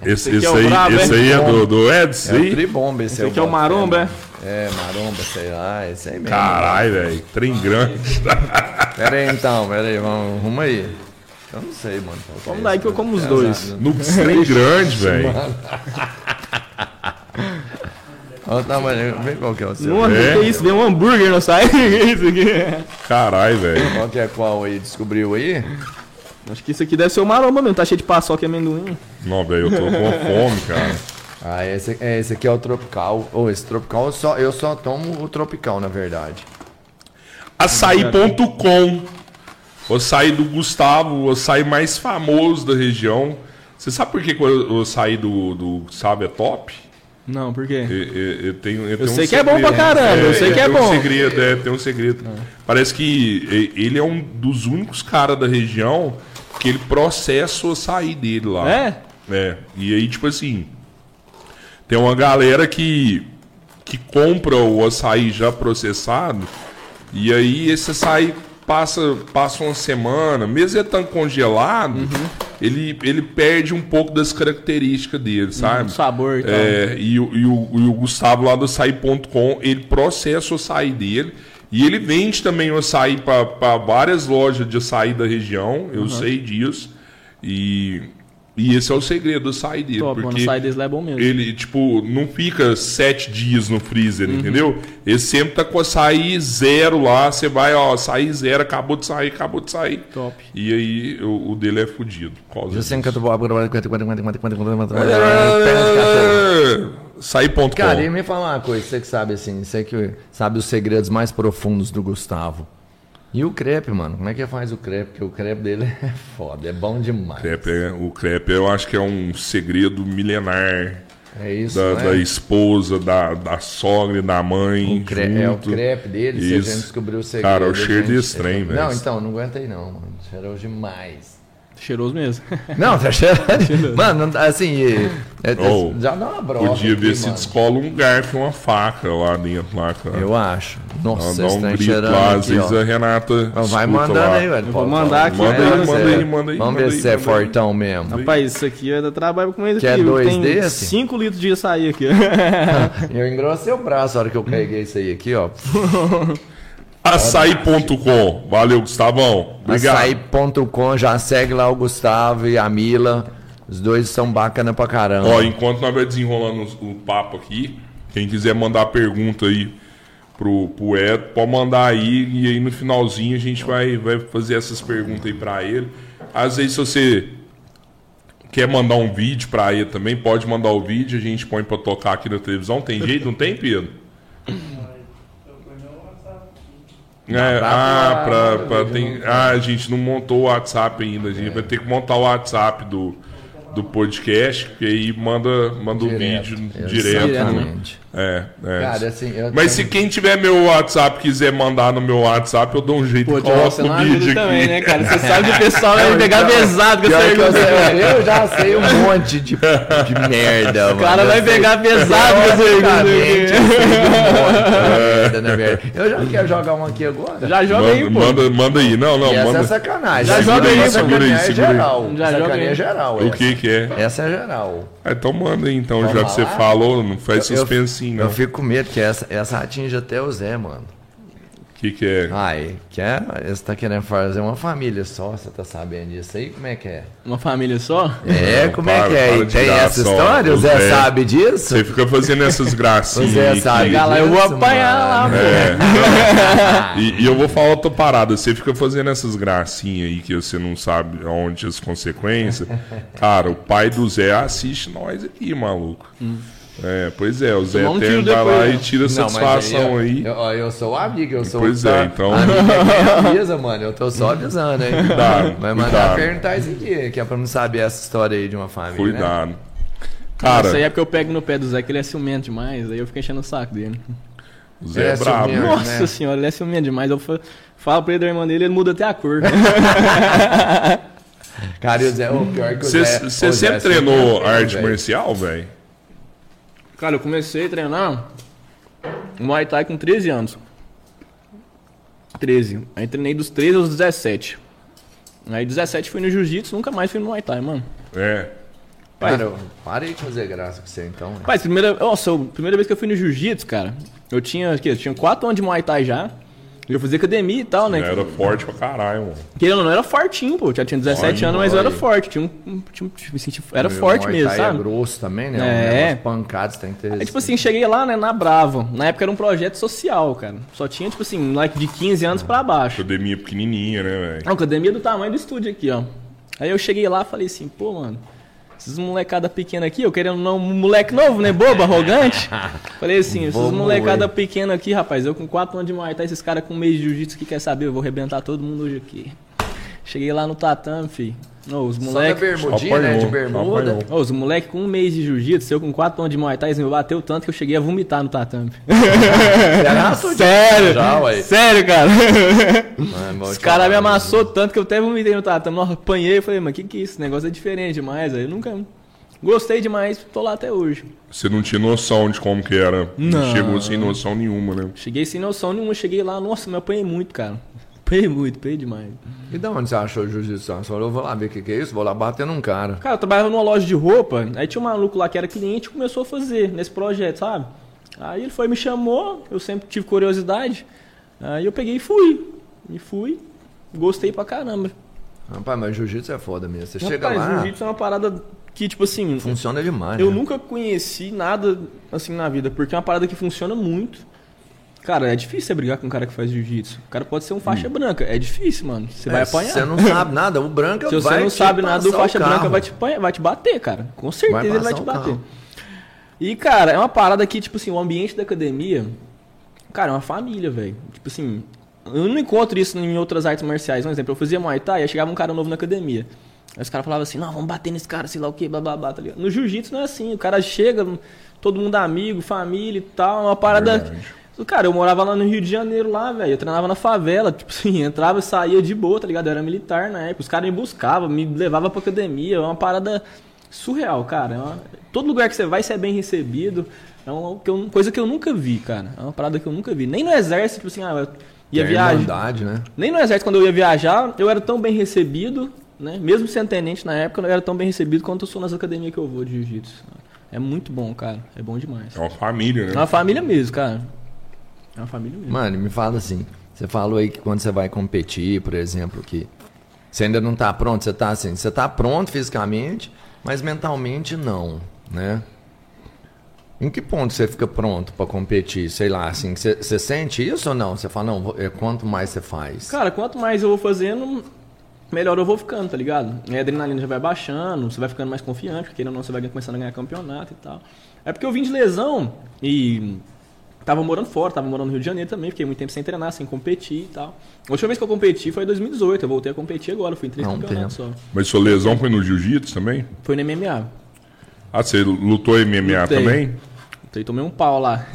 Speaker 1: Esse,
Speaker 3: aqui é
Speaker 1: esse
Speaker 3: o
Speaker 1: aí,
Speaker 3: brabo,
Speaker 1: esse
Speaker 3: hein?
Speaker 1: aí é do, do
Speaker 2: É o
Speaker 1: Edson?
Speaker 2: tribomba esse,
Speaker 3: Esse aqui é o
Speaker 2: Bom
Speaker 3: Maromba,
Speaker 2: Fera. É, maromba, sei lá, esse aí mesmo.
Speaker 1: Caralho, velho. Trem grande.
Speaker 2: Pera aí então, pera aí, vamos, arruma aí. Eu não sei, mano. qual é
Speaker 3: Vamos daí
Speaker 2: esse,
Speaker 3: que eu
Speaker 2: né?
Speaker 3: como os
Speaker 2: Pesado,
Speaker 3: dois.
Speaker 2: né?
Speaker 1: No trem grande, velho.
Speaker 2: Olha o tamanho, vê qual que é o seu.
Speaker 3: Não, que
Speaker 1: É.
Speaker 3: é isso? Deu um hambúrguer no site. isso aqui.
Speaker 1: Caralho, velho.
Speaker 2: Qual que é qual aí? Descobriu aí?
Speaker 3: Acho que isso aqui deve ser o Maromba mesmo. Tá cheio de paçoca e amendoim.
Speaker 1: Não, velho, eu tô com fome, cara.
Speaker 2: Ah, esse, é, esse aqui é o tropical. Ou esse tropical eu só, eu só tomo o tropical, na verdade.
Speaker 1: Açaí.com. O açaí do Gustavo, o açaí mais famoso da região. Você sabe por que que o açaí do, do Gustavo é top?
Speaker 3: Não, por quê?
Speaker 1: Eu, eu, eu tenho, um eu,
Speaker 3: sei que é bom pra caramba, eu sei que é
Speaker 1: tem
Speaker 3: bom. Ah.
Speaker 1: Um segredo, é, tem um segredo. Parece que e- ele é um dos únicos caras da região que ele processa o açaí dele lá.
Speaker 3: É?
Speaker 1: É. E aí, tipo assim, tem uma galera que, que compra o açaí já processado e aí esse açaí passa, passa uma semana, mesmo ele tão congelado,
Speaker 3: Uhum.
Speaker 1: ele, ele perde um pouco das características dele, sabe?
Speaker 3: o um sabor e tal.
Speaker 1: É, e, o, e o- e o Gustavo lá do açaí.com, ele processa o açaí dele e ele vende também o açaí para várias lojas de açaí da região, eu sei disso. E, e esse é o segredo do açaí dele.
Speaker 3: Top, mano.
Speaker 1: porque
Speaker 3: O site desse lá é bom mesmo.
Speaker 1: ele, tipo, não fica sete dias no freezer, entendeu? Ele sempre tá com açaí zero lá. Você vai, ó, açaí zero, acabou de sair, acabou de sair.
Speaker 3: Top.
Speaker 1: E aí o, o dele é fudido. por causa
Speaker 2: Você Ah,
Speaker 1: disso.
Speaker 2: encantou
Speaker 1: É, Açaí.com.
Speaker 2: Cara, e me fala uma coisa, você que sabe assim, você que sabe os segredos mais profundos do Gustavo. E o crepe, mano, como é que faz o crepe? Porque o crepe dele é foda, é bom demais.
Speaker 1: Crepe é- o crepe eu acho que é um segredo milenar
Speaker 2: É isso,
Speaker 1: da,
Speaker 2: né?
Speaker 1: da esposa, da, da sogra e da mãe.
Speaker 2: O cre- É o
Speaker 1: junto.
Speaker 2: crepe dele, você já
Speaker 1: Isso.
Speaker 2: descobriu o segredo.
Speaker 1: Cara, eu
Speaker 2: a
Speaker 1: cheiro
Speaker 2: gente-
Speaker 1: desse trem, velho.
Speaker 2: Não, então, não aguentei não, mano. Cheirou demais.
Speaker 3: Cheiroso mesmo.
Speaker 2: Não, tá cheirando. Mano, não- assim, é- é-
Speaker 1: Oh,
Speaker 2: já dá uma broca.
Speaker 1: Podia
Speaker 2: aqui,
Speaker 1: ver se
Speaker 2: mano.
Speaker 1: descola um garfo e uma faca lá dentro, lá, cara.
Speaker 2: Eu acho.
Speaker 1: Ela
Speaker 2: Nossa,
Speaker 1: dá um
Speaker 2: estranho
Speaker 1: grito
Speaker 2: cheirando
Speaker 1: lá, às
Speaker 2: aqui,
Speaker 1: vezes
Speaker 2: ó.
Speaker 1: a Renata.
Speaker 2: Vai
Speaker 1: escuta
Speaker 2: mandando
Speaker 1: lá.
Speaker 2: aí, velho.
Speaker 3: Eu vou
Speaker 2: Pô,
Speaker 3: mandar aqui,
Speaker 1: Manda
Speaker 3: né?
Speaker 1: aí, manda aí,
Speaker 2: sério.
Speaker 1: manda aí.
Speaker 2: Vamos
Speaker 1: manda
Speaker 2: ver
Speaker 1: aí,
Speaker 2: se é
Speaker 1: manda aí.
Speaker 2: fortão mesmo.
Speaker 3: Rapaz, isso aqui eu trabalho com ele
Speaker 2: Quer
Speaker 3: aqui.
Speaker 2: dois
Speaker 3: Tem
Speaker 2: desse?
Speaker 3: 5 litros de açaí aqui.
Speaker 2: Eu engrossei o braço a hora que eu peguei isso aí aqui, ó.
Speaker 1: Açaí.com. Valeu, Gustavão. Obrigado.
Speaker 2: Açaí.com, já segue lá o Gustavo e a Mila. Os dois são bacana pra caramba.
Speaker 1: Ó, enquanto nós vamos desenrolando os- o papo aqui, quem quiser mandar pergunta aí pro, pro Ed, pode mandar aí e aí no finalzinho a gente vai, vai fazer essas perguntas aí pra ele. Às vezes se você quer mandar um vídeo pra ele também, pode mandar o vídeo, a gente põe pra tocar aqui na televisão. Tem jeito? Não tem, Pedro? É, ah, pra, pra- tem, ah, a gente não montou o WhatsApp ainda. A gente vai ter que montar o WhatsApp do, do podcast, porque aí manda, manda o
Speaker 2: Direto,
Speaker 1: vídeo
Speaker 2: exatamente.
Speaker 1: direto. né? É, é.
Speaker 2: Cara, assim, eu
Speaker 1: Mas se
Speaker 2: tenho-
Speaker 1: quem tiver meu WhatsApp quiser mandar no meu WhatsApp, eu dou um jeito
Speaker 3: Pô,
Speaker 1: e
Speaker 3: João,
Speaker 1: coloco
Speaker 3: você não
Speaker 1: no vídeo
Speaker 3: ajuda
Speaker 1: aqui.
Speaker 3: também, né, cara? Você sabe que o pessoal vai pegar
Speaker 2: então,
Speaker 3: pesado com
Speaker 2: pior
Speaker 3: essa
Speaker 2: que eu,
Speaker 3: pergunta.
Speaker 2: sei, eu já sei um monte de, de merda, mano.
Speaker 3: O cara vai
Speaker 2: Eu sei
Speaker 3: pegar pesado com essa
Speaker 2: Exatamente, eu
Speaker 3: pergunta.
Speaker 2: sei de um monte de merda, né, velho? Eu já quero jogar um aqui agora.
Speaker 3: Já joga aí,
Speaker 1: Manda,
Speaker 3: pô.
Speaker 1: manda, manda aí. Não, não,
Speaker 2: E essa
Speaker 1: manda.
Speaker 2: é sacanagem.
Speaker 3: Já
Speaker 2: Segura
Speaker 3: joga aí,
Speaker 2: essa
Speaker 1: segura aí,
Speaker 2: sacaneia é
Speaker 1: segura aí.
Speaker 2: geral.
Speaker 3: Já joga
Speaker 2: Sacaneia
Speaker 3: aí.
Speaker 2: é geral.
Speaker 1: O
Speaker 2: essa.
Speaker 1: que que é?
Speaker 2: Essa é geral.
Speaker 1: Ah, então manda aí, então, já que você
Speaker 2: falar?
Speaker 1: falou, não faz
Speaker 2: Eu- eu-
Speaker 1: suspensinho, não.
Speaker 2: Eu fico com medo que essa, essa atinge até o Zé, mano.
Speaker 1: O que que é?
Speaker 2: Ai, que é, você tá querendo fazer uma família só, você tá sabendo disso aí? Como é que é?
Speaker 3: Uma família só?
Speaker 2: É,
Speaker 1: Não,
Speaker 2: como
Speaker 1: para,
Speaker 2: é que é?
Speaker 1: para
Speaker 2: E
Speaker 1: de
Speaker 2: Tem
Speaker 1: graça,
Speaker 2: essa
Speaker 1: ó.
Speaker 2: história? O
Speaker 1: Os
Speaker 2: Zé
Speaker 1: velhos-
Speaker 2: sabe disso?
Speaker 1: Você fica fazendo essas gracinhas.
Speaker 3: é,
Speaker 2: Você
Speaker 1: aí
Speaker 2: sabe.
Speaker 1: que-
Speaker 3: Vai lá, eu vou
Speaker 2: Isso,
Speaker 3: apanhar lá,
Speaker 2: mano.
Speaker 1: É.
Speaker 3: pô.
Speaker 1: e, e eu vou falar outra parada. Você fica fazendo essas gracinhas aí que você não sabe aonde as consequências. Cara, o pai do Zé assiste nós aqui, maluco.
Speaker 2: Hum.
Speaker 1: É, pois é, o Zé
Speaker 3: Tomar um
Speaker 1: tem
Speaker 3: tiro
Speaker 1: vai lá
Speaker 3: depois,
Speaker 1: e
Speaker 3: né?
Speaker 1: tira
Speaker 2: Não, mas é-
Speaker 1: satisfação aí.
Speaker 2: Eu, eu, eu sou amigo, eu sou
Speaker 1: Pois
Speaker 2: tá?
Speaker 1: é, então.
Speaker 2: Amigo é quem avisa, mano. Eu tô só avisando, hein?
Speaker 1: Cuidado,
Speaker 2: Vai
Speaker 1: cuidado.
Speaker 2: mandar perguntar isso aqui, que é pra não saber essa história aí de uma família. né?
Speaker 1: Cuidado.
Speaker 3: Isso aí
Speaker 1: Cara,
Speaker 3: é porque eu pego no pé do Zé, que ele é ciumento demais, aí eu fico enchendo o saco dele.
Speaker 1: o Zé é
Speaker 2: é
Speaker 1: brabo.
Speaker 2: ciumento.
Speaker 1: né?
Speaker 3: Nossa senhora, ele é ciumento demais. Eu fa- falo pra ele da irmã dele, ele muda até a cor.
Speaker 2: Cara, e o Zé, o pior que o
Speaker 1: Você
Speaker 2: Zé.
Speaker 1: você
Speaker 2: o Zé
Speaker 1: sempre
Speaker 2: é ciumento
Speaker 1: treinou
Speaker 2: mesmo,
Speaker 1: arte
Speaker 2: velho.
Speaker 1: marcial, velho?
Speaker 3: Cara, eu comecei a treinar um Muay Thai com 13 anos. 13. Aí treinei dos 13 aos 17. Aí 17 fui no Jiu-Jitsu, nunca mais fui no Muay Thai, mano.
Speaker 1: É.
Speaker 3: Pai.
Speaker 2: Cara, eu- para aí de fazer graça com você então. né?
Speaker 3: Pai, primeira, nossa, a primeira vez que eu fui no Jiu-Jitsu, cara, eu tinha, o quê? eu tinha 4 anos de Muay Thai já. E Eu fazia academia e tal, né?
Speaker 1: Já era forte pra caralho, mano.
Speaker 3: Querendo ou não, eu era fortinho, pô. Eu já tinha 17
Speaker 1: Olha,
Speaker 3: anos, mas eu era
Speaker 2: olha.
Speaker 3: forte. Tinha um, um- tinha um- me senti, era
Speaker 2: Meu,
Speaker 3: forte
Speaker 2: Muay
Speaker 3: mesmo,
Speaker 2: Thai
Speaker 3: sabe?
Speaker 2: É grosso também, né?
Speaker 3: É.
Speaker 2: Um negócio pancado, você tem que ter.
Speaker 3: Aí, tipo assim, cheguei lá, né, na Brava. Na época era um projeto social, cara. Só tinha, tipo assim, moleque de 15 anos pra baixo.
Speaker 1: Academia pequenininha, né, velho?
Speaker 3: Uma academia é do tamanho do estúdio aqui, ó. Aí eu cheguei lá e falei assim, pô, mano, esses molecada pequena aqui, eu querendo não, um moleque novo, né, bobo, arrogante. Falei assim, esses
Speaker 2: Vamos
Speaker 3: molecada
Speaker 2: ver.
Speaker 3: pequena aqui, rapaz, eu com 4 anos de Muay Thai, esses caras com meio de jiu-jitsu que quer saber, eu vou arrebentar todo mundo hoje aqui. Cheguei lá no tatame, fi. Ô, os
Speaker 2: Só na
Speaker 3: moleque...
Speaker 2: bermudinha, né? De
Speaker 1: Apanhou,
Speaker 2: bermuda.
Speaker 1: apanhou.
Speaker 3: Ô, os moleque com um mês de jiu-jitsu, eu com 4 anos de Muay Thai, eles me bateu tanto que eu cheguei a vomitar no tatame.
Speaker 2: Era aço de-
Speaker 3: Sério?
Speaker 2: Já, ué.
Speaker 3: Sério, cara?
Speaker 2: Mano,
Speaker 3: Os caras me amassou tanto que eu até vomitei no tatame. Nossa, apanhei e falei, mano, que que é isso? Esse negócio é diferente demais. Aí eu nunca... Gostei demais, tô lá até hoje.
Speaker 1: Você não tinha noção de como que era.
Speaker 3: Não.
Speaker 1: Chegou sem noção nenhuma, né?
Speaker 3: Cheguei sem noção nenhuma, cheguei lá, nossa, me apanhei muito, cara. Apanhei muito, apanhei demais.
Speaker 2: E da onde você achou o jiu-jitsu? Você falou, eu vou lá ver o que, que é isso, vou lá bater num cara.
Speaker 3: Cara, eu trabalhava numa loja de roupa, aí tinha um maluco lá que era cliente e começou a fazer nesse projeto, sabe? Aí ele foi me chamou, eu sempre tive curiosidade, aí eu peguei e fui. E fui, gostei pra caramba.
Speaker 2: Rapaz, mas jiu-jitsu é foda mesmo. Você chega
Speaker 3: Rapaz,
Speaker 2: lá,
Speaker 3: jiu-jitsu é uma parada que, tipo assim,
Speaker 2: funciona demais.
Speaker 3: eu
Speaker 2: né?
Speaker 3: nunca conheci nada assim na vida, porque é uma parada que funciona muito. Cara, é difícil você brigar com um cara que faz jiu-jitsu. O cara pode ser um faixa branca, é difícil, mano. Você vai
Speaker 2: É,
Speaker 3: apanhar.
Speaker 2: Você não sabe nada, o branco
Speaker 3: Se você
Speaker 2: vai
Speaker 3: não
Speaker 2: te
Speaker 3: sabe nada, o
Speaker 2: passar
Speaker 3: faixa branca
Speaker 2: carro.
Speaker 3: vai te, apanhar- vai te bater, cara. Com certeza
Speaker 2: Vai
Speaker 3: ele vai
Speaker 2: passar
Speaker 3: te
Speaker 2: o
Speaker 3: bater.
Speaker 2: carro.
Speaker 3: E, cara, é uma parada que, tipo assim, o ambiente da academia, cara, é uma família, velho. Tipo assim, eu não encontro isso em outras artes marciais. Um exemplo, eu fazia Muay Thai, aí chegava um cara novo na academia. Aí os caras falavam assim, não, vamos bater nesse cara, sei lá o que, blá blá blá, tá ligado? No jiu-jitsu não é assim, o cara chega, todo mundo amigo, família e tal, é uma parada... Cara, eu morava lá no Rio de Janeiro, lá, velho. Eu treinava na favela, tipo assim, entrava e saía de boa, tá ligado? Eu era militar na época. Os caras me buscavam, me levavam pra academia. É uma parada surreal, cara. É uma- Todo lugar que você vai, você é bem recebido. É uma que eu- coisa que eu nunca vi, cara. É uma parada que eu nunca vi. Nem no exército, tipo assim, ah, eu ia
Speaker 2: Tem
Speaker 3: viajar.
Speaker 2: irmandade, né?
Speaker 3: Nem no exército, quando eu ia viajar, eu era tão bem recebido, né? Mesmo sendo tenente na época, eu não era tão bem recebido quanto eu sou nas academias que eu vou de jiu-jitsu. É muito bom, cara. É bom demais.
Speaker 1: É uma família,
Speaker 2: Ah.
Speaker 3: É
Speaker 1: né?
Speaker 3: uma família mesmo, cara. É uma família mesmo.
Speaker 2: Mano, me fala assim, Você falou aí que quando você vai competir, por exemplo, que você ainda não está pronto, você está assim, você está pronto fisicamente, mas mentalmente não, né? Em que ponto você fica pronto para competir? Sei lá, assim, você, você sente isso ou não? Você fala, não, é quanto mais você faz?
Speaker 3: Cara, quanto mais eu vou fazendo, melhor eu vou ficando, tá ligado? E A adrenalina já vai baixando, você vai ficando mais confiante, porque querendo ou não, você vai começando a ganhar campeonato e tal. É porque eu vim de lesão e tava morando fora, tava morando no Rio de Janeiro também, fiquei muito tempo sem treinar, sem competir e tal. A última vez que eu competi foi em 2018, eu voltei a competir agora, fui em três
Speaker 2: Há um
Speaker 3: campeonatos só.
Speaker 1: Mas sua lesão foi no jiu-jitsu também?
Speaker 3: Foi no MMA.
Speaker 1: Ah, você lutou MMA
Speaker 3: Lutei.
Speaker 1: também?
Speaker 3: Então, eu tomei um pau lá.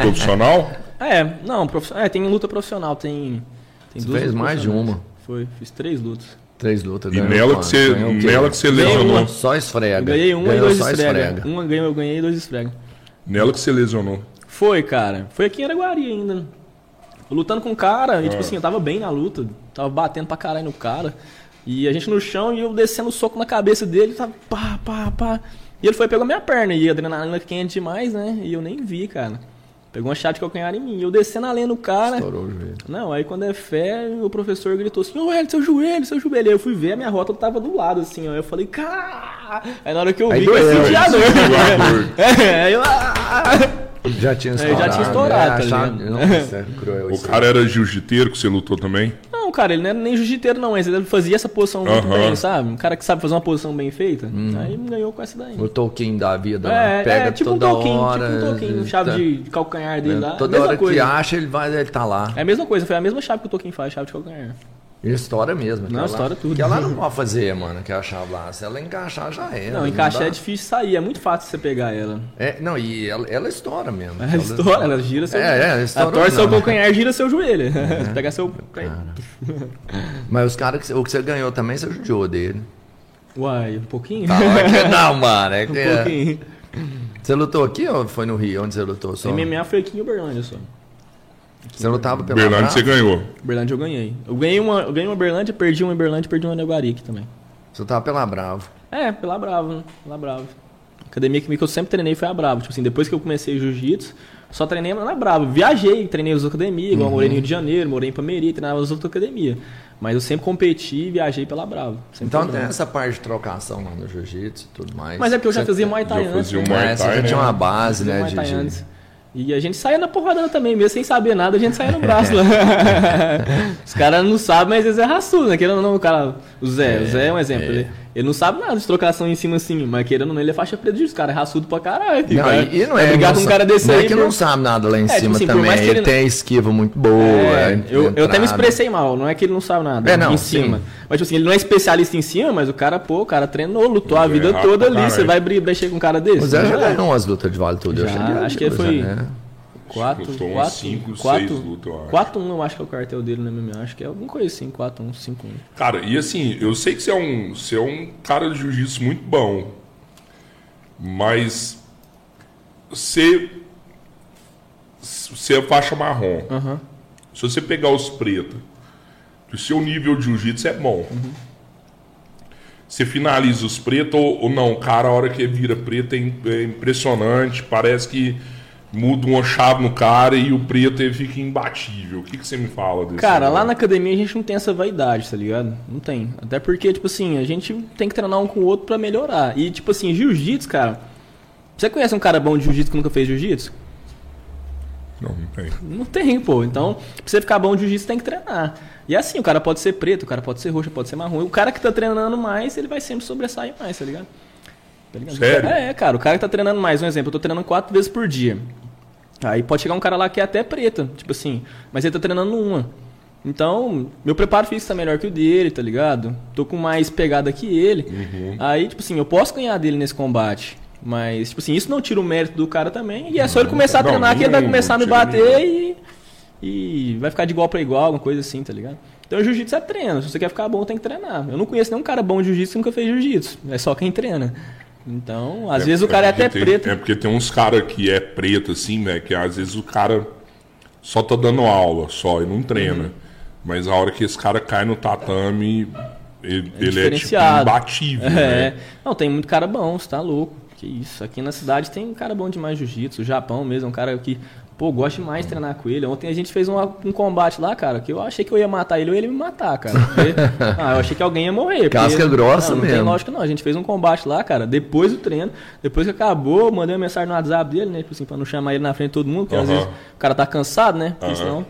Speaker 1: Profissional?
Speaker 3: é, não, profiss- é, tem luta profissional, tem. tem
Speaker 2: Você
Speaker 3: duas
Speaker 2: fez
Speaker 3: lutas
Speaker 2: mais de
Speaker 3: profissionais.
Speaker 2: uma.
Speaker 3: Foi, fiz três lutas.
Speaker 2: Três lutas.
Speaker 1: E
Speaker 2: ganhou
Speaker 1: nela que
Speaker 2: quanto?
Speaker 1: você,
Speaker 2: Ganhou o quê?
Speaker 1: nela que você
Speaker 3: Ganhei
Speaker 1: lesionou.
Speaker 3: uma.
Speaker 2: Só esfrega.
Speaker 3: Eu ganhei uma e
Speaker 2: É, Ganhou
Speaker 3: dois
Speaker 2: só
Speaker 3: esfrega. Uma ganhei, eu ganhei e dois esfrega.
Speaker 1: Nela que você lesionou.
Speaker 3: Foi, cara. Foi aqui em Araguari ainda. Eu Lutando com o cara, e tipo assim, eu tava bem na luta, tava batendo pra caralho no cara. E a gente no chão e eu descendo o soco na cabeça dele, tava pá, pá, pá. E ele foi e pegou minha perna, e a adrenalina quente demais, né? E eu nem vi, cara. Pegou uma chave de calcanhar em mim. E eu descendo a lenha no cara.
Speaker 2: Estourou o joelho.
Speaker 3: Não, aí quando é fé, o professor gritou assim, ô Hélio, seu joelho, seu joelho. Aí eu fui ver, a minha rótula tava do lado, assim, ó. Eu falei, cara... Aí na hora que eu
Speaker 2: Aí
Speaker 3: vi, eu
Speaker 2: doeu,
Speaker 3: senti a dor. né,
Speaker 1: senti a dor.
Speaker 3: É, aí eu... "Ah!"
Speaker 2: Já tinha
Speaker 3: É,
Speaker 2: estourado.
Speaker 3: já tinha estourado, tá
Speaker 2: né? Achava-
Speaker 3: ligado?
Speaker 2: Nossa, é cruel
Speaker 1: O
Speaker 2: isso.
Speaker 1: cara era jiu-jiteiro que você lutou também?
Speaker 3: Não, cara, ele não era nem jiu-jiteiro, não, mas ele fazia essa posição muito
Speaker 1: Aham.
Speaker 3: bem, sabe? Um cara que sabe fazer uma posição bem feita. Aí me ganhou com essa daí.
Speaker 2: O Um Tolkien da vida, né?
Speaker 3: É,
Speaker 2: Uhum. pega
Speaker 3: é, tipo um
Speaker 2: toda
Speaker 3: toquinho,
Speaker 2: hora.
Speaker 3: tipo um toquinho, chave
Speaker 2: tá-
Speaker 3: de, de calcanhar dele lá.
Speaker 2: Toda
Speaker 3: mesma
Speaker 2: hora que
Speaker 3: coisa.
Speaker 2: acha, ele vai, ele tá lá.
Speaker 3: É a mesma coisa, foi a mesma chave que o Toquinho faz, chave de calcanhar.
Speaker 2: Ele estoura mesmo. aquela
Speaker 3: Não,
Speaker 2: lá-
Speaker 3: estoura tudo.
Speaker 2: Que ela não pode fazer, mano, que é a chave lá. Se ela encaixar, já era.
Speaker 3: Não, encaixar
Speaker 2: dá.
Speaker 3: é difícil sair, é muito fácil você pegar ela.
Speaker 2: É, não, e ela, É, ela estoura mesmo.
Speaker 3: Ela estoura, ela gira seu.
Speaker 2: É, é, ela estoura É.
Speaker 3: Ela torce um seu
Speaker 2: mesmo.
Speaker 3: calcanhar, gira seu joelho. Pega seu.
Speaker 2: Ah. Mas os caras, que você- o que você ganhou também, você judiou dele.
Speaker 3: Uai, um pouquinho?
Speaker 2: Não, é que não, mano. É que,
Speaker 3: um pouquinho.
Speaker 2: Você lutou aqui ou foi no Rio? Onde você lutou? Só?
Speaker 3: MMA foi aqui em Uberlândia só.
Speaker 2: Você lutava pela
Speaker 1: Bernardo,
Speaker 2: Brava?
Speaker 1: você ganhou.
Speaker 3: Uberlândia eu ganhei. Eu ganhei uma, eu ganhei uma Uberlândia, perdi uma Uberlândia, perdi uma Neguari aqui também.
Speaker 2: Você lutava pela Bravo.
Speaker 3: É, pela Bravo, né? Pela Bravo. A academia que que eu sempre treinei foi a Bravo. Tipo assim, depois que eu comecei jiu-jitsu, só treinei na Bravo. Viajei, treinei nas outras academias, igual eu morei no Rio de Janeiro, morei em Pameri, treinava nas outras academias. Mas eu sempre competi e viajei pela Bravo. Sempre
Speaker 2: Então
Speaker 3: fui
Speaker 2: tem
Speaker 3: bravo.
Speaker 2: essa parte de trocação lá no Jiu-Jitsu e tudo mais.
Speaker 3: Mas é porque eu já
Speaker 2: Você-
Speaker 3: fazia Muay Thai
Speaker 1: Já
Speaker 3: antes.
Speaker 1: fazia
Speaker 3: né?
Speaker 1: Muay
Speaker 2: É, você
Speaker 1: Thai,
Speaker 2: já
Speaker 1: né?
Speaker 2: tinha uma base,
Speaker 3: Fazia
Speaker 2: né,
Speaker 3: Muay Thai
Speaker 2: de- de...
Speaker 3: antes. E a gente saía na porradana também, mesmo sem saber nada, a gente saía no braço lá. Os caras não sabem, mas eles é raçudo, né? Querendo ou não, o cara. O Zé, o Zé é um exemplo. Ele, ele não sabe nada de trocação em cima assim, mas querendo ou não, ele é faixa preta de os caras, é raçudo pra caralho. filho.
Speaker 2: Não,
Speaker 3: Vai-
Speaker 2: e, e não
Speaker 3: vai
Speaker 2: é,
Speaker 3: brigar
Speaker 2: não
Speaker 3: com um
Speaker 2: sa-
Speaker 3: cara desse
Speaker 2: não
Speaker 3: aí.
Speaker 2: é que
Speaker 3: meu.
Speaker 2: não sabe nada lá em
Speaker 3: tipo
Speaker 2: cima
Speaker 3: assim, por
Speaker 2: também.
Speaker 3: mais que ele-
Speaker 2: Ele tem esquiva muito boa.
Speaker 3: É, eu, eu até
Speaker 2: entrada.
Speaker 3: me expressei mal, não é que ele não sabe nada
Speaker 2: É, não,
Speaker 3: em
Speaker 2: sim.
Speaker 3: cima. Mas tipo assim, ele não é especialista em cima, mas o cara, pô, o cara treinou, lutou a
Speaker 1: É,
Speaker 3: vida
Speaker 1: rápido
Speaker 3: toda
Speaker 1: pra
Speaker 3: ali. Você
Speaker 1: caralho.
Speaker 3: vai bri- mexer com um cara desse?
Speaker 2: O Zé é, já
Speaker 3: Não vai.
Speaker 2: ganhou umas lutas de vale tudo. eu
Speaker 3: Já,
Speaker 2: cheguei a
Speaker 3: acho que ele
Speaker 2: ver,
Speaker 3: foi-
Speaker 2: né?
Speaker 3: 4,
Speaker 1: Lutou umas
Speaker 3: 4,
Speaker 1: cinco,
Speaker 3: 4,
Speaker 1: seis lutas, eu acho.
Speaker 3: 4, 1 eu acho que é o cartel dele no MMA, acho que é alguma coisa assim, 4, 1, 5, 1.
Speaker 1: Cara, e assim, eu sei que você é um, você é um cara de jiu-jitsu muito bom, mas você, você é faixa marrom.
Speaker 3: Aham.
Speaker 1: Se você pegar os pretos, o seu nível de jiu-jitsu é bom. Você finaliza os pretos ou, ou não? Cara, a hora que vira preto é, im- é impressionante, parece que muda uma chave no cara e o preto ele fica imbatível. O que, que você me fala desse
Speaker 3: Cara, lá
Speaker 1: negócio?
Speaker 3: na academia a gente não tem essa vaidade, tá ligado? Não tem. Até porque, tipo assim, a gente tem que treinar um com o outro pra melhorar. E, tipo assim, jiu-jitsu, cara. Você conhece um cara bom de jiu-jitsu que nunca fez jiu-jitsu?
Speaker 1: Não, não tem.
Speaker 3: Não tem, pô. Então, pra você ficar bom de jiu-jitsu, tem que treinar. E assim, o cara pode ser preto, o cara pode ser roxo, pode ser marrom. E o cara que tá treinando mais, ele vai sempre sobressair mais, tá ligado? Tá ligado?
Speaker 1: Sério?
Speaker 3: É, cara, o cara que tá treinando mais, um exemplo, eu tô treinando quatro vezes por dia. Aí pode chegar um cara lá que é até preta, tipo assim, mas ele tá treinando uma. Então, meu preparo físico tá melhor que o dele, tá ligado? Tô com mais pegada que ele.
Speaker 1: Uhum.
Speaker 3: Aí, tipo assim, eu posso ganhar dele nesse combate. Mas, tipo assim, isso não tira o mérito do cara também. E é só ele começar a
Speaker 1: Não,
Speaker 3: treinar que ele vai
Speaker 1: nenhum,
Speaker 3: começar a me
Speaker 1: tira nenhum.
Speaker 3: bater e, e vai ficar de igual pra igual, alguma coisa assim, tá ligado? Então jiu-jitsu é treino. Se você quer ficar bom, tem que treinar. Eu não conheço nenhum cara bom de jiu-jitsu que nunca fez jiu-jitsu. É só quem treina. Então, às vezes o cara é
Speaker 1: porque
Speaker 3: até
Speaker 1: tem-
Speaker 3: preto.
Speaker 1: É porque tem uns caras que é preto, assim, né? Que às vezes o cara só tá dando aula, só, e não
Speaker 3: Uhum.
Speaker 1: treina. Mas a hora que esse cara cai no tatame, ele ele é, tipo
Speaker 3: diferenciado.
Speaker 1: imbatível,
Speaker 3: É.
Speaker 1: né?
Speaker 3: Não, tem muito cara bom, você tá louco. Que isso, aqui na cidade tem um cara bom demais de jiu-jitsu, o Japão mesmo, um cara que, pô, gosto demais de treinar com ele. Ontem a gente fez uma- um combate lá, cara, que eu achei que eu ia matar ele ou ele ia me matar, cara. Porque- ah, eu achei que alguém ia morrer. porque-
Speaker 2: Casca grossa
Speaker 3: não, não
Speaker 2: mesmo.
Speaker 3: Tem lógica não, a gente fez um combate lá, cara, depois do treino, depois que acabou, eu mandei uma mensagem no WhatsApp dele, né, tipo assim, pra não chamar ele na frente de todo mundo, porque às
Speaker 1: Aham.
Speaker 3: vezes o cara tá cansado, né, porque
Speaker 1: Aham.
Speaker 3: senão,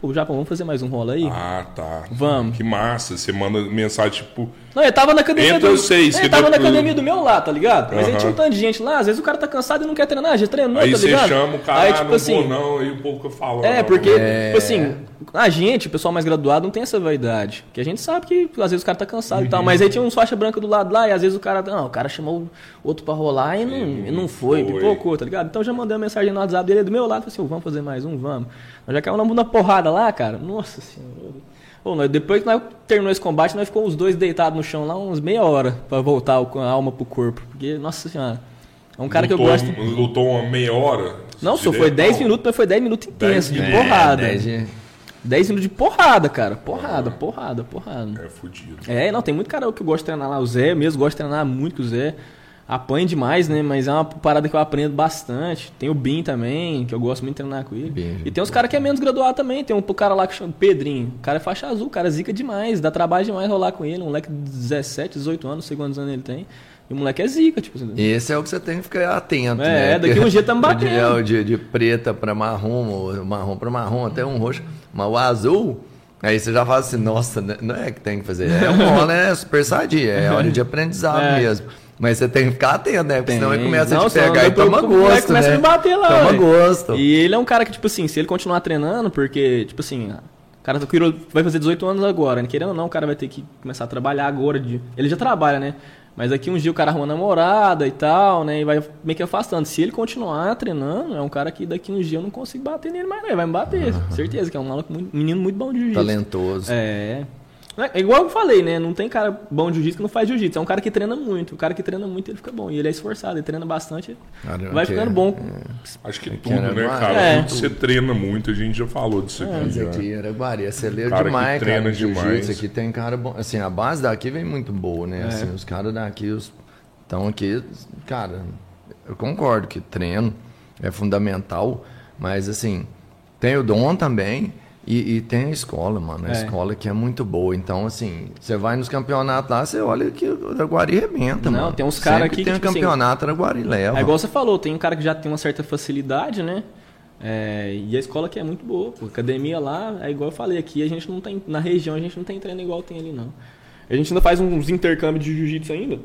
Speaker 3: o Japão, vamos fazer mais um rolo aí?
Speaker 1: Ah, tá.
Speaker 3: Vamos.
Speaker 1: Que massa. Você manda mensagem, tipo.
Speaker 3: Não, ele tava na academia
Speaker 1: Entra
Speaker 3: do.
Speaker 1: os seis,
Speaker 3: ele
Speaker 1: que
Speaker 3: tava
Speaker 1: deu
Speaker 3: na
Speaker 1: tudo.
Speaker 3: academia do meu lado, tá ligado? Mas
Speaker 1: Aham.
Speaker 3: ele tinha um tanto de gente lá, às vezes o cara tá cansado e não quer treinar, já treinou,
Speaker 1: aí
Speaker 3: tá
Speaker 1: você
Speaker 3: ligado?
Speaker 1: chama o cara,
Speaker 3: aí,
Speaker 1: ah,
Speaker 3: tipo
Speaker 1: não
Speaker 3: assim,
Speaker 1: vou não, e o povo fala.
Speaker 3: É,
Speaker 1: não,
Speaker 3: porque,
Speaker 1: não.
Speaker 3: tipo assim, a gente, o pessoal mais graduado, não tem essa vaidade. Porque a gente sabe que às vezes o cara tá cansado e tal, mas aí tinha uns faixa branca do lado lá, e às vezes o cara. Não, o cara chamou outro pra rolar e não, e não foi,
Speaker 1: foi.
Speaker 3: pipocou, tá ligado? Então eu já mandei uma mensagem no WhatsApp dele do meu lado, falei assim, "Ô, vamos fazer mais um, vamos. Nós já caímos na- na porrada lá, cara. Nossa senhora. Ô, nós, depois que nós terminou esse combate, nós ficamos os dois deitados no chão lá uns meia hora pra voltar o- com a alma pro corpo. Porque, nossa senhora, é um cara que eu
Speaker 1: Lutou-
Speaker 3: gosto.
Speaker 1: Lutou uma meia hora.
Speaker 3: Não, só
Speaker 1: direto,
Speaker 3: foi 10
Speaker 1: não.
Speaker 3: minutos, mas foi 10 minutos
Speaker 1: 10
Speaker 3: intenso, de
Speaker 1: minutos.
Speaker 3: porrada.
Speaker 2: É, de-
Speaker 3: 10 minutos de porrada, cara. Porrada, porrada, porrada.
Speaker 1: É fudido.
Speaker 3: É, não, tem muito cara que eu gosto de treinar lá. O Zé mesmo, gosto de treinar muito com o Zé. Apanha demais, né? Mas é uma parada que eu aprendo bastante. Tem o Bim também, que eu gosto muito de treinar com ele.
Speaker 2: Bim,
Speaker 3: e tem uns caras que é menos graduado também. Tem um cara lá que chama Pedrinho. O cara é faixa azul, o cara zica demais. Dá trabalho demais rolar com ele. Um moleque de 17, 18 anos, não sei quantos anos ele tem. E o moleque é zica, tipo assim.
Speaker 2: Esse é o que você tem que ficar atento.
Speaker 3: É,
Speaker 2: né?
Speaker 3: daqui
Speaker 2: Porque
Speaker 3: um dia tamo batendo.
Speaker 2: De, é, de, de preta pra marrom, ou marrom pra marrom, até um roxo. Mas o azul, aí você já fala assim, nossa, né? não é que tem que fazer. É bom, né? Super sadia, é hora de aprendizado
Speaker 3: É.
Speaker 2: mesmo. Mas você tem que ficar atento, né? Porque senão
Speaker 3: Tem.
Speaker 2: ele começa a
Speaker 3: Não,
Speaker 2: te
Speaker 3: senão
Speaker 2: pegar e
Speaker 3: depois
Speaker 2: toma
Speaker 3: o moleque
Speaker 2: gosto,
Speaker 3: começa a
Speaker 2: né?
Speaker 3: me bater lá,
Speaker 2: Toma
Speaker 3: ué.
Speaker 2: gosto.
Speaker 3: E ele é um cara que, tipo assim, se ele continuar treinando, porque, tipo assim, o cara tá com- vai fazer 18 anos agora, né? querendo ou não, o cara vai ter que começar a trabalhar agora. De... Ele já trabalha, né? Mas daqui uns dias o cara arruma namorada e tal, né? E vai meio que afastando. Se ele continuar treinando, é um cara que daqui uns dias eu não consigo bater nele mais, não. Ele vai me bater, certeza, que é um maluco muito- menino muito bom de jiu-jitsu.
Speaker 2: Talentoso.
Speaker 3: É. É igual eu falei, né? Não tem cara bom de jiu-jitsu que não faz jiu-jitsu. É um cara que treina muito. O cara que treina muito, ele fica bom. E ele é esforçado, ele treina bastante,
Speaker 2: Cara,
Speaker 3: vai
Speaker 2: É, que- é.
Speaker 3: ficando bom.
Speaker 1: Acho que tudo,
Speaker 2: era
Speaker 1: né,
Speaker 2: mais.
Speaker 1: cara?
Speaker 3: É.
Speaker 1: Tudo que Você treina muito, a gente já falou disso aqui.
Speaker 2: Mas
Speaker 1: já.
Speaker 2: aqui era Guaria, você
Speaker 3: um
Speaker 2: leu
Speaker 1: Cara que
Speaker 2: demais,
Speaker 1: treina
Speaker 2: cara. jiu-jitsu
Speaker 1: demais.
Speaker 2: Aqui tem cara bom. Assim, a base daqui vem muito boa,
Speaker 3: É.
Speaker 2: né? Assim, os caras daqui estão aqui. Cara, eu concordo que treino é fundamental, mas assim, tem o dom também. E, e tem a escola, mano. A
Speaker 3: É.
Speaker 2: escola que é muito boa. Então, assim, você vai nos campeonatos lá, você olha que o Araguari arrebenta,
Speaker 3: Não,
Speaker 2: mano.
Speaker 3: tem uns cara
Speaker 2: Sempre
Speaker 3: aqui que,
Speaker 2: tem um
Speaker 3: tipo assim,
Speaker 2: campeonato, Araguari leva.
Speaker 3: É igual você falou, tem um cara que já tem uma certa facilidade, né? É, e a escola que é muito boa, pô. Academia lá, é igual eu falei aqui, a gente não tem. Na região a gente não tem treino igual tem ali, não. A gente ainda faz uns intercâmbios de jiu-jitsu ainda.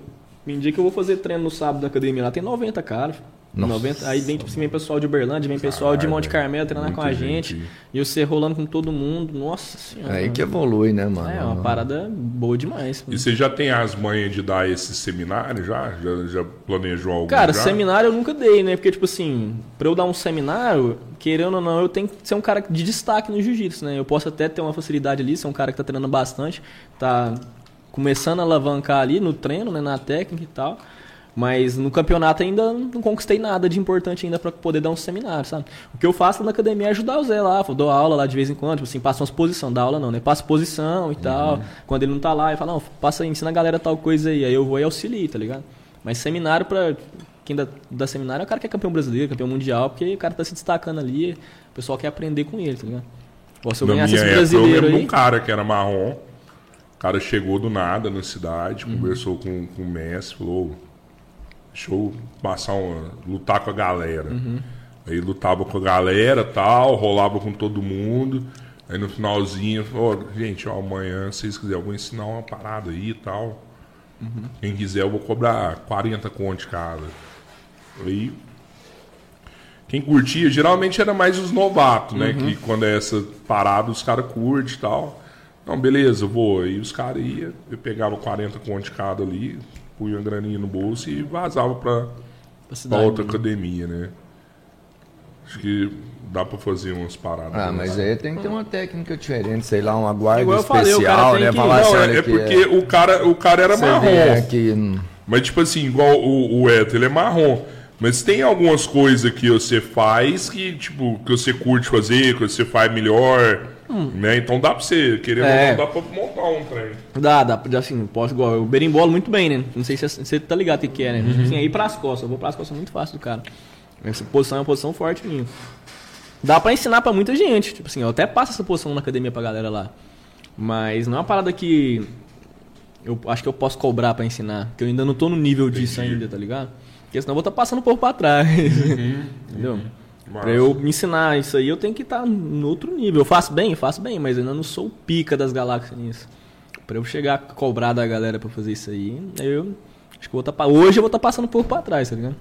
Speaker 3: Me dia que eu vou fazer treino no sábado na academia lá, tem 90 caras.
Speaker 2: Nossa.
Speaker 3: 90, aí vem, tipo, assim, vem pessoal de Uberlândia, vem pessoal de
Speaker 1: Caralho,
Speaker 3: Monte
Speaker 1: velho.
Speaker 3: Carmelo treinar com
Speaker 1: Muita
Speaker 3: a gente.
Speaker 1: gente.
Speaker 3: E você rolando com todo mundo. Nossa senhora.
Speaker 2: É Aí que evolui, né, mano?
Speaker 3: É, uma parada boa demais. né?
Speaker 1: E você já tem as manhas de dar esse seminário já? Já, já planejou algum?
Speaker 3: Cara,
Speaker 1: já?
Speaker 3: seminário eu nunca dei, né? Porque, tipo assim, pra eu dar um seminário, querendo ou não, eu tenho que ser um cara de destaque no jiu-jitsu, né? Eu posso até ter uma facilidade ali, ser um cara que tá treinando bastante, tá começando a alavancar ali no treino, né? Na técnica e tal. Mas no campeonato ainda não conquistei nada de importante ainda pra poder dar um seminário, sabe? O que eu faço na academia é ajudar o Zé lá, eu dou aula lá de vez em quando, tipo assim, passo umas posição, dá aula não, né? Passo posição e tal. Quando ele não tá lá, eu falo, não, passa aí, ensina a galera tal coisa aí. Aí eu vou e auxilio, tá ligado? Mas seminário pra. Quem dá, dá seminário é o cara que é campeão brasileiro, campeão mundial, porque o cara tá se destacando ali, o pessoal quer aprender com ele, tá ligado? Ó, se eu
Speaker 1: Na minha
Speaker 3: ganhasse esse
Speaker 1: época, eu
Speaker 3: brasileiro
Speaker 1: lembro de um
Speaker 3: aí.
Speaker 1: cara que era marrom. O cara chegou do nada na cidade,
Speaker 3: Uhum.
Speaker 1: conversou com, com o Messi, falou: deixa eu passar uma. lutar com a galera.
Speaker 3: Uhum.
Speaker 1: Aí lutava com a galera tal, rolava com todo mundo. Aí no finalzinho, falou: "Ó, gente, ó, amanhã, se vocês quiserem, eu vou ensinar uma parada aí e tal.
Speaker 3: Uhum.
Speaker 1: Quem quiser, eu vou cobrar 40 conto de cada. Aí quem curtia, geralmente era mais os novatos,
Speaker 2: Uhum.
Speaker 1: né? Que quando é essa parada, os caras curtem e tal. Não, beleza, eu vou. E os caras iam, eu pegava 40 conto de cada ali, punha uma graninha no bolso e vazava pra,
Speaker 3: Pra
Speaker 1: pra
Speaker 3: cidade,
Speaker 1: outra
Speaker 3: né?
Speaker 1: academia, né? Acho que dá pra fazer umas paradas.
Speaker 2: Ah,
Speaker 1: né?
Speaker 2: mas aí tem que ter uma técnica diferente, sei lá, uma guarda
Speaker 3: Uhum. Igual eu falei, o cara
Speaker 2: especial,
Speaker 3: tem
Speaker 2: né?
Speaker 3: que-
Speaker 2: Falar
Speaker 3: Não,
Speaker 2: assim,
Speaker 1: Não,
Speaker 2: olha
Speaker 1: é, é
Speaker 2: que
Speaker 1: porque o cara, o cara era
Speaker 2: você
Speaker 1: marrom.
Speaker 2: vê aqui, hum,
Speaker 1: Mas, tipo assim, igual o, o hétero, ele é marrom. Mas tem algumas coisas que você faz que, tipo, que você curte fazer, que você faz melhor. Né? Então dá pra você, querer ou
Speaker 3: Hum. É.
Speaker 1: não, dá pra montar um trem.
Speaker 3: Dá, dá, assim, posso, igual, eu berimbolo muito bem, né? Não sei se você tá ligado o que que é, né? Tipo Assim, aí pras costas, eu vou pras costas é muito fácil do cara. Essa posição é uma posição forte minha. Dá pra ensinar pra muita gente, tipo assim, eu até passo essa posição na academia pra galera lá. Mas não é uma parada que eu acho que eu posso cobrar pra ensinar, que eu ainda não tô no nível disso ainda, tá ligado? Porque senão eu vou estar passando o povo pra trás, entendeu?
Speaker 1: Mas-
Speaker 3: Pra eu me ensinar isso aí, eu tenho que estar em outro nível. Eu faço bem, eu faço bem, mas eu ainda não sou o pica das galáxias nisso. Pra eu chegar a cobrar da galera pra fazer isso aí, eu acho que eu vou tá, pa- hoje eu vou estar passando um pouco pra trás, tá ligado?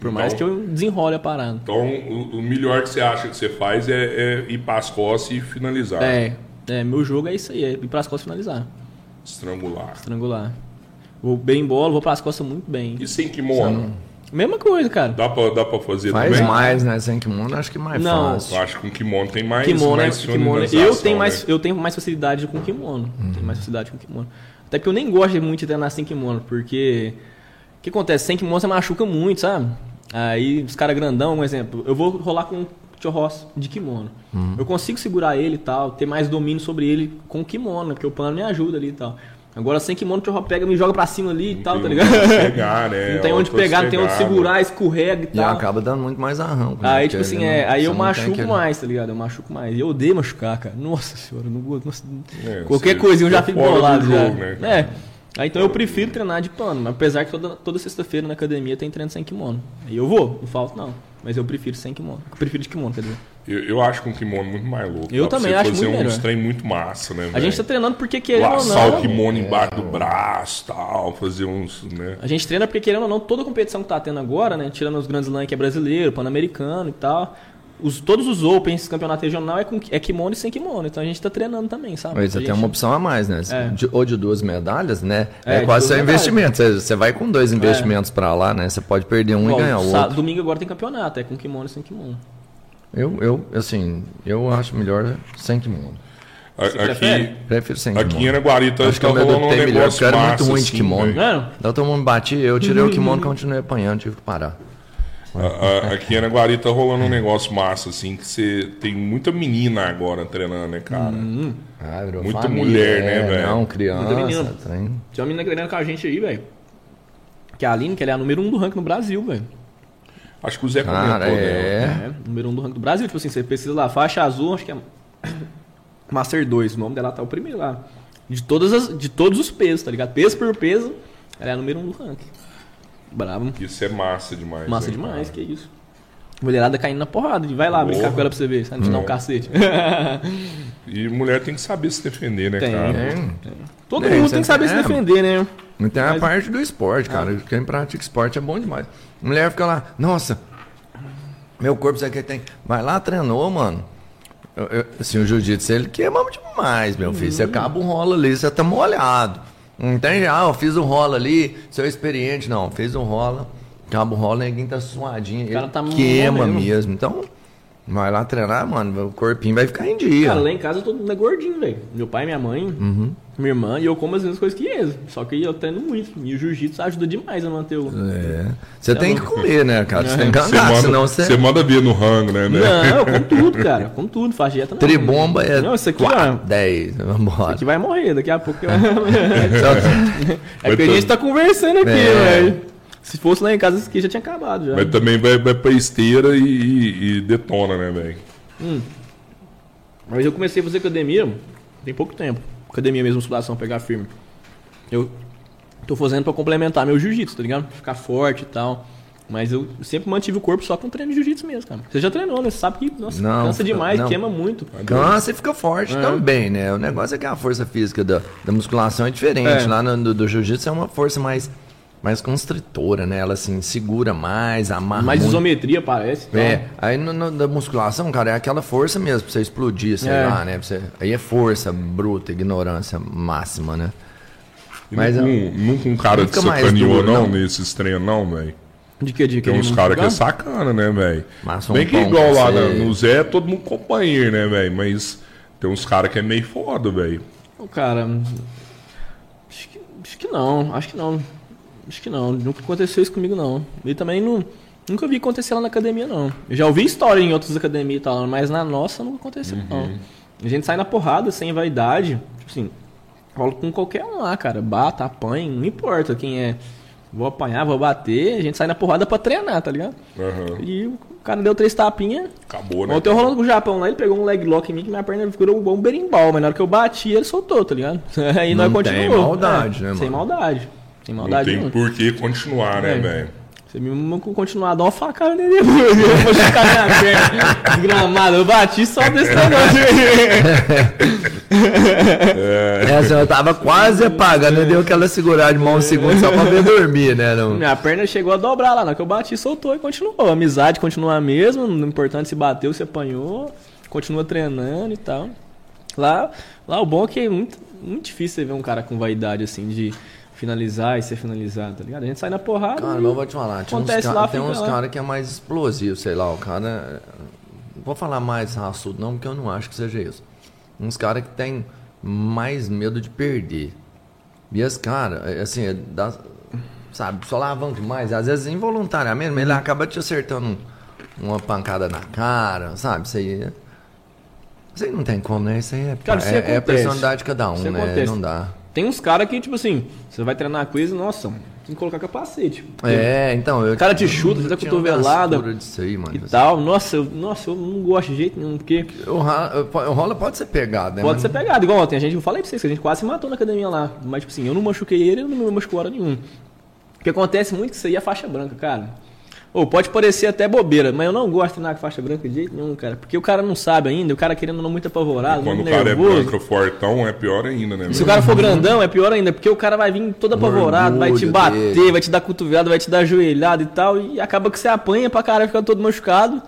Speaker 3: Por mais
Speaker 1: Então-
Speaker 3: que eu desenrole a parada.
Speaker 1: Então o, o melhor que você acha que você faz é, é ir pras costas e finalizar.
Speaker 3: É, é, meu jogo é isso aí, é ir pras costas e finalizar,
Speaker 1: Estrangular.
Speaker 3: estrangular. Vou bem em bola, vou pras costas muito bem.
Speaker 1: E sem kimono?
Speaker 3: Mesma coisa, cara.
Speaker 1: Dá pra, dá pra fazer
Speaker 2: Faz
Speaker 1: também?
Speaker 2: mais, né? Sem kimono, acho que mais
Speaker 3: Não.
Speaker 1: Eu
Speaker 2: fácil.
Speaker 1: acho que com kimono tem mais.
Speaker 3: Kimono, é-
Speaker 1: mais
Speaker 3: kimono. Eu
Speaker 1: finalização,
Speaker 3: tenho mais,
Speaker 1: né?
Speaker 3: eu tenho mais facilidade com kimono. Tenho mais facilidade com kimono. Até que eu nem gosto muito de treinar sem kimono, porque o que acontece? Sem kimono você machuca muito, sabe? Aí os caras grandão, um exemplo, eu vou rolar com um churros de kimono. Eu consigo segurar ele e tal, ter mais domínio sobre ele com o kimono, porque o pano me ajuda ali e tal. Agora sem kimono o churros pega, me joga pra cima ali e tal, tá
Speaker 1: tem onde
Speaker 3: ligado?
Speaker 1: pegar, né?
Speaker 3: Não tem
Speaker 1: É
Speaker 3: onde pegar, não tem onde
Speaker 1: sossegado.
Speaker 3: segurar, escorrega e
Speaker 2: E é
Speaker 3: tal.
Speaker 2: acaba dando muito mais arranco. né?
Speaker 3: tá- Aí,
Speaker 2: Porque
Speaker 3: tipo assim,
Speaker 2: ele
Speaker 3: é,
Speaker 2: não-
Speaker 3: aí
Speaker 2: você
Speaker 3: eu
Speaker 2: não tem
Speaker 3: machuco
Speaker 2: aquele-
Speaker 3: mais, tá ligado? Eu machuco mais. Eu odeio machucar, cara. Nossa senhora, eu não gosto. nossa,
Speaker 1: É,
Speaker 3: qualquer
Speaker 1: você
Speaker 3: coisinha eu já
Speaker 1: fica
Speaker 3: fico
Speaker 1: fora do
Speaker 3: bolado já.
Speaker 1: jogo, né, cara?
Speaker 3: É. Aí, então eu prefiro treinar de pano, mas apesar que toda, toda sexta-feira na academia tem treino sem kimono. Aí eu vou, não falto não. Mas eu prefiro sem kimono. Eu prefiro de kimono, quer dizer.
Speaker 1: Eu, eu acho com kimono muito mais louco.
Speaker 3: Eu
Speaker 1: Dá pra
Speaker 3: também
Speaker 1: você
Speaker 3: acho
Speaker 1: fazer
Speaker 3: muito
Speaker 1: uns
Speaker 3: melhor.
Speaker 1: trem muito massa, né?
Speaker 3: A gente tá
Speaker 1: velho?
Speaker 3: treinando porque querendo ou
Speaker 1: Laçar o
Speaker 3: não. né?
Speaker 2: É,
Speaker 1: kimono embaixo do braço tal, fazer uns, né?
Speaker 3: A gente treina porque querendo ou não, toda a competição que tá tendo agora, né? Tirando os grandes lãs que é brasileiro, pan-americano e tal. Os, todos os Opens, campeonato regional, é, com, é kimono e sem kimono. Então a gente tá treinando também, sabe?
Speaker 2: Aí você
Speaker 3: A
Speaker 2: tem
Speaker 3: gente-
Speaker 2: uma opção a mais, né?
Speaker 3: É.
Speaker 2: De- ou de duas medalhas, né?
Speaker 3: É,
Speaker 2: É,
Speaker 3: de
Speaker 2: quase
Speaker 3: duas
Speaker 2: seu
Speaker 3: medalhas. É.
Speaker 2: investimento. Você, você vai com dois investimentos pra lá, né? Você pode perder um
Speaker 3: Ó,
Speaker 2: e ganhar o
Speaker 3: sa-
Speaker 2: outro.
Speaker 3: Domingo agora tem campeonato, é com kimono e sem kimono.
Speaker 2: Eu, eu, assim, eu acho melhor sem kimono.
Speaker 1: A-
Speaker 3: Você prefere?
Speaker 1: Aqui,
Speaker 2: Prefiro sem
Speaker 1: aqui em
Speaker 3: né?
Speaker 2: kimono.
Speaker 1: Araguari tá,
Speaker 2: Acho que
Speaker 1: tá
Speaker 2: eu me
Speaker 1: rolando um
Speaker 2: adaptei melhor,
Speaker 1: negócio
Speaker 2: porque eu era muito
Speaker 1: massa,
Speaker 2: ruim de
Speaker 1: assim,
Speaker 2: kimono.
Speaker 1: velho.
Speaker 3: Mano,
Speaker 2: Daí Então, todo mundo batia, eu tirei o kimono e continuei apanhando, tive que parar.
Speaker 1: A- a- Aqui em Araguari tá rolando um negócio massa, assim, que você tem muita menina agora treinando, né, cara?
Speaker 3: Hum.
Speaker 2: Ah, virou
Speaker 1: Muita mulher, né,
Speaker 2: é,
Speaker 1: velho?
Speaker 2: Não, criança.
Speaker 3: Muita menina.
Speaker 2: trem.
Speaker 3: tinha uma menina treinando com a gente aí, velho. Que é a Aline, que ela é a número um do ranking no Brasil, velho.
Speaker 1: Acho que o Zé comentou,
Speaker 2: Cara,
Speaker 1: né?
Speaker 2: é.
Speaker 3: número um do ranking do Brasil. Tipo assim, você precisa lá, faixa azul, acho que é Master 2. O nome dela tá o primeiro lá. De, todas as, de todos os pesos, tá ligado? Peso por peso, ela é a número um do ranking. Bravo.
Speaker 1: Isso é massa demais.
Speaker 3: Massa
Speaker 1: né,
Speaker 3: demais,
Speaker 1: cara?
Speaker 3: que isso. Mulherada caindo na porrada. Vai lá brincar
Speaker 1: Porra.
Speaker 3: com ela pra você ver. Sabe? Te
Speaker 2: É.
Speaker 3: dar um cacete.
Speaker 1: E mulher tem que saber se defender, né,
Speaker 3: Tem,
Speaker 1: cara?
Speaker 2: Tem.
Speaker 3: Todo
Speaker 2: É,
Speaker 3: mundo
Speaker 2: isso
Speaker 3: tem que saber
Speaker 2: é-
Speaker 3: se
Speaker 2: é.
Speaker 3: defender, né?
Speaker 2: Então é a
Speaker 3: Mas- Ah.
Speaker 2: parte do esporte, cara. Quem pratica esporte é bom demais. Mulher fica lá, nossa, meu corpo, isso aqui tem. Vai lá, treinou, mano. Eu- eu- assim, o jiu-jitsu, ele queima demais, meu filho. Você
Speaker 3: Uhum.
Speaker 2: acaba o rola ali, você tá molhado. Não tem já, eu fiz um rola ali, seu experiente, não. Fez um rola, acaba o rola, ninguém tá suadinho.
Speaker 3: cara
Speaker 2: Ele
Speaker 3: tá
Speaker 2: queima
Speaker 3: morrendo.
Speaker 2: mesmo. Então, vai lá treinar, mano. O corpinho vai ficar em dia.
Speaker 3: Cara, lá em casa todo mundo é gordinho, velho. Meu pai, minha mãe,
Speaker 2: Uhum.
Speaker 3: minha irmã, e eu como as mesmas coisas que eles. Só que eu treino muito. E o jiu-jitsu ajuda demais a manter o.
Speaker 2: É. Você tem que comer, né, cara? Você tem que
Speaker 1: Você
Speaker 2: andar,
Speaker 1: manda,
Speaker 2: senão você.
Speaker 1: você manda ver no rango, né? né?
Speaker 3: Não, eu como tudo, cara. Como tudo, faz dieta não.
Speaker 2: Tribomba é
Speaker 3: Não, isso aqui, ó.
Speaker 2: 10, vambora.
Speaker 3: Que vai morrer daqui a pouco. que vai- é porque a
Speaker 1: Mas
Speaker 3: gente
Speaker 1: tam-
Speaker 3: tá conversando aqui,
Speaker 2: É.
Speaker 3: velho. Se fosse lá em casa, isso aqui já tinha acabado já.
Speaker 1: Mas também vai, vai pra esteira e, e- e detona, né, velho?
Speaker 3: Mas eu comecei a fazer academia tem pouco tempo. Academia mesmo, musculação, pegar firme. Eu tô fazendo pra complementar meu jiu-jitsu, tá ligado? Ficar forte e tal. Mas eu sempre mantive o corpo só com treino de jiu-jitsu mesmo, cara. Você já treinou, né? Você sabe que nossa,
Speaker 2: Não,
Speaker 3: cansa demais,
Speaker 2: não.
Speaker 3: queima muito.
Speaker 2: Cansa e fica forte também, né? O negócio é que a força física da, da musculação é diferente.
Speaker 3: É.
Speaker 2: Lá no, do, do jiu-jitsu é uma força mais, mais constritora, né? Ela assim, segura mais, amarra
Speaker 3: Mais
Speaker 2: muito.
Speaker 3: isometria parece. então.
Speaker 2: É, aí no, no- da musculação, cara, é aquela força mesmo, pra você explodir, sei
Speaker 3: É.
Speaker 2: lá, né? Pra você- aí é força bruta, ignorância máxima, né?
Speaker 1: E
Speaker 2: Mas
Speaker 1: nunca,
Speaker 2: é-
Speaker 1: um, nunca um cara te
Speaker 2: Nunca mais
Speaker 1: sacaneou,
Speaker 2: duro,
Speaker 1: não,
Speaker 2: não.
Speaker 1: nesses treinos, não, velho?
Speaker 3: De que dia que
Speaker 1: Tem
Speaker 3: ele
Speaker 1: uns
Speaker 3: não
Speaker 1: caras que é
Speaker 3: joga?
Speaker 1: sacana, né, velho?
Speaker 2: Massa um
Speaker 1: Bem que é
Speaker 2: pão
Speaker 1: igual
Speaker 2: pra
Speaker 1: lá
Speaker 2: você.
Speaker 1: na- no Zé, todo mundo companheiro, né, velho? Mas tem uns caras que é meio foda, velho.
Speaker 3: Ô, Cara, acho que, acho que não, acho que não. Acho que não, nunca aconteceu isso comigo não. E também não, nunca vi acontecer lá na academia não. Eu já ouvi história em outras academias e tal, mas na nossa nunca aconteceu não. A gente sai na porrada, sem vaidade. Tipo assim, rolo com qualquer um lá, cara. Bata, apanha, não importa quem é. Vou apanhar, vou bater. A gente sai na porrada pra treinar, tá ligado?
Speaker 1: Aham.
Speaker 3: E o cara deu três tapinhas.
Speaker 1: Acabou, né?
Speaker 3: Ontem eu rolando com o Japão lá, ele pegou um leg lock em mim que minha perna ficou um berimbau, mas na hora que eu bati, ele soltou, tá ligado? Aí nós
Speaker 2: Não tem
Speaker 3: continuamos. É,
Speaker 2: maldade, né,
Speaker 3: Sem
Speaker 2: mano?
Speaker 3: maldade. Sem
Speaker 1: Não
Speaker 3: maldade
Speaker 1: tem
Speaker 3: nenhuma.
Speaker 1: por que continuar, né,
Speaker 3: É.
Speaker 1: velho?
Speaker 3: Você me manda continuar, dá uma facada nele depois. Eu vou chutar minha perna. Desgramado, eu bati só desse negócio. Ah,
Speaker 1: É,
Speaker 2: Essa eu tava quase apagando, eu dei aquela segurada de mão um segundo só pra ver dormir, né? Não...
Speaker 3: minha perna chegou a dobrar lá, na hora que eu bati, soltou e continuou. A amizade continua a mesma, não importante é se bateu, se apanhou, continua treinando e tal. Lá, lá o bom é que é muito, muito difícil você ver um cara com vaidade assim de finalizar e ser finalizado, tá ligado? A gente sai na porrada.
Speaker 2: Cara,
Speaker 3: e-
Speaker 2: mas eu vou te falar, tinha uns
Speaker 3: Acontece
Speaker 2: ca-
Speaker 3: lá,
Speaker 2: tem
Speaker 3: fica
Speaker 2: uns
Speaker 3: lá.
Speaker 2: caras que é mais explosivo, sei lá, o cara. não Vou falar mais raçudo, não, porque eu não acho que seja isso. Uns caras que tem mais medo de perder. E esse cara, é, assim, é dá, sabe, só alavanca demais, às vezes involuntariamente, mas ele acaba te acertando um- uma pancada na cara, sabe? Isso aí. é- Isso aí não tem como, né? Isso aí é,
Speaker 3: Cara, isso
Speaker 2: é- é a
Speaker 3: acontece.
Speaker 2: personalidade de cada um,
Speaker 3: Isso
Speaker 2: né?
Speaker 3: acontece.
Speaker 2: Não dá.
Speaker 3: Tem uns caras que, tipo assim, você vai treinar com eles, nossa, tem que colocar capacete.
Speaker 2: É, então. Eu,
Speaker 3: O cara te chuta,
Speaker 2: eu
Speaker 3: te dá
Speaker 2: tinha uma
Speaker 3: cotovelada.
Speaker 2: gastura disso aí, mano.
Speaker 3: e tal. Nossa, eu, nossa, eu não gosto de jeito nenhum, porque
Speaker 2: O, ra- o rola pode ser pegado, né?
Speaker 3: É,
Speaker 2: Mas-
Speaker 3: pode ser pegado. Igual ontem, a gente, eu falei pra vocês que a gente quase se matou na academia lá. Mas, tipo assim, eu não machuquei ele, ele não me machucou hora nenhuma. O que acontece muito é que isso aí é faixa branca, cara. Ou pode parecer até bobeira, mas eu não gosto de treinar com faixa branca de jeito nenhum, cara. Porque o cara não sabe ainda, o cara querendo não muito apavorado,
Speaker 1: Quando
Speaker 3: muito
Speaker 1: o cara
Speaker 3: nervoso.
Speaker 1: é branco fortão, é pior ainda, né,
Speaker 3: Se o
Speaker 1: velho?
Speaker 3: cara for grandão, é pior ainda, porque o cara vai vir todo apavorado, vai te
Speaker 2: orgulho
Speaker 3: bater,
Speaker 2: dele.
Speaker 3: vai te dar cotovelada, vai te dar ajoelhada e tal, e acaba que você apanha pra caralho, fica todo machucado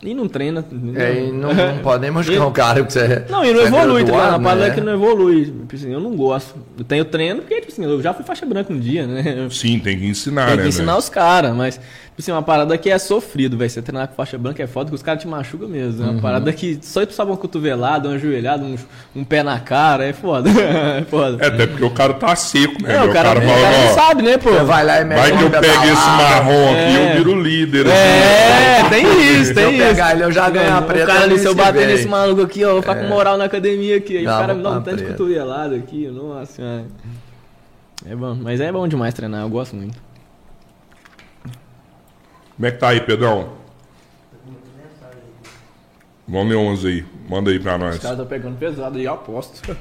Speaker 3: e não treina. entendeu?
Speaker 2: É, e não, não pode nem machucar o cara, porque você
Speaker 3: Não, e não
Speaker 2: você é
Speaker 3: evolui, tá ligado? A
Speaker 2: graduado,
Speaker 3: parada
Speaker 2: né?
Speaker 3: é que não evolui. Tipo assim, eu não gosto. Eu tenho treino porque, tipo assim, eu já fui faixa branca um dia, né? Eu
Speaker 1: Sim, tem que ensinar,
Speaker 3: Tem
Speaker 1: né,
Speaker 3: que ensinar
Speaker 1: velho?
Speaker 3: os caras, mas, tipo assim, uma parada que é sofrido, velho. Você treinar com faixa branca é foda, que os caras te machucam mesmo. É uma parada que só tu sabe uma cotovelada, uma ajoelhada, um, um pé na cara, é foda. é foda.
Speaker 1: É, até porque o cara tá seco, né?
Speaker 3: É,
Speaker 1: velho?
Speaker 3: o cara, o
Speaker 1: fala,
Speaker 3: cara não
Speaker 1: ó,
Speaker 3: sabe, né, pô?
Speaker 2: Você vai lá e mete
Speaker 1: vai que eu
Speaker 2: uma
Speaker 1: pego esse
Speaker 2: pedalada.
Speaker 1: marrom aqui,
Speaker 3: É.
Speaker 1: eu viro líder. assim, né,
Speaker 3: É, tem isso,
Speaker 2: Se eu
Speaker 3: tem isso. Tá
Speaker 2: pegar ele, eu já ganho a preta, é
Speaker 3: O cara ali,
Speaker 2: ele
Speaker 3: se eu
Speaker 2: se
Speaker 3: bater
Speaker 2: vê.
Speaker 3: nesse maluco aqui, ó, eu vou ficar com moral na academia aqui. Aí
Speaker 2: É. Dá
Speaker 3: o cara
Speaker 2: uma
Speaker 3: me dá um tanto de
Speaker 2: preta.
Speaker 3: cotovelada aqui, nossa senhora. É bom, mas é bom demais treinar, eu gosto muito.
Speaker 1: Como é que tá aí, Pedrão? Vamos ler 11 aí. Manda aí pra nós.
Speaker 3: Os caras estão pegando pesado aí, eu aposto.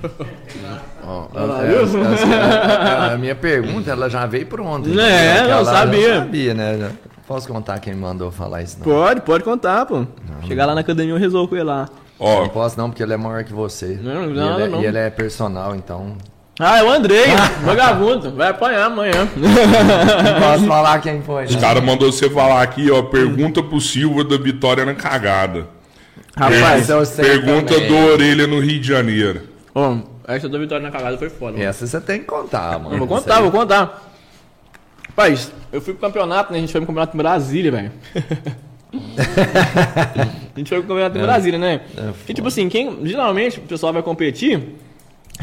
Speaker 2: Ó,
Speaker 3: lá,
Speaker 2: é-
Speaker 3: viu?
Speaker 2: é- é- A minha pergunta, ela já veio por ontem.
Speaker 3: É,
Speaker 2: entendeu?
Speaker 3: eu
Speaker 2: Aquela lá
Speaker 3: sabia.
Speaker 2: Eu sabia, né? Posso contar quem mandou falar isso? Não,
Speaker 3: Pode, pode contar, pô. Chegar lá na academia eu resolvo com ele lá.
Speaker 1: Ó,
Speaker 2: Não posso não, porque ele é maior que você.
Speaker 3: Não,
Speaker 2: e
Speaker 3: não,
Speaker 2: ele é,
Speaker 3: não.
Speaker 2: E ele é personal, então...
Speaker 3: Ah, é o Andrei, vagabundo, vai apanhar amanhã.
Speaker 2: Não posso falar quem foi,
Speaker 1: os
Speaker 2: né?
Speaker 1: caras mandou você falar aqui, ó. Pergunta pro Silva da vitória na cagada.
Speaker 3: Rapaz,
Speaker 2: Essa eu sei
Speaker 1: Pergunta
Speaker 2: é também.
Speaker 1: do Orelha no Rio de Janeiro.
Speaker 3: ó, essa da vitória na cagada foi foda. mano.
Speaker 2: Essa você tem que contar, mano.
Speaker 3: Eu
Speaker 2: Isso
Speaker 3: vou contar,
Speaker 2: aí.
Speaker 3: vou contar. É, Rapaz, eu fui pro campeonato, né? A gente foi pro campeonato em Brasília, velho. a gente foi pro campeonato em Brasília, né? e tipo assim, quem geralmente o pessoal vai competir,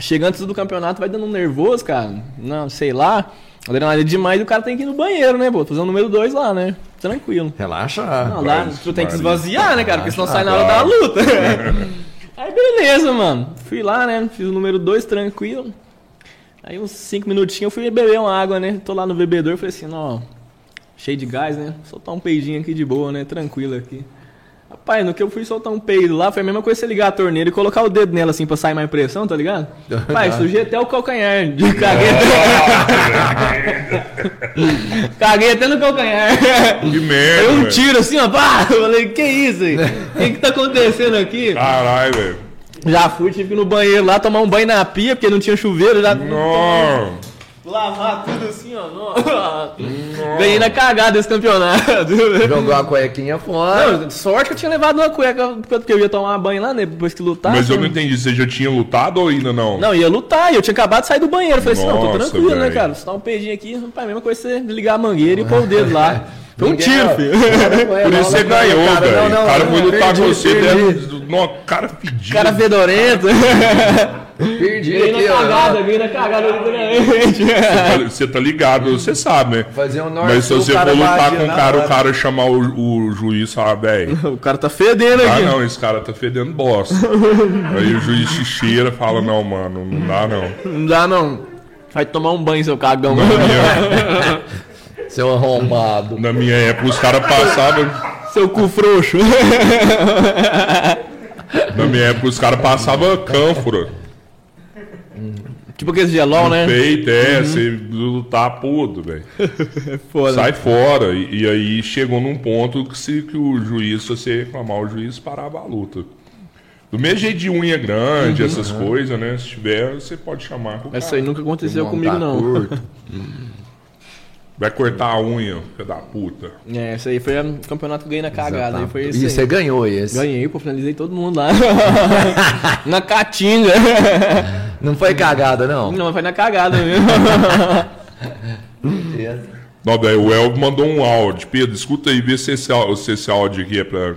Speaker 3: chega antes do campeonato, vai dando um nervoso, cara. Não, sei lá. Adrenalina é demais e o cara tem que ir no banheiro, né, pô? Fazer o número 2 lá, né? Tranquilo.
Speaker 2: Relaxa.
Speaker 3: Não, lá
Speaker 1: Mas,
Speaker 3: tu tem que
Speaker 1: mas-
Speaker 3: esvaziar, né, cara? Porque senão
Speaker 2: Ah,
Speaker 3: sai na hora da
Speaker 1: claro.
Speaker 3: luta. Aí beleza, mano. Fui lá, né? Fiz o número 2 tranquilo. Aí uns 5 minutinhos eu fui beber uma água, né? Tô lá no bebedor, falei assim, ó, cheio de gás, né? Soltar um peidinho aqui de boa, né? Tranquilo aqui. Rapaz, no que eu fui soltar um peido lá, foi a mesma coisa que você ligar a torneira e colocar o dedo nela assim pra sair mais pressão, tá ligado? Pai, sujei até o calcanhar. de- Caguei, até... Caguei até no calcanhar.
Speaker 1: Que merda.
Speaker 3: Aí um
Speaker 1: velho.
Speaker 3: tiro assim, ó, pá! Eu falei, que isso aí? O que, que tá acontecendo aqui?
Speaker 1: Caralho, velho.
Speaker 3: Já fui, tive que ir no banheiro lá tomar um banho na pia, porque não tinha chuveiro, já
Speaker 1: Não.
Speaker 3: lavar tudo assim, ó. Não. Ganhei na cagada esse campeonato.
Speaker 2: Jogou a cuequinha fora.
Speaker 3: Não, sorte que eu tinha levado uma cueca, porque eu ia tomar banho lá, né? Depois que
Speaker 2: Tá
Speaker 3: lutar.
Speaker 1: Mas eu
Speaker 3: né?
Speaker 1: não entendi. Você já tinha lutado ou ainda não?
Speaker 3: Não, ia lutar, e eu tinha acabado de sair do banheiro. Falei assim, não, tô
Speaker 1: Nossa,
Speaker 3: tranquilo, né,
Speaker 1: velho.
Speaker 3: cara? Só dar um peidinho aqui, rapaz, a mesma coisa que você ligar a mangueira e pôr o dedo lá. Foi um
Speaker 2: Ninguém-
Speaker 3: tiro, filho.
Speaker 1: Por isso você ganhou,
Speaker 2: Cara,
Speaker 1: velho.
Speaker 2: não, não,
Speaker 1: o cara
Speaker 2: não,
Speaker 1: foi lutar
Speaker 2: perdi,
Speaker 1: com você.
Speaker 2: perdi.
Speaker 1: Deve... Não, cara pedido.
Speaker 3: Cara fedorento.
Speaker 2: Perdi
Speaker 3: Veio na
Speaker 2: aqui, ó.
Speaker 3: cagada, veio na cagada, literalmente.
Speaker 1: Você tá ligado, você sabe, né?
Speaker 2: Fazer um norte
Speaker 1: Mas se
Speaker 2: o
Speaker 1: você
Speaker 2: cara
Speaker 1: for lutar
Speaker 2: bate
Speaker 1: com o
Speaker 2: na
Speaker 1: cara,
Speaker 2: hora.
Speaker 1: o cara chamar o, o juiz e falar, velho,
Speaker 3: O cara tá fedendo
Speaker 1: ah
Speaker 3: aqui.
Speaker 1: não, esse cara tá fedendo bosta. Aí o juiz te cheira e fala, não, mano, não dá não.
Speaker 3: Não dá não. Vai tomar um banho, seu cagão.
Speaker 1: Na minha,
Speaker 2: Seu arrombado.
Speaker 1: na minha época os caras passavam.
Speaker 3: seu cu frouxo.
Speaker 1: Na minha época os caras passavam cânfora.
Speaker 3: tipo aquele gelol, né?
Speaker 1: Peito,
Speaker 2: Uhum.
Speaker 1: é, você lutar puto, velho.
Speaker 3: Foda.
Speaker 1: Sai fora. E, e aí chegou num ponto que, se, que o juiz, se você reclamar, o juiz parava a luta. Do mesmo jeito de unha
Speaker 2: Uhum.
Speaker 1: grande, essas coisas, né? Se tiver, você pode chamar. que o
Speaker 3: Essa
Speaker 1: cara
Speaker 3: aí nunca aconteceu comigo,
Speaker 2: Montar
Speaker 3: não.
Speaker 2: tá curto.
Speaker 1: Vai cortar a unha, filho da puta.
Speaker 3: É, isso aí foi o campeonato que eu ganhei na cagada. Aí foi esse
Speaker 2: E
Speaker 3: aí.
Speaker 2: tá você ganhou esse.
Speaker 3: Ganhei, pô, finalizei todo mundo lá. na caatinga.
Speaker 2: Não foi cagada, não.
Speaker 3: Não, mas foi na cagada mesmo.
Speaker 1: Não, velho, o Elvio mandou um áudio. Pedro, escuta aí, vê se esse, áudio- se esse áudio aqui é pra.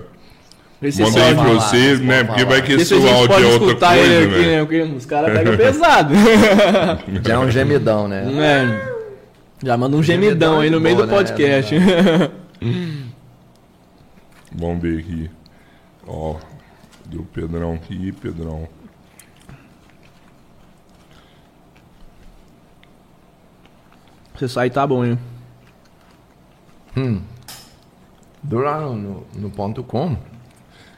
Speaker 3: Esse
Speaker 1: Mandei aí pra
Speaker 2: falar,
Speaker 1: você,
Speaker 2: vocês
Speaker 1: né?
Speaker 2: podem
Speaker 1: Porque
Speaker 2: é falar.
Speaker 1: vai que
Speaker 3: Vê
Speaker 1: esse
Speaker 3: se a gente
Speaker 1: áudio
Speaker 3: pode
Speaker 1: é outra
Speaker 3: escutar
Speaker 1: coisa,
Speaker 3: ele aqui,
Speaker 1: né?
Speaker 3: né? Porque os caras pegam pesado.
Speaker 2: Já é um gemidão, né?
Speaker 3: É. Já manda um
Speaker 2: Gemidão
Speaker 3: gemidão aí
Speaker 2: é
Speaker 3: no
Speaker 2: de
Speaker 3: meio
Speaker 2: boa,
Speaker 3: do
Speaker 2: né?
Speaker 3: podcast.
Speaker 1: Vamos ver aqui. Ó, deu Pedrão aqui, Pedrão.
Speaker 3: Você sai tá bom, hein?
Speaker 2: Dura no, no ponto com.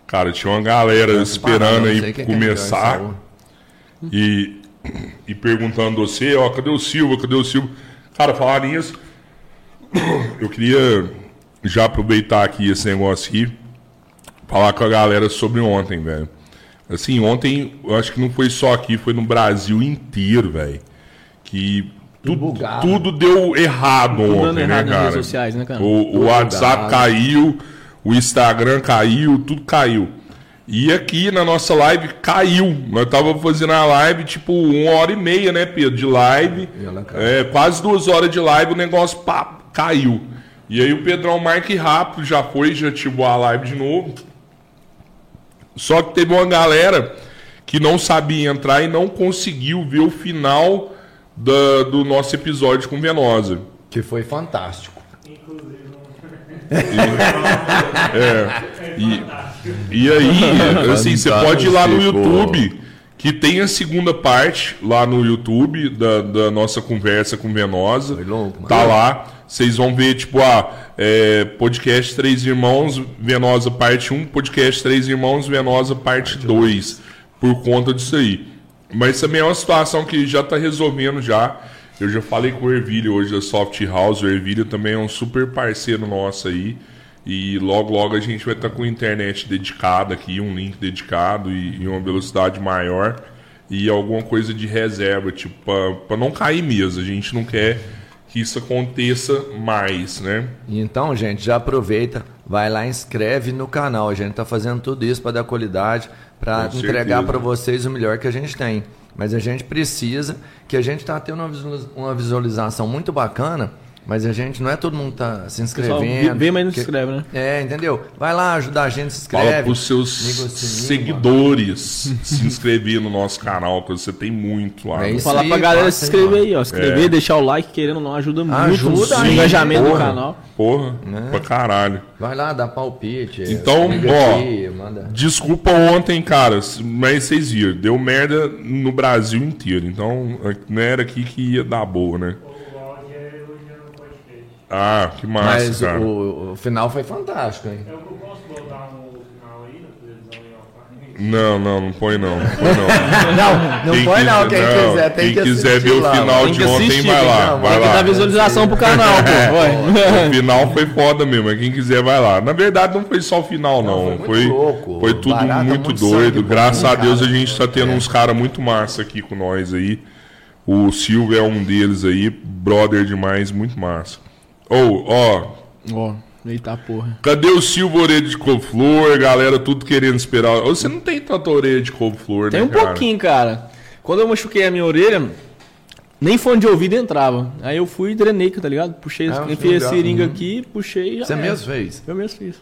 Speaker 1: Cara, tinha uma galera esperando
Speaker 2: Parado, não sei
Speaker 1: aí
Speaker 2: quem é que
Speaker 1: começar
Speaker 2: ganhou esse saúde.
Speaker 1: e, e perguntando você, ó, cadê o Silva, cadê o Silva? Cara, falar nisso, eu queria já aproveitar aqui esse negócio aqui, falar com a galera sobre ontem, velho. Assim, ontem, eu acho que não foi só aqui, foi no Brasil inteiro, velho. Que tu-
Speaker 2: bugado.
Speaker 1: tudo deu errado
Speaker 3: Dando
Speaker 1: ontem, né,
Speaker 3: errado nas
Speaker 1: cara?
Speaker 3: redes sociais, né, cara?
Speaker 1: O, o WhatsApp caiu, o Instagram caiu, tudo caiu. E aqui na nossa live caiu. Nós tava fazendo a live tipo uma hora e meia, né, Pedro? De live.
Speaker 2: E ela caiu.
Speaker 1: É, quase duas horas de live, o negócio pá, caiu. E aí o Pedrão marca e rápido, já foi, já ativou a live de novo. Só que teve uma galera que não sabia entrar e não conseguiu ver o final da- do nosso episódio com Venosa.
Speaker 2: Que foi fantástico.
Speaker 1: E aí, assim, você pode ir lá no
Speaker 2: Fantástico.
Speaker 1: YouTube, que tem a segunda parte lá no YouTube da, da nossa conversa com Venosa.
Speaker 2: Foi louco, mano.
Speaker 1: Tá lá. Vocês vão ver, tipo, ah, é, podcast Três Irmãos, Venosa parte 1, podcast Três Irmãos, Venosa parte 2, por conta disso aí. Mas também é uma situação que já tá resolvendo já. Eu já falei com o Ervilho hoje da Soft House, o Ervilho também é um super parceiro nosso aí. E logo, logo a gente vai estar com internet dedicada aqui, um link dedicado e, e uma velocidade maior. E alguma coisa de reserva, tipo, pra- pra não cair mesmo. A gente não quer que isso aconteça mais, né?
Speaker 2: Então, gente, já aproveita, vai lá, inscreve no canal. A gente tá fazendo tudo isso para dar qualidade, para
Speaker 1: Com
Speaker 2: entregar
Speaker 1: certeza.
Speaker 2: para vocês o melhor que a gente tem. Mas a gente precisa, que a gente tá tendo uma visualiza- uma visualização muito bacana, mas a gente não é todo mundo tá se
Speaker 3: Pessoal,
Speaker 2: inscrevendo.
Speaker 3: vem, mas não se
Speaker 2: que-
Speaker 3: inscreve, né?
Speaker 2: É, entendeu? Vai lá ajudar a gente, se inscreve.
Speaker 1: Fala pros seus
Speaker 2: liga o sininho,
Speaker 1: seguidores se inscrever no nosso canal, que você tem muito lá.
Speaker 2: É
Speaker 1: né?
Speaker 2: isso.
Speaker 3: Falar
Speaker 2: aí,
Speaker 3: pra galera
Speaker 2: passa
Speaker 3: se
Speaker 2: aí,
Speaker 3: inscrever
Speaker 2: mano.
Speaker 3: aí, ó. Se inscrever,
Speaker 1: É.
Speaker 3: deixar o like, querendo ou não, ajuda muito
Speaker 2: Ajuda
Speaker 3: no
Speaker 2: aí,
Speaker 3: engajamento do
Speaker 2: porra.
Speaker 3: canal.
Speaker 1: Porra,
Speaker 2: Né?
Speaker 1: pra caralho.
Speaker 2: Vai lá, dá palpite.
Speaker 1: Então,
Speaker 2: liga
Speaker 1: ó,
Speaker 2: aqui, manda.
Speaker 1: Desculpa ontem, cara, mas vocês viram, deu merda no Brasil inteiro. Então, não era aqui que ia dar boa, né?
Speaker 4: O áudio é hoje no podcast.
Speaker 1: Ah, que massa,
Speaker 2: Mas
Speaker 1: cara.
Speaker 2: o, o final foi fantástico, hein?
Speaker 4: É Eu não posso botar um final aí na televisão e ao
Speaker 1: Não, não, não põe não. Não, põe, não.
Speaker 2: Não, não
Speaker 1: Quem
Speaker 2: foi não,
Speaker 1: quis-
Speaker 2: quem
Speaker 1: não,
Speaker 2: quiser, tem
Speaker 1: quem
Speaker 2: que
Speaker 1: quiser
Speaker 2: assistir
Speaker 1: ver o
Speaker 2: lá,
Speaker 1: final
Speaker 2: mano.
Speaker 1: de ontem, vai
Speaker 3: tem
Speaker 1: lá,
Speaker 3: que-
Speaker 1: vai
Speaker 3: tem que
Speaker 1: lá.
Speaker 3: dar visualização pro canal, pô. Vai.
Speaker 1: O final foi foda mesmo, mas quem quiser vai lá. Na verdade, não foi só o final, não.
Speaker 2: Não, foi
Speaker 1: foi,
Speaker 2: muito louco.
Speaker 1: foi tudo
Speaker 2: Barata,
Speaker 1: muito,
Speaker 2: muito sangue
Speaker 1: doido.
Speaker 2: bom,
Speaker 1: Graças a
Speaker 2: cara. É.
Speaker 1: Deus a gente tá tendo uns caras muito massa aqui com nós aí. O Silvio é um deles aí, brother demais, muito massa. Ou, ó,
Speaker 3: Ó, eita porra.
Speaker 1: cadê o Silvio orelha de couve-flor? Galera, tudo querendo esperar. Ô, Você não tem tanta orelha de couve-flor, né?
Speaker 3: Tem um
Speaker 1: cara?
Speaker 3: pouquinho, cara. Quando eu machuquei a minha orelha, nem fone de ouvido entrava. Aí eu fui e drenei, tá ligado? Puxei,
Speaker 2: Ah,
Speaker 3: enfiei a
Speaker 2: legal.
Speaker 3: seringa aqui, puxei e já
Speaker 2: Você
Speaker 3: era.
Speaker 2: mesmo fez?
Speaker 3: Eu mesmo fiz.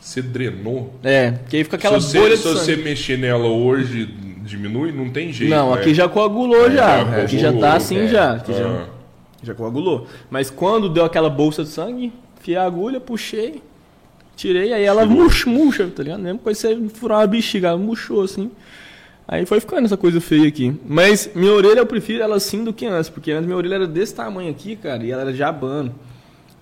Speaker 1: Você drenou?
Speaker 3: É, porque aí fica aquela
Speaker 1: se você,
Speaker 3: bolha de
Speaker 1: se
Speaker 3: sangue.
Speaker 1: você mexer nela hoje, diminui? Não tem jeito.
Speaker 3: não,
Speaker 1: né?
Speaker 3: aqui já coagulou
Speaker 1: É,
Speaker 3: já.
Speaker 1: já
Speaker 3: Aqui já
Speaker 1: coagulou,
Speaker 3: tá assim
Speaker 2: é.
Speaker 3: já. Aqui já.
Speaker 1: Ah,
Speaker 3: Já coagulou. Mas quando deu aquela bolsa de sangue, fiei a agulha, puxei, tirei, aí ela murcha, murcha, tá ligado? Mesmo coisa que você furar uma bexiga, ela murchou assim. Aí foi ficando essa coisa feia aqui. Mas minha orelha eu prefiro ela assim do que antes, porque antes minha orelha era desse tamanho aqui, cara, e ela era jabano.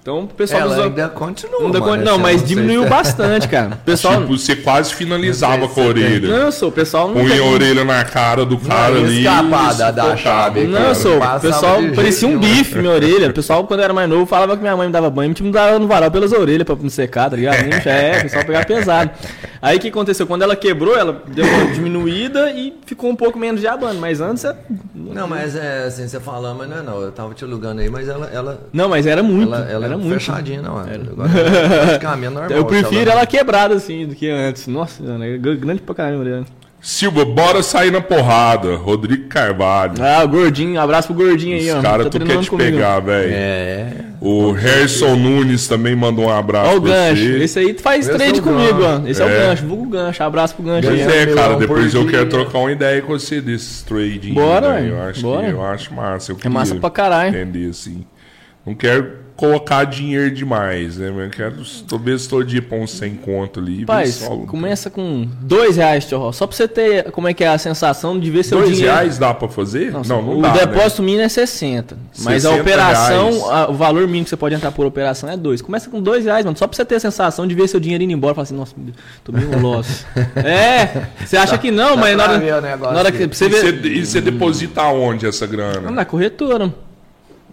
Speaker 3: Então o pessoal
Speaker 2: Ela
Speaker 3: precisava-
Speaker 2: ainda é continua.
Speaker 3: não, dá
Speaker 2: mano,
Speaker 3: conta-
Speaker 2: essa
Speaker 3: não,
Speaker 2: eu
Speaker 3: mas
Speaker 2: sei
Speaker 3: diminuiu
Speaker 2: se-
Speaker 3: bastante, cara. O pessoal.
Speaker 1: Tipo, você quase finalizava
Speaker 2: Não sei
Speaker 1: com a
Speaker 2: se você
Speaker 1: orelha.
Speaker 3: não, sou, o pessoal não.
Speaker 1: Punha a
Speaker 3: tem-
Speaker 1: orelha na cara do cara
Speaker 2: Não,
Speaker 1: ali.
Speaker 3: é
Speaker 2: escapada
Speaker 1: e
Speaker 2: da
Speaker 1: sufocava,
Speaker 2: chave,
Speaker 1: cara.
Speaker 3: Não, sou. O
Speaker 2: Passava
Speaker 3: pessoal
Speaker 2: de jeito
Speaker 3: parecia um
Speaker 2: nenhum.
Speaker 3: bife minha orelha. O pessoal, quando eu era mais novo, falava que minha mãe me dava banho, me tipo, me dava no varal pelas orelhas pra me secar, tá ligado? Nem- É, o pessoal pegava pesado. Aí o que aconteceu? Quando ela quebrou, ela deu uma diminuída e ficou um pouco menos de abano. Mas antes era...
Speaker 2: Não, mas é assim, você falando, mas não é não. Eu tava te alugando aí, mas ela, ela,
Speaker 3: Não, mas era muito.
Speaker 2: ela, ela
Speaker 3: era
Speaker 2: é
Speaker 3: muito. né?
Speaker 2: fechadinha, não. Ela, agora ela é praticamente normal. é
Speaker 3: Eu prefiro
Speaker 2: se
Speaker 3: ela quebrada assim do que antes. Nossa, mano, é gr- grande pra caralho, orelha.
Speaker 1: Silva, bora sair na porrada. Rodrigo Carvalho.
Speaker 3: Ah, o gordinho, abraço pro gordinho aí, ó. tá
Speaker 1: Os caras, tu quer
Speaker 3: treinando
Speaker 1: te
Speaker 3: comigo.
Speaker 1: pegar, velho.
Speaker 2: É.
Speaker 1: O Harrison Nunes também mandou um abraço
Speaker 3: Ó, o
Speaker 1: pra
Speaker 3: gancho.
Speaker 1: você.
Speaker 3: Esse aí faz
Speaker 2: Esse é
Speaker 3: trade
Speaker 2: o
Speaker 3: comigo,
Speaker 2: gancho.
Speaker 3: ó. Esse é,
Speaker 1: É.
Speaker 3: o gancho. Vulgo gancho. Abraço pro gancho
Speaker 1: Pois
Speaker 3: aí. ó.
Speaker 1: é,
Speaker 2: Milão
Speaker 1: cara,
Speaker 2: por
Speaker 1: depois eu
Speaker 2: dia.
Speaker 1: quero trocar uma ideia com você desses trading.
Speaker 3: Bora,
Speaker 1: né? eu
Speaker 3: velho,
Speaker 1: acho
Speaker 3: bora.
Speaker 1: Que, eu acho massa. Eu
Speaker 3: É massa
Speaker 1: queria
Speaker 3: pra caralho.
Speaker 1: Entender, assim. Não quero colocar dinheiro demais, né? Mas eu quero talvez todo dia pôr uns 100 conto ali. e ver
Speaker 3: Rapaz,
Speaker 1: só.
Speaker 3: começa com dois reais, tio Ró. Só pra você ter como é que é a sensação de ver seu
Speaker 1: Dois
Speaker 3: dinheiro.
Speaker 1: reais dá pra fazer?
Speaker 3: Nossa,
Speaker 1: não, não
Speaker 3: o
Speaker 1: dá. né?
Speaker 3: depósito mínimo é 60. Mas
Speaker 1: 60
Speaker 3: a operação,
Speaker 1: reais.
Speaker 3: a- o valor mínimo que você pode entrar por operação é dois. Começa com dois reais, mano. Só pra você ter a sensação de ver seu dinheiro indo embora. Fala assim, nossa, tomei um loss. é, você acha que
Speaker 2: dá
Speaker 3: não, mas na
Speaker 2: Tá pra
Speaker 3: hora,
Speaker 2: ver o negócio
Speaker 3: na hora que
Speaker 2: aqui.
Speaker 1: E
Speaker 3: você
Speaker 1: você,
Speaker 3: vê.
Speaker 1: e você deposita onde essa grana?
Speaker 3: Na corretora.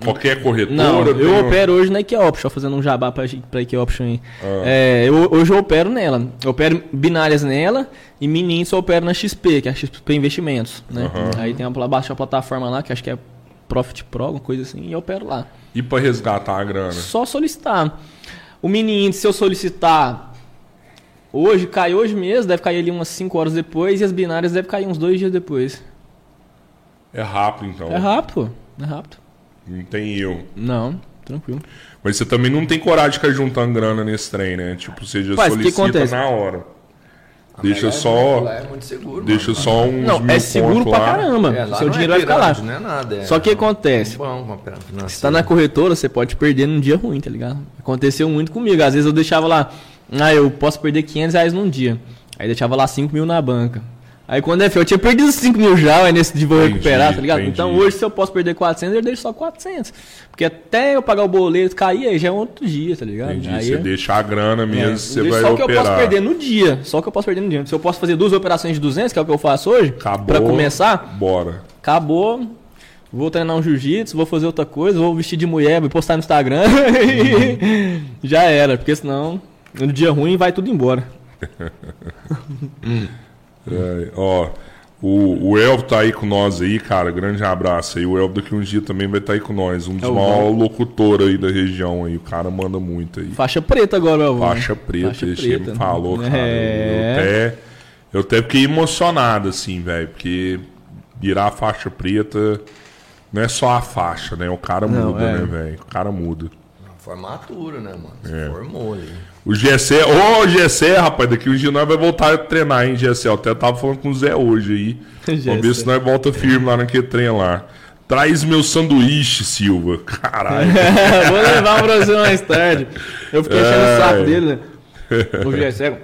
Speaker 1: Qualquer corretora?
Speaker 3: Não, eu
Speaker 1: tem um-
Speaker 3: opero hoje na IKEA Option, fazendo um jabá pra, pra IKEA Option aí.
Speaker 1: Ah.
Speaker 3: É, eu- hoje eu opero nela. Eu opero binárias nela e menino só opero na XP, que é a XP Investimentos. Né?
Speaker 1: Aham.
Speaker 3: Aí tem uma, baixa uma plataforma lá, que acho que é Profit Pro, alguma coisa assim, e eu opero lá.
Speaker 1: E pra resgatar a grana?
Speaker 3: Só solicitar. O mini índice, se eu solicitar hoje, cai hoje mesmo, deve cair ali umas 5 horas depois, e as binárias deve cair uns dois dias depois.
Speaker 1: É rápido, então.
Speaker 3: É rápido, pô. É rápido.
Speaker 1: Não tem eu.
Speaker 3: Não, tranquilo.
Speaker 1: Mas você também não tem coragem de ficar juntando grana nesse trem, né? Tipo, você já
Speaker 3: Rapaz, o que
Speaker 1: solicita
Speaker 3: acontece?
Speaker 1: na hora. Deixa só.
Speaker 2: Lá é muito seguro.
Speaker 1: Deixa
Speaker 2: mano.
Speaker 1: só uns.
Speaker 3: Não,
Speaker 1: mil
Speaker 3: é seguro
Speaker 1: conto
Speaker 3: pra
Speaker 1: lá.
Speaker 3: caramba.
Speaker 2: É, lá não
Speaker 3: Seu
Speaker 2: é
Speaker 3: dinheiro vai ficar lá.
Speaker 2: pirâmide, Não é nada. É,
Speaker 3: Só que acontece.
Speaker 2: Bom, uma pirâmide
Speaker 3: Você tá na
Speaker 2: financeira.
Speaker 3: corretora, você pode perder num dia ruim, tá ligado? Aconteceu muito comigo. Às vezes eu deixava lá, ah, eu posso perder 500 reais num dia. Aí deixava lá 5 mil na banca. Aí quando é feio, eu tinha perdido 5 mil já, aí nesse de vou
Speaker 1: Entendi,
Speaker 3: recuperar, tá ligado?
Speaker 1: entendi.
Speaker 3: Então hoje, se eu posso perder 400, eu deixo só 400. Porque até eu pagar o boleto, cair, aí já é outro dia, tá ligado?
Speaker 1: Entendi.
Speaker 3: Aí
Speaker 1: você
Speaker 3: é-
Speaker 1: deixa a grana mesmo, você
Speaker 3: Só
Speaker 1: vai
Speaker 3: que é eu
Speaker 1: operar.
Speaker 3: posso perder no dia. Só que eu posso perder no dia. Se eu posso fazer duas operações de 200, que é o que eu faço hoje,
Speaker 1: Acabou.
Speaker 3: pra começar,
Speaker 1: Bora.
Speaker 3: acabou. Vou treinar um jiu-jitsu, vou fazer outra coisa, vou vestir de mulher, vou postar no Instagram. Já era, porque senão no dia ruim vai tudo embora.
Speaker 1: É, ó, o, o Elvio tá aí com nós aí, cara. Grande abraço aí. O Elvio daqui um dia também vai estar aí com nós. Um dos
Speaker 3: É o
Speaker 1: maiores locutores aí da região aí. O cara manda muito aí.
Speaker 3: Faixa preta agora, meu avô.
Speaker 1: Faixa preta,
Speaker 3: né? Faixa
Speaker 1: esse me
Speaker 3: preta. né?
Speaker 1: falou, cara.
Speaker 3: É.
Speaker 1: Eu, eu até, eu até fiquei emocionado, assim, velho, porque virar a faixa preta não é só a faixa, né? O cara
Speaker 3: Não,
Speaker 1: muda,
Speaker 3: é.
Speaker 1: né, velho? O cara muda.
Speaker 2: Formatura, né, mano? Você
Speaker 1: É.
Speaker 2: formou ali.
Speaker 3: Né?
Speaker 1: O Gessé, ô Gessé, rapaz, daqui um dia nós vai voltar a treinar, hein, Gessé? Eu até tava falando com o Zé hoje aí. Vamos ver
Speaker 3: Gessé.
Speaker 1: se nós volta firme lá naquele trem lá. Traz meu sanduíche, Silva. Caralho.
Speaker 3: Vou levar pra você mais tarde. Eu fiquei enchendo o
Speaker 1: Ai.
Speaker 3: saco dele, né? O Gessé,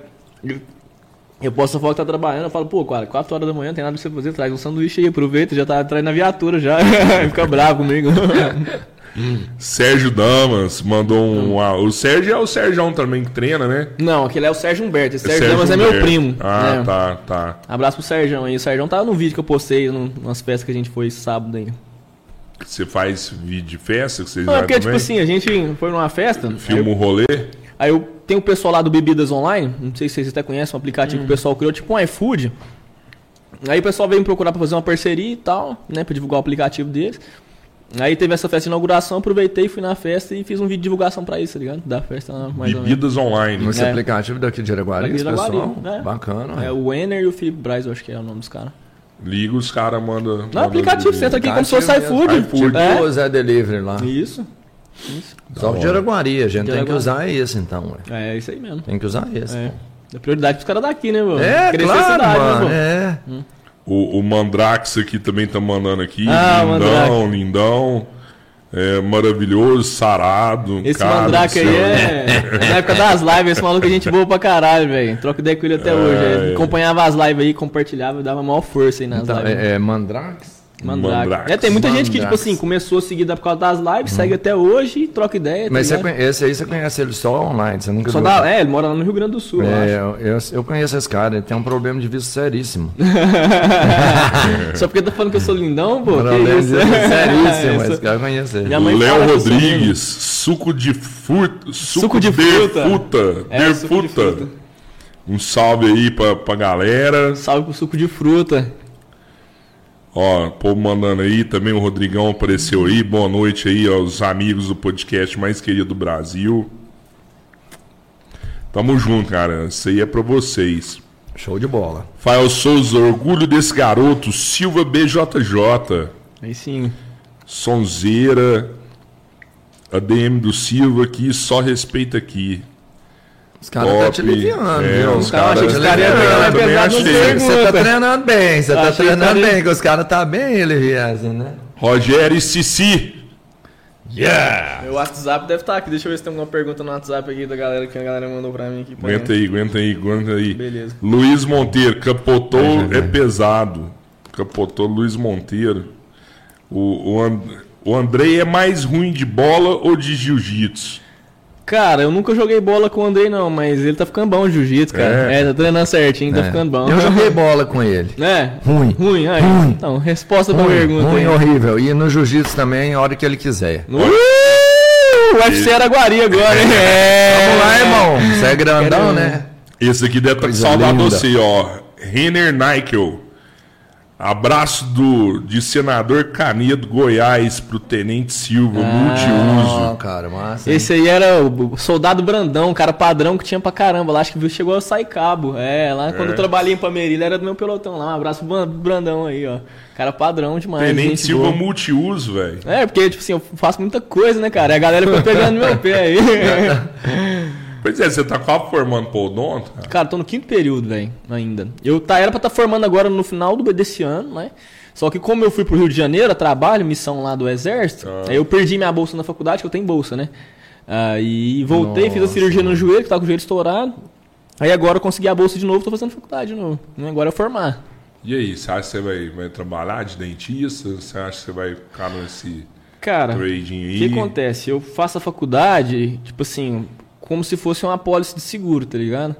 Speaker 3: eu posso falar que tá trabalhando, eu falo, pô, cara, 4 horas da manhã, não tem nada pra você fazer, traz um sanduíche aí, aproveita, já tá atrás na viatura já. Fica bravo comigo.
Speaker 1: Sérgio Damas mandou
Speaker 3: Hum.
Speaker 1: um. ah, o Sérgio é o Sérgio também que treina, né?
Speaker 3: Não, aquele é o Sérgio Humberto. Esse Sérgio, Damas é meu
Speaker 1: Humberto.
Speaker 3: primo.
Speaker 1: Ah,
Speaker 3: né?
Speaker 1: tá, tá.
Speaker 3: Abraço pro Sérgio aí. O Sérgio tava no vídeo que eu postei no- nas festas que a gente foi esse sábado aí.
Speaker 1: Você faz vídeo de festa que vocês
Speaker 3: Não, é
Speaker 1: vai
Speaker 3: porque, tipo
Speaker 1: também?
Speaker 3: assim, a gente foi numa festa. aí
Speaker 1: Filma o rolê?
Speaker 3: eu- Aí eu tenho o pessoal lá do Bebidas Online. Não sei se vocês até conhecem um aplicativo que o pessoal criou, tipo um iFood. Aí o pessoal veio me procurar pra fazer uma parceria e tal, né? Pra divulgar o aplicativo deles. Aí teve essa festa de inauguração, aproveitei, fui na festa e fiz um vídeo de divulgação pra isso, tá ligado? Da festa lá, mais ou menos.
Speaker 1: Bebidas online.
Speaker 2: Esse
Speaker 3: É.
Speaker 2: aplicativo daqui de Jaraguari,
Speaker 3: Daqui de
Speaker 2: esse pessoal.
Speaker 3: Jaraguari, né?
Speaker 2: Bacana.
Speaker 3: É o Enner e o Felipe Braz, eu acho que é o nome dos caras.
Speaker 1: Liga os caras, manda.
Speaker 3: Não,
Speaker 1: manda
Speaker 3: aplicativo,
Speaker 1: vídeo.
Speaker 3: você entra aqui como se fosse iFood.
Speaker 1: iFood.
Speaker 2: É.
Speaker 3: É.
Speaker 2: O Zé Delivery lá.
Speaker 3: Isso.
Speaker 2: Só o de Jaraguari, a gente tem que
Speaker 3: Jaraguari.
Speaker 2: usar esse então, ué.
Speaker 3: É isso aí mesmo.
Speaker 2: Tem que usar esse.
Speaker 3: É. Dá prioridade pros caras daqui, né, mano?
Speaker 2: É, claro, mano.
Speaker 3: Né,
Speaker 2: É.
Speaker 1: O, o Mandrax aqui também tá mandando aqui.
Speaker 3: Ah,
Speaker 1: lindão,
Speaker 3: Mandrax.
Speaker 1: lindão. É, maravilhoso, sarado.
Speaker 3: Esse
Speaker 1: cara do
Speaker 3: mandrake aí
Speaker 1: céu.
Speaker 3: é. Na época das lives, esse maluco é gente boa pra caralho, velho. Troca ideia com ele até hoje.
Speaker 1: é.
Speaker 3: Ele acompanhava as lives aí, compartilhava, dava maior força aí nas
Speaker 2: Então,
Speaker 3: lives.
Speaker 2: é,
Speaker 3: né?
Speaker 2: é Mandrax?
Speaker 3: Mandrake.
Speaker 1: Mandrake.
Speaker 3: É, tem muita gente que, tipo
Speaker 2: Mandrake. Uhum.
Speaker 3: assim, começou a seguir da- por causa das lives, segue até hoje e troca ideia. tá
Speaker 2: Mas você é
Speaker 3: ligado?
Speaker 2: conhe- esse aí você conhece ele só online, você nunca
Speaker 3: Só
Speaker 2: viu.
Speaker 3: da, é, ele mora lá no Rio Grande do Sul, eu
Speaker 2: É,
Speaker 3: acho.
Speaker 2: eu, eu, eu conheço esse cara, ele tem um problema de vício seríssimo.
Speaker 3: Só porque tá falando que eu sou lindão, pô. Que
Speaker 2: problema de
Speaker 3: isso? É
Speaker 2: vício é seríssimo,
Speaker 3: Isso.
Speaker 2: esse cara eu conheço ele.
Speaker 3: Minha mãe
Speaker 1: Léo
Speaker 3: fala que eu sou
Speaker 1: Rodrigues, suco de fruta. Suco,
Speaker 3: de
Speaker 1: de,
Speaker 3: fruta.
Speaker 1: fruta.
Speaker 3: É,
Speaker 1: de
Speaker 3: suco de
Speaker 1: fruta.
Speaker 3: fruta.
Speaker 1: Um salve aí pra, pra galera.
Speaker 3: Salve com suco de fruta.
Speaker 1: Ó, o povo mandando aí também, o Rodrigão apareceu aí. Boa noite aí aos amigos do podcast mais querido do Brasil. Tamo junto, cara. Isso aí é pra vocês.
Speaker 2: Show de bola.
Speaker 1: Fael Souza, orgulho desse garoto, Silva BJJ,
Speaker 3: Aí sim.
Speaker 1: Sonzeira, ADM do Silva aqui, só respeita aqui.
Speaker 2: Os caras tá
Speaker 1: Top.
Speaker 2: te aliviando,
Speaker 1: É,
Speaker 2: viu?
Speaker 1: os
Speaker 3: caras-
Speaker 2: Tá te
Speaker 3: os caras iam
Speaker 2: aliviando.
Speaker 3: pegar
Speaker 1: também
Speaker 3: pesado no
Speaker 1: achei.
Speaker 3: termo.
Speaker 2: Você tá treinando bem, você tá
Speaker 3: Achei que
Speaker 2: treinando
Speaker 3: estaria-
Speaker 2: bem, que os caras tá bem aliviando, né?
Speaker 1: Rogério e Cici.
Speaker 2: Yeah!
Speaker 3: Meu WhatsApp deve estar aqui. Deixa eu ver se tem alguma pergunta no WhatsApp aqui da galera que a galera mandou pra mim aqui.
Speaker 1: Aguenta aí, aguenta aí, aguenta aí.
Speaker 3: Beleza.
Speaker 1: Luiz Monteiro, capotou
Speaker 2: Vai, vai,
Speaker 1: é
Speaker 2: vai.
Speaker 1: pesado. Capotou Luiz Monteiro. O, o, And, o Andrei é mais ruim de bola ou de jiu-jitsu?
Speaker 3: Cara, eu nunca joguei bola com o Andrei, não, mas ele tá ficando bom de jiu-jitsu, cara.
Speaker 1: É.
Speaker 3: É. tá treinando certinho, tá
Speaker 2: É.
Speaker 3: ficando bom.
Speaker 2: Eu joguei bola com ele.
Speaker 3: É?
Speaker 2: Ruim.
Speaker 3: Ruim, aí.
Speaker 2: Ruim.
Speaker 3: Então, resposta pra
Speaker 2: Ruim,
Speaker 3: pergunta
Speaker 2: ruim,
Speaker 3: aí.
Speaker 2: horrível. E no jiu-jitsu também, a hora que ele quiser.
Speaker 3: Uh, UFC Araguari agora, hein? É.
Speaker 2: Vamos lá, irmão. Você é grandão,
Speaker 3: Quero- um
Speaker 2: né?
Speaker 1: Esse aqui deve estar
Speaker 2: Coisa
Speaker 1: saudado
Speaker 2: linda.
Speaker 1: você, ó. Renner Nikel. Abraço do, de senador Canedo Goiás pro Tenente
Speaker 3: Ah,
Speaker 1: Silva, multiuso.
Speaker 2: Não, Ah, cara, massa. hein?
Speaker 3: Esse aí era o soldado Brandão, cara padrão que tinha pra caramba. Lá acho que chegou a sair cabo. É, lá quando eu trabalhei em Palmeiras, ele era do meu pelotão lá. Um abraço pro Ban- Brandão aí, ó. Cara padrão demais.
Speaker 1: Tenente
Speaker 3: gente
Speaker 1: Silva
Speaker 3: boa.
Speaker 1: multiuso, velho.
Speaker 3: É, porque, tipo assim, eu faço muita coisa, né, cara? E a galera foi pegando meu pé aí.
Speaker 1: Pois é, você tá quase formando pro odonto, cara.
Speaker 3: Cara, tô no quinto período, velho, ainda. Eu tá, era pra estar formando agora no final do desse ano, né? Só que como eu fui pro Rio de Janeiro a trabalho, missão lá do Exército,
Speaker 1: Ah.
Speaker 3: aí eu perdi minha bolsa na faculdade, que eu tenho bolsa, né? Aí voltei, fiz a
Speaker 2: Nossa.
Speaker 3: cirurgia no joelho, que tava com o joelho estourado. Aí agora eu consegui a bolsa de novo, tô fazendo faculdade de novo. Né? Agora é formar.
Speaker 1: E aí, você acha que você vai, vai trabalhar de dentista? Você acha que você vai ficar nesse
Speaker 3: Cara,
Speaker 1: trading aí?
Speaker 3: O que acontece? Eu faço a faculdade, tipo assim, como se fosse uma apólice de seguro, tá ligado?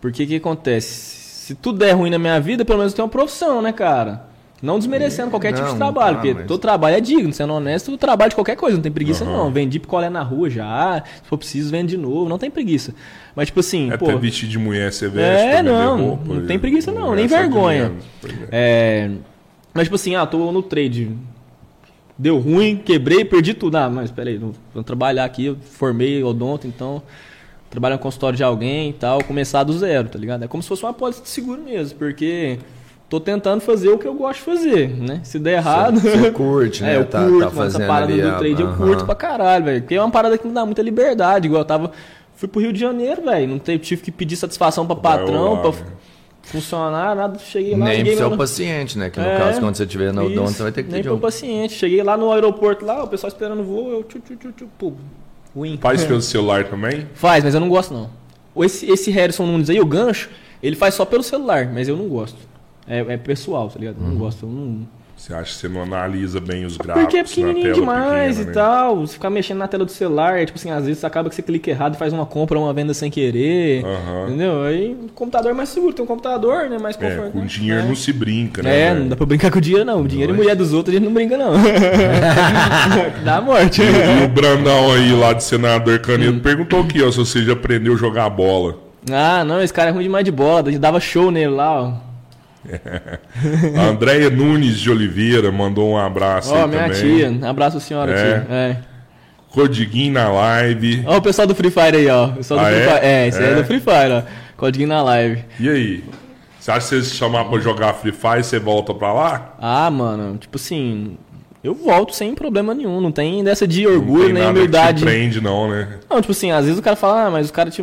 Speaker 3: Porque o que acontece? Se tudo der ruim na minha vida, pelo menos eu tenho uma profissão, né, cara? Não desmerecendo qualquer tipo
Speaker 2: não,
Speaker 3: de trabalho,
Speaker 2: tá,
Speaker 3: porque
Speaker 2: mas-
Speaker 3: todo trabalho é digno, sendo honesto, o trabalho de qualquer coisa, não tem preguiça
Speaker 1: Aham.
Speaker 3: não. Vendi picolé na rua já, se for preciso, vendo de novo, não tem preguiça. Mas tipo assim,
Speaker 1: É
Speaker 3: pô,
Speaker 1: até vestir de mulher, você veste
Speaker 3: É,
Speaker 1: pra vender
Speaker 3: não,
Speaker 1: roupa,
Speaker 3: não tem
Speaker 1: e-
Speaker 3: preguiça não, nem
Speaker 1: essa aqui
Speaker 3: vergonha.
Speaker 1: mesmo, pois é.
Speaker 3: É, mas tipo assim, ah, tô no trade. Deu ruim, quebrei, perdi tudo. Ah, mas peraí, não- vou trabalhar aqui, eu formei odonto, então. Trabalhar no consultório de alguém e tal, começar do zero, tá ligado? É como se fosse uma apólice de seguro mesmo, porque tô tentando fazer o que eu gosto de fazer, né? Se der errado.
Speaker 2: Você curte, né?
Speaker 3: É, eu
Speaker 2: Tá-
Speaker 3: curto,
Speaker 2: tá
Speaker 3: mano, essa
Speaker 2: fazendo
Speaker 3: parada
Speaker 2: ali
Speaker 3: do
Speaker 2: a-
Speaker 3: trade eu
Speaker 2: aham.
Speaker 3: curto pra caralho, velho. Porque é uma parada que me dá muita liberdade, igual eu tava. Fui pro Rio de Janeiro, velho. Não teve- tive que pedir satisfação pra patrão,
Speaker 1: lá,
Speaker 3: pra
Speaker 1: velho.
Speaker 3: funcionar, nada. Cheguei lá,
Speaker 2: né? Nem pro
Speaker 3: ninguém
Speaker 2: seu
Speaker 3: me-
Speaker 2: paciente, né? Que no
Speaker 3: É,
Speaker 2: caso, quando você tiver na odonto,
Speaker 3: isso,
Speaker 2: você vai ter que
Speaker 3: Nem
Speaker 2: ter
Speaker 3: pro
Speaker 2: um.
Speaker 3: paciente. Cheguei lá no aeroporto, lá, o pessoal esperando o voo, eu tchu, tchu, tchu, tchu, pum. É. Ruim.
Speaker 1: Faz pelo celular também?
Speaker 3: Faz, mas eu não gosto, não. O- Esse, esse Harrison Nunes aí, o gancho, ele faz só pelo celular, mas eu não gosto. É, é pessoal, tá ligado? Eu
Speaker 1: Hum.
Speaker 3: não gosto. Eu não...
Speaker 1: Você acha que você não analisa bem os gráficos
Speaker 3: Porque é
Speaker 1: na
Speaker 3: pequenininho
Speaker 1: tela
Speaker 3: demais
Speaker 1: pequena,
Speaker 3: e
Speaker 1: né?
Speaker 3: tal. Se ficar mexendo na tela do celular, é tipo assim, às vezes acaba que você clica errado e faz uma compra ou uma venda sem querer.
Speaker 1: Aham.
Speaker 3: Entendeu? Aí o computador é mais seguro, tem um computador, né? Mais
Speaker 1: É,
Speaker 3: confortável.
Speaker 1: com dinheiro
Speaker 3: É.
Speaker 1: não se brinca, né?
Speaker 3: É,
Speaker 1: velho?
Speaker 3: não dá pra brincar com o dinheiro, não. O dinheiro e mulher dos outros a gente não brinca, não. Dá a morte.
Speaker 1: E o Brandão aí, lá de senador Canedo,
Speaker 3: Hum.
Speaker 1: perguntou aqui, ó, se você já aprendeu a jogar bola.
Speaker 3: Ah, não, esse cara é ruim demais de bola. A gente dava show nele lá, ó.
Speaker 1: A Andréia Nunes de Oliveira mandou um abraço
Speaker 3: Ó,
Speaker 1: aí
Speaker 3: minha
Speaker 1: também.
Speaker 3: tia. Abraço a senhora,
Speaker 1: É.
Speaker 3: tia. É.
Speaker 1: Rodiguinho na live.
Speaker 3: Ó, o pessoal do Free Fire aí, ó. O pessoal do
Speaker 1: Ah,
Speaker 3: Free
Speaker 1: é?
Speaker 3: Fire. É, esse aí
Speaker 1: É?
Speaker 3: é do Free Fire, ó. Código na live.
Speaker 1: E aí? Você acha que se você chamar pra jogar Free Fire, você volta pra lá?
Speaker 3: Ah, mano, tipo assim, eu volto sem problema nenhum. Não tem dessa de orgulho,
Speaker 1: tem
Speaker 3: nem
Speaker 1: nada que te
Speaker 3: humildade.
Speaker 1: prende, não, né?
Speaker 3: Não, tipo assim, às vezes o cara fala, ah, mas o cara te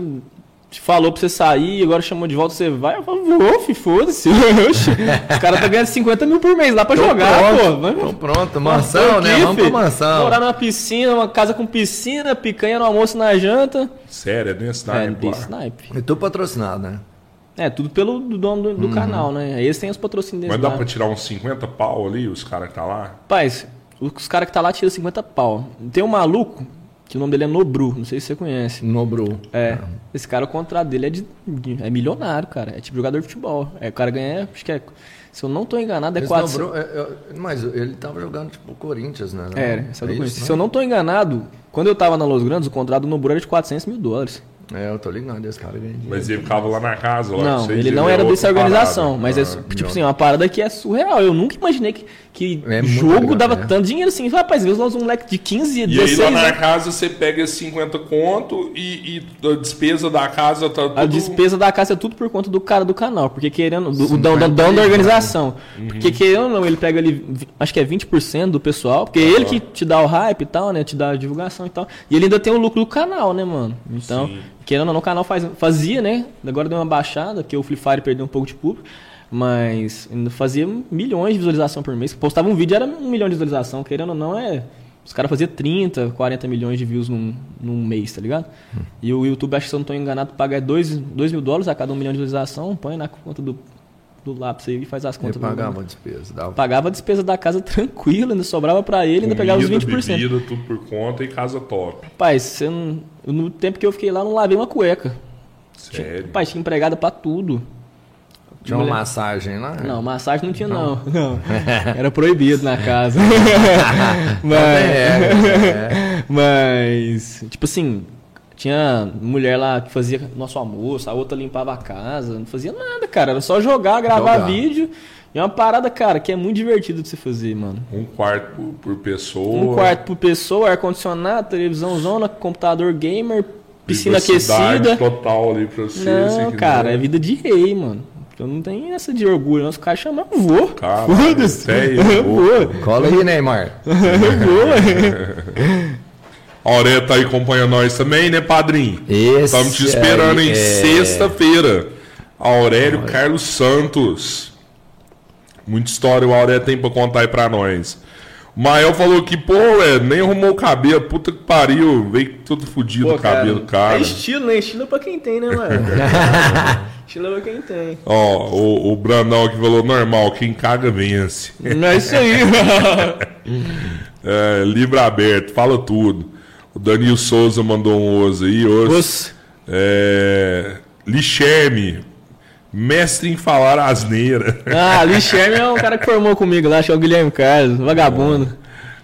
Speaker 3: te falou pra você sair, agora chamou de volta, você vai? Eu falo, vou, fi, foda-se. Oxe, Os caras tá ganhando 50 mil por mês lá pra jogar, pô. né? Vai-
Speaker 2: Então pronto, mansão,
Speaker 3: Tô
Speaker 2: né?
Speaker 3: aqui,
Speaker 2: Vamos pra
Speaker 3: fi.
Speaker 2: mansão.
Speaker 3: um Morar numa piscina, uma casa com piscina, picanha no almoço, na janta.
Speaker 1: Sério, é nesse
Speaker 3: É,
Speaker 1: naipe
Speaker 3: de
Speaker 1: lá.
Speaker 3: snipe.
Speaker 2: Eu tô patrocinado, né?
Speaker 3: É, tudo pelo do dono do,
Speaker 2: Uhum.
Speaker 3: do canal, né? Aí Eles têm os patrocínios
Speaker 1: Mas
Speaker 3: deles
Speaker 1: dá
Speaker 3: lá.
Speaker 1: pra tirar uns 50 pau ali, os caras que tá lá?
Speaker 3: Rapaz, os caras que tá lá tiram 50 pau. Tem um maluco, que o nome dele é Nobru, não sei se você conhece.
Speaker 2: Nobru.
Speaker 3: É, esse cara, o contrato dele é de, de- é milionário, cara. É tipo jogador de futebol. É, o cara ganha, acho que é, se eu não tô enganado, é
Speaker 2: Esse
Speaker 3: 400.
Speaker 2: Nobru, é- é- mas ele tava jogando tipo Corinthians, né? Não?
Speaker 3: É, essa eu não conheço.
Speaker 2: isso, né?
Speaker 3: Se eu não tô enganado, quando eu tava na Los Grandes, o contrato do Nobru era de 400 mil dólares.
Speaker 2: não... É, eu tô ligado, esse cara ganha dinheiro.
Speaker 1: Mas ele ficava lá na casa, lá.
Speaker 3: não,
Speaker 1: vocês,
Speaker 3: ele não
Speaker 1: é
Speaker 3: era
Speaker 1: outra
Speaker 3: dessa organização,
Speaker 1: parada.
Speaker 3: mas é,
Speaker 1: Ah,
Speaker 3: su- tipo
Speaker 2: não.
Speaker 3: assim, uma parada que é surreal. Eu nunca imaginei que, que
Speaker 2: É muito
Speaker 3: jogo
Speaker 2: legal,
Speaker 3: dava
Speaker 2: né?
Speaker 3: tanto dinheiro assim. Rapaz, às vezes nós um moleque de né? 15,
Speaker 1: E aí
Speaker 3: 16
Speaker 1: lá na
Speaker 3: anos.
Speaker 1: casa você pega esses 50 conto e, e a despesa da casa tá tudo...
Speaker 3: A despesa da casa é tudo por conta do cara do canal, porque querendo. Do, o dono,
Speaker 2: 50
Speaker 3: dono da
Speaker 2: e
Speaker 3: organização. Porque querendo ou não, ele pega ali, vi- acho que é 20% do pessoal, porque ele que te dá o hype e tal, né? Te dá a divulgação e tal. E ele ainda tem o lucro do canal, né, mano? Então, querendo ou não, o canal faz, fazia, né? Agora deu uma baixada, que o Free Fire perdeu um pouco de público. Mas ainda fazia milhões de visualização por mês. Postava um vídeo, era um milhão de visualização, querendo ou não, é. Os caras faziam 30, 40 milhões de views num, num mês, tá ligado? E o YouTube, acho que se eu não tô enganado, paga 2 mil dólares a cada um milhão de visualização, põe na conta do, do lápis aí e faz as
Speaker 2: Ele
Speaker 3: contas. do-
Speaker 2: pagava a despesa, dava
Speaker 3: Pagava a despesa da casa tranquila, ainda sobrava pra ele, ainda pegava os 20%.
Speaker 1: bebida, tudo por conta e casa top.
Speaker 3: Pai, você não- no tempo que eu fiquei lá, eu não lavei uma cueca.
Speaker 1: Sério.
Speaker 3: Pai, tinha empregada pra tudo.
Speaker 2: Tinha uma
Speaker 3: Mulher-
Speaker 2: massagem
Speaker 1: É.
Speaker 2: lá?
Speaker 3: Não, massagem não tinha, não. Não. Era proibido na casa.
Speaker 1: Então
Speaker 3: Mas,
Speaker 1: né?
Speaker 2: É, é,
Speaker 3: mas, tipo assim, tinha mulher lá que fazia nosso almoço, a outra limpava a casa, não fazia nada, cara. Era só jogar, gravar
Speaker 2: Jogar.
Speaker 3: vídeo. E é uma parada, cara, que é muito divertido de você fazer, mano.
Speaker 1: Um quarto por, por pessoa.
Speaker 3: Um quarto por pessoa, ar-condicionado, televisão zona, computador gamer, piscina
Speaker 1: privacidade
Speaker 3: aquecida.
Speaker 1: total ali pra você. assim, se
Speaker 3: Não,
Speaker 1: quiser.
Speaker 3: cara, é vida de rei, mano. Eu não tenho essa de orgulho, não. Se o cara chamar, eu vou.
Speaker 1: Cara,
Speaker 3: Foda-se.
Speaker 1: até eu
Speaker 3: Eu
Speaker 1: vou.
Speaker 3: vou,
Speaker 2: é. Cola aí, Neymar.
Speaker 3: eu vou.
Speaker 1: A Aurélia tá aí acompanhando nós também, né, padrinho?
Speaker 2: Esse
Speaker 1: Estamos te esperando
Speaker 2: aí
Speaker 1: em
Speaker 2: é-
Speaker 1: sexta-feira. Aurélio Carlos Santos. Muita história o Aurélio tem pra contar aí pra nós. O Mael falou que, pô, ué, nem arrumou o cabelo. Puta que pariu. Veio tudo fodido o cabelo, cara.
Speaker 3: É estilo, né? Estilo é pra quem tem, né, mano? estilo é pra quem tem.
Speaker 1: Ó, o, o Brandão aqui falou normal, quem caga vence.
Speaker 3: Não é isso aí.
Speaker 1: É, livro aberto, fala tudo. O Danilo Souza mandou um osso aí. Osso.
Speaker 3: Os-
Speaker 1: É, Lixerme, mestre em falar asneira.
Speaker 3: Ah, Lixerme é um cara que formou comigo lá, acho que é o Guilherme Carlos, vagabundo.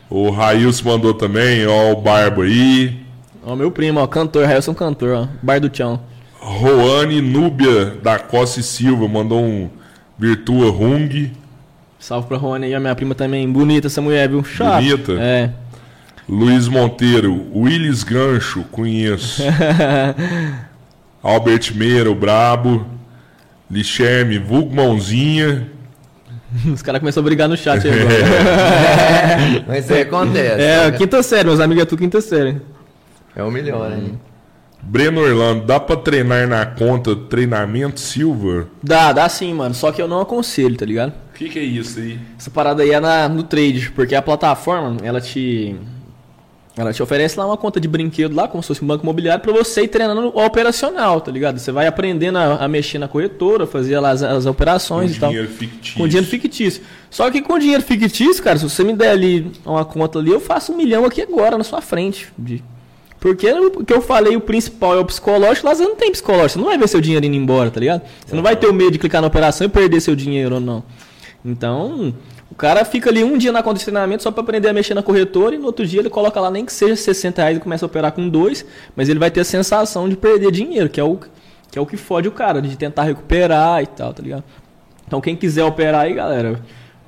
Speaker 1: O Rails mandou também, ó, o Barba aí.
Speaker 3: Ó, meu primo, ó, cantor, Harrison Cantor, ó, Bar do Tchão.
Speaker 1: Roane Núbia da Costa e Silva mandou um Virtua Rung.
Speaker 3: Salve pra Rony aí, a minha prima também. Bonita essa mulher, viu? Chata.
Speaker 1: Bonita?
Speaker 3: É.
Speaker 1: Luiz Monteiro, Willis Gancho, conheço. Albert Meira, o Brabo. Lixerme, vulgo mãozinha.
Speaker 3: Os caras começaram a brigar no chat aí agora.
Speaker 2: Mas isso aí acontece. né?
Speaker 3: É, quinta série, meus amigos é tudo quinta série.
Speaker 2: É um milhão, né?
Speaker 1: Breno Orlando, dá pra treinar na conta treinamento Silva?
Speaker 3: Dá, dá sim, mano. Só que eu não aconselho, tá ligado?
Speaker 1: O que, que é isso aí?
Speaker 3: Essa parada aí é na, no trade, porque a plataforma, ela te. Ela te oferece lá uma conta de brinquedo lá, como se fosse um banco imobiliário, pra você ir treinando o operacional, tá ligado? Você vai aprendendo a, a mexer na corretora, fazer lá as, as operações e tal.
Speaker 1: dinheiro fictício.
Speaker 3: então, Com dinheiro fictício. Só que com dinheiro fictício, cara, se você me der ali uma conta ali, eu faço um milhão aqui agora na sua frente. De- Porque o que eu falei, o principal é o psicológico, lá você não tem psicológico, você não vai ver seu dinheiro indo embora, tá ligado? Você não vai ter o medo de clicar na operação e perder seu dinheiro ou não. Então, o cara fica ali um dia na conta de treinamento só pra aprender a mexer na corretora e no outro dia ele coloca lá nem que seja 60 reais e começa a operar com dois, mas ele vai ter a sensação de perder dinheiro, que é o que, é o que fode o cara, de tentar recuperar e tal, tá ligado? Então quem quiser operar aí, galera,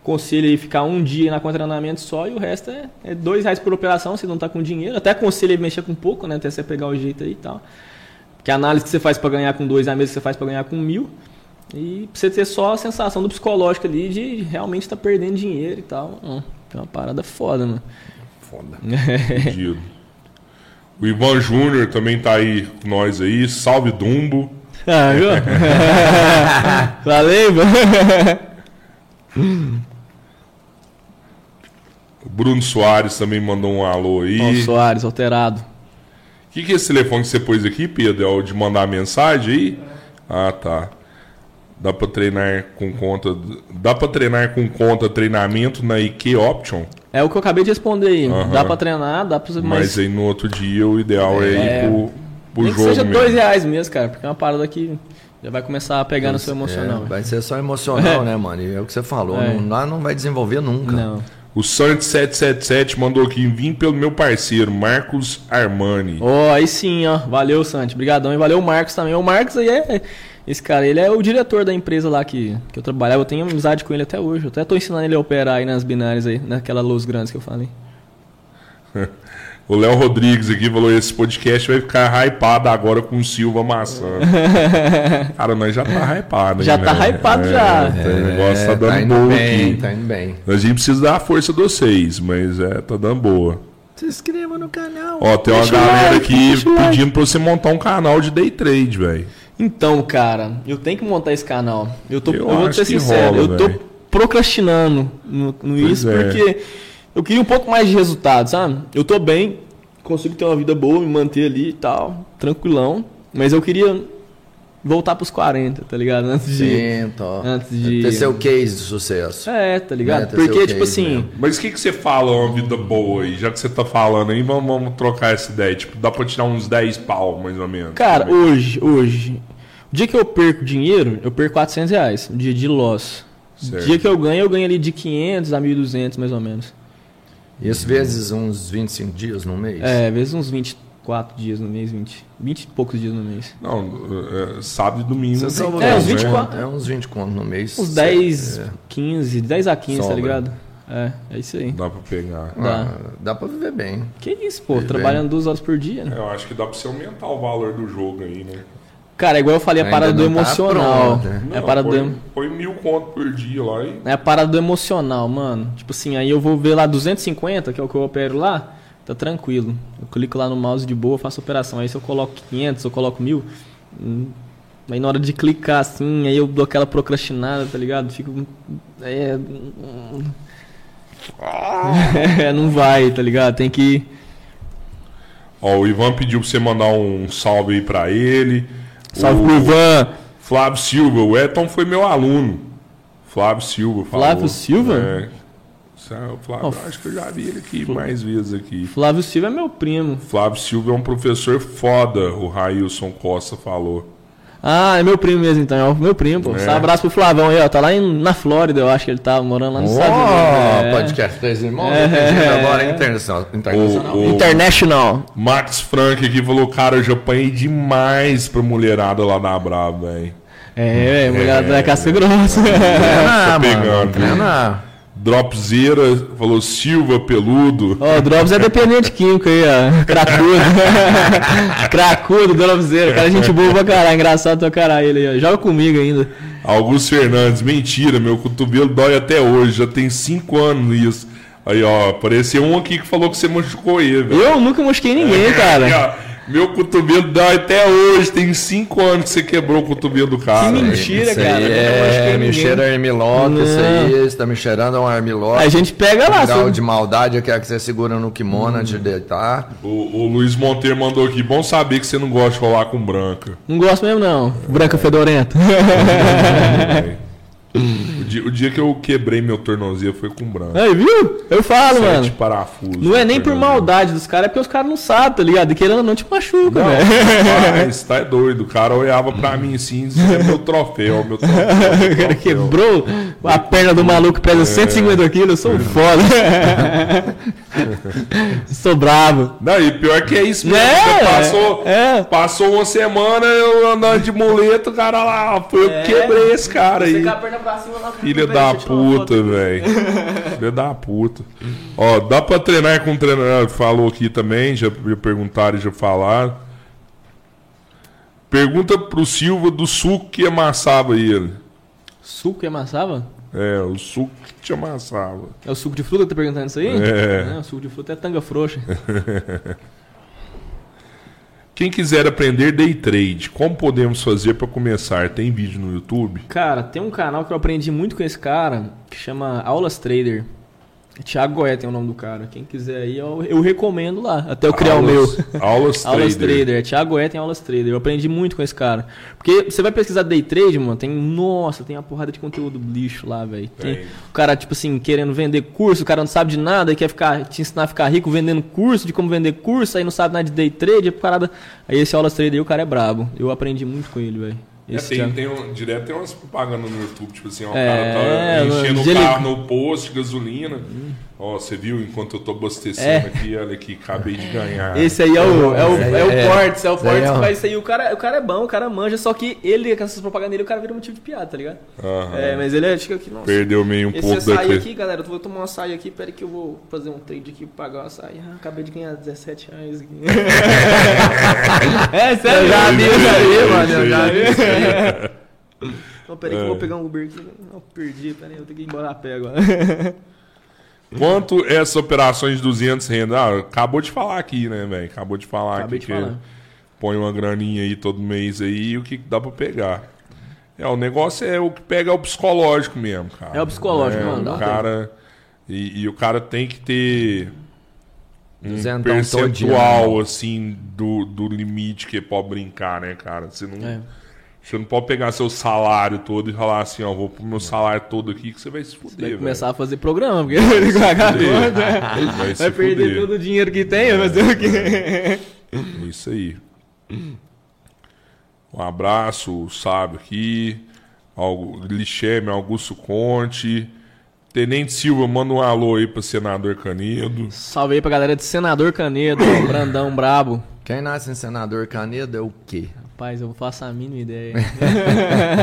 Speaker 3: conselho aí ficar um dia na conta de treinamento só e o resto é, é dois reais por operação, se não tá com dinheiro. Até aconselho aí mexer com pouco, né? Até você pegar o jeito aí e tal. Que a análise que você faz pra ganhar com dois é a mesma que você faz pra ganhar com mil. E pra você ter só a sensação do psicológico ali de realmente estar tá perdendo dinheiro e tal. Hum, É uma parada foda, mano.
Speaker 2: Foda.
Speaker 1: Fudido. O Ivan Júnior também tá aí com nós aí. Salve Dumbo.
Speaker 3: Ah, viu? Valeu, mano.
Speaker 1: O Bruno Soares também mandou um alô aí.
Speaker 3: Ó, o Soares, alterado.
Speaker 1: O que, que é esse telefone que você pôs aqui, Pedro? É o de mandar mensagem aí? Ah, tá. Dá pra treinar com conta. Dá pra treinar com conta treinamento na IQ Option,
Speaker 3: É o que eu acabei de responder aí.
Speaker 1: Aham.
Speaker 3: Dá pra treinar, dá pra... Mas,
Speaker 1: mas aí no outro dia o ideal é,
Speaker 3: É.
Speaker 1: ir pro, pro
Speaker 3: nem que
Speaker 1: jogo.
Speaker 3: seja
Speaker 1: mesmo.
Speaker 3: dois reais mesmo, cara. Porque é uma parada que já vai começar a pegar no seu
Speaker 2: É,
Speaker 3: emocional. velho.
Speaker 2: vai ser só emocional, né, mano? E É o que você falou.
Speaker 3: É.
Speaker 2: Não, lá não vai desenvolver nunca.
Speaker 3: Não.
Speaker 1: O Santos777 mandou aqui, vim pelo meu parceiro, Marcos Armani.
Speaker 3: Ó, aí sim, ó. Valeu, Santi. Obrigadão. E valeu o Marcos também. O Marcos aí é. Esse cara, ele é o diretor da empresa lá que, que eu trabalhava. Eu tenho amizade com ele até hoje. Eu até tô ensinando ele a operar aí nas binárias aí, naquela luz grande que eu falei.
Speaker 1: O Léo Rodrigues aqui falou: esse podcast vai ficar hypado agora com o Silva Maçã. Cara, nós já tá hypado, hein,
Speaker 3: Já tá
Speaker 1: né?
Speaker 3: hypado, já.
Speaker 1: tá, O negócio tá
Speaker 2: É,
Speaker 1: dando
Speaker 2: indo
Speaker 1: boa
Speaker 2: bem,
Speaker 1: aqui.
Speaker 2: Tá indo bem.
Speaker 1: A gente precisa dar a força de vocês, mas é, tá dando boa.
Speaker 2: Se inscreva no canal.
Speaker 1: Ó, tem uma
Speaker 3: Deixa o
Speaker 1: galera
Speaker 3: like,
Speaker 1: aqui
Speaker 3: deixa o like.
Speaker 1: pedindo pra você montar um canal de day trade, velho.
Speaker 3: Então, cara, eu tenho que montar esse canal. Eu, tô,
Speaker 1: Eu
Speaker 3: eu, vou
Speaker 1: acho
Speaker 3: ser
Speaker 1: que
Speaker 3: sincero,
Speaker 1: rola,
Speaker 3: eu tô
Speaker 1: velho.
Speaker 3: procrastinando no, no
Speaker 1: Pois
Speaker 3: isso,
Speaker 1: é.
Speaker 3: porque eu queria um pouco mais de resultado, sabe? Eu tô bem, consigo ter uma vida boa, me manter ali e tal, tranquilão. Mas eu queria voltar pros 40, tá ligado? Antes de.
Speaker 2: ó.
Speaker 3: Antes de-
Speaker 2: Ter seu case de sucesso.
Speaker 3: É, tá ligado?
Speaker 2: Meta,
Speaker 3: Porque,
Speaker 2: seu
Speaker 3: tipo
Speaker 2: case
Speaker 3: assim,
Speaker 2: mesmo.
Speaker 1: Mas o que, que você fala uma vida boa aí? Já que você tá falando aí, vamos, vamos trocar essa ideia. Tipo, dá pra tirar uns 10 pau, mais ou menos.
Speaker 3: cara, hoje, hoje. O dia que eu perco dinheiro, eu perco 400 reais. O dia de loss. O
Speaker 1: Certo.
Speaker 3: dia que eu ganho, eu ganho ali de 500 a 1.200, mais ou menos.
Speaker 2: Isso vezes uns 25 dias no mês.
Speaker 3: É, vezes uns 24 dias no mês, 20, 20 e poucos dias no mês.
Speaker 1: Não, é, sábado e domingo.
Speaker 2: Você
Speaker 1: não
Speaker 2: salva
Speaker 1: tem
Speaker 3: É,
Speaker 1: como,
Speaker 3: uns
Speaker 1: né?
Speaker 3: 24
Speaker 2: conto, É uns 20 conto no mês.
Speaker 3: Uns
Speaker 2: Cê-
Speaker 3: 10,
Speaker 2: é.
Speaker 3: 15, 10 a 15,
Speaker 2: Sobra.
Speaker 3: tá ligado? É, é isso aí.
Speaker 1: Dá pra pegar.
Speaker 3: Dá.
Speaker 2: Ah, dá pra viver bem.
Speaker 3: Que isso, pô, trabalhando duas horas por dia. né?
Speaker 1: Eu acho que dá pra você aumentar o valor do jogo aí, né?
Speaker 3: Cara, é igual eu falei, a
Speaker 2: Ainda
Speaker 3: parada do
Speaker 2: não tá
Speaker 3: emocional.
Speaker 2: pronto, né?
Speaker 3: É a
Speaker 1: Não,
Speaker 3: parada do.
Speaker 1: põe,
Speaker 3: em-
Speaker 1: põe mil conto por dia lá e.
Speaker 3: É a parada do emocional, mano. Tipo assim, aí eu vou ver lá 250, que é o que eu opero lá, tá tranquilo. Eu clico lá no mouse de boa, faço a operação. Aí se eu coloco 500, eu coloco 1000, hum, aí na hora de clicar assim, aí eu dou aquela procrastinada, tá ligado? Fico. É. hum, É, não vai, tá ligado? Tem que.
Speaker 1: Ó, o Ivan pediu pra você mandar um salve aí pra ele.
Speaker 3: Salve
Speaker 1: o
Speaker 3: pro Ivan!
Speaker 1: Flávio Silva, o Eton foi meu aluno. Flávio Silva falou.
Speaker 3: Flávio Silva?
Speaker 1: É. Sa- o Flávio,
Speaker 3: Ó,
Speaker 1: acho que eu já vi ele aqui mais vezes aqui.
Speaker 3: Flávio Silva é meu primo.
Speaker 1: Flávio Silva é um professor foda, o Railson Costa falou.
Speaker 3: Ah, é meu primo mesmo então, é o meu primo, pô.
Speaker 1: É.
Speaker 3: Um abraço pro Flavão aí, ó. Tá lá em- na Flórida, eu acho que ele tá morando lá nos Estados Unidos. É.
Speaker 2: podcast Três Irmãos.
Speaker 3: É.
Speaker 2: entendido Agora é internacional. internacional.
Speaker 1: O, o
Speaker 3: International.
Speaker 1: Max Frank aqui falou, cara, eu já apanhei demais pra mulherada lá da Braba, velho.
Speaker 3: É, é, mulher da casca grossa.
Speaker 2: Ah,
Speaker 1: Tá pegando.
Speaker 3: tá
Speaker 2: Treinar.
Speaker 1: Dropzera falou Silva Peludo.
Speaker 3: Ó, o Drops é dependente químico aí, ó. Cracudo. Cracudo, Dropsera. Cara, é gente boa pra caralho. Engraçado pra caralho ele aí, ó. Joga comigo ainda.
Speaker 1: Augusto Fernandes, mentira, meu cotovelo dói até hoje, já tem 5 anos isso. Aí, ó, apareceu um aqui que falou que você machucou ele, velho.
Speaker 3: Eu nunca mosquei ninguém,
Speaker 1: Aí,
Speaker 3: cara.
Speaker 1: ó, meu cotovelo dói até hoje, tem 5 anos que você quebrou o cotovelo do cara.
Speaker 3: Que
Speaker 1: velho.
Speaker 3: Mentira,
Speaker 2: É, Isso
Speaker 3: cara,
Speaker 2: Aí
Speaker 3: eu não machuquei
Speaker 2: é,
Speaker 3: ninguém.
Speaker 2: me cheira a Armilock, isso aí. Você tá me cheirando a um Armilock.
Speaker 3: A gente pega lá, Hum.
Speaker 2: grau
Speaker 3: só-
Speaker 2: de maldade que é que você segura no kimono antes de deitar.
Speaker 1: O, o Luiz Monteiro mandou aqui, bom saber que você não gosta de rolar com branca.
Speaker 3: Não gosto mesmo, não. Branca fedorenta.
Speaker 1: velho. o, dia, o dia que eu quebrei meu tornozelo foi com branca.
Speaker 3: Aí, viu? Eu falo,
Speaker 1: Sete
Speaker 3: mano.
Speaker 1: parafusos.
Speaker 3: Não é nem
Speaker 1: no
Speaker 3: por
Speaker 1: tornozelo.
Speaker 3: maldade dos caras, é porque os caras não sabem, tá ligado? E querendo ou não, te machuca,
Speaker 1: Não, é.
Speaker 3: velho.
Speaker 1: rapaz, tá é doido. O cara olhava pra mim assim, isso é meu troféu, meu troféu.
Speaker 3: O
Speaker 1: é
Speaker 3: cara quebrou a perna do maluco, pesa 150 quilos, eu sou um foda. sou bravo.
Speaker 1: Não, e pior que é isso mesmo.
Speaker 3: É,
Speaker 1: você passou,
Speaker 3: é.
Speaker 1: passou uma semana eu andando de muleta, o cara lá, "Ah, foi eu que
Speaker 3: É.
Speaker 1: quebrei esse cara aí.
Speaker 3: perna pra cima lá
Speaker 1: Filha da
Speaker 3: tipo,
Speaker 1: puta, velho. Filha da puta. Ó, dá pra treinar com o treinador. Falou aqui também, já me perguntaram e já falaram. Pergunta pro Silva do suco que amassava ele.
Speaker 3: Suco que amassava?
Speaker 1: É, o suco que te amassava.
Speaker 3: É o suco de fruta que tá perguntando isso aí?
Speaker 1: É.
Speaker 3: Não, o suco de fruta é tanga frouxa.
Speaker 1: Quem quiser aprender day trade, como podemos fazer para começar? Tem vídeo no YouTube?
Speaker 3: Cara, tem um canal que eu aprendi muito com esse cara, que chama Aulas Trader. Thiago Goethe é o nome do cara. Quem quiser aí, eu, eu recomendo lá, até eu criar
Speaker 1: Aulas-
Speaker 3: o meu.
Speaker 1: Aulas
Speaker 3: Aulas
Speaker 1: Trader.
Speaker 3: Trader, é Thiago Goethe em Aulas Trader. Eu aprendi muito com esse cara. Porque você vai pesquisar Day Trade, mano, tem. Nossa, tem uma porrada de conteúdo lixo lá, velho. Tem
Speaker 1: Tem.
Speaker 3: O cara, tipo assim, querendo vender curso, o cara não sabe de nada e quer ficar, te ensinar a ficar rico vendendo curso, de como vender curso, aí não sabe nada de Day Trade, é parada. Aí esse Aulas Trader aí, o cara é brabo. Eu aprendi muito com ele, velho.
Speaker 1: É,
Speaker 3: Esse
Speaker 1: tem,
Speaker 3: Thiago-
Speaker 1: tem um, direto tem umas propagandas no YouTube, tipo assim, ó, o
Speaker 3: É,
Speaker 1: cara tá enchendo
Speaker 3: no dia
Speaker 1: o
Speaker 3: ele-
Speaker 1: carro no posto de gasolina. Ó, você viu enquanto eu tô abastecendo
Speaker 3: Hum. É.
Speaker 1: aqui, olha aqui, acabei de ganhar.
Speaker 3: Esse aí é o, é o, é o
Speaker 2: É,
Speaker 3: Portes, é o
Speaker 2: esse aí
Speaker 3: Portes
Speaker 2: é
Speaker 3: que
Speaker 2: um-
Speaker 3: faz isso aí. O cara, o cara é bom, o cara manja, só que ele, com essas propagandas dele, o cara vira motivo de piada, tá ligado?
Speaker 1: Aham.
Speaker 3: É, mas ele é, acho que aqui, nossa.
Speaker 1: Perdeu meio um
Speaker 3: Esse
Speaker 1: pouco
Speaker 3: açaí
Speaker 1: daquele.
Speaker 3: aqui, galera, eu vou tomar um açaí aqui, pera que eu vou fazer um trade aqui pra pagar o açaí. Ah, acabei de ganhar 17 reais aqui. é, sério?
Speaker 2: já vi isso aí, mano.
Speaker 1: Isso aí.
Speaker 2: Eu já vi isso aí.
Speaker 3: Não, peraí que eu
Speaker 1: É.
Speaker 3: vou pegar um Uber aqui. Não, perdi, peraí, eu tenho que ir embora a pé agora.
Speaker 1: Quanto essas operações de 200 renda? Ah, acabou de falar aqui, né, velho? Acabou de falar
Speaker 3: Acabei
Speaker 1: aqui
Speaker 3: de
Speaker 1: que
Speaker 3: falar.
Speaker 1: põe uma graninha aí todo mês aí e o que que dá pra pegar. É, o negócio é o que pega é o psicológico mesmo, cara.
Speaker 3: É o psicológico,
Speaker 1: É,
Speaker 3: não,
Speaker 1: O
Speaker 3: não tem.
Speaker 1: cara, e, e o cara tem que ter
Speaker 3: Hum.
Speaker 1: um
Speaker 2: Duzentão todo dia,
Speaker 3: né?
Speaker 1: percentual, assim, do, do limite que pode brincar, né, cara? Você não...
Speaker 3: É.
Speaker 1: Você não pode pegar seu salário todo e falar assim, ó, vou pro meu salário todo aqui que você vai se fuder,
Speaker 3: Vai
Speaker 1: velho.
Speaker 3: começar a fazer programa, porque ele vai pagar a
Speaker 1: fuder.
Speaker 3: conta.
Speaker 1: Vai
Speaker 3: Vai
Speaker 1: se É.
Speaker 3: perder
Speaker 1: fuder.
Speaker 3: todo o dinheiro que tem, vai fazer o quê?
Speaker 1: Isso aí. Um abraço, o Sábio aqui. Algu- Lixeme, Augusto Conte. Tenente Silva, manda um alô aí pro senador Canedo.
Speaker 3: Salve aí pra galera de Senador Canedo, Brandão Brabo.
Speaker 2: Quem nasce em senador Canedo é o quê?
Speaker 3: Rapaz, eu faço a mínima ideia.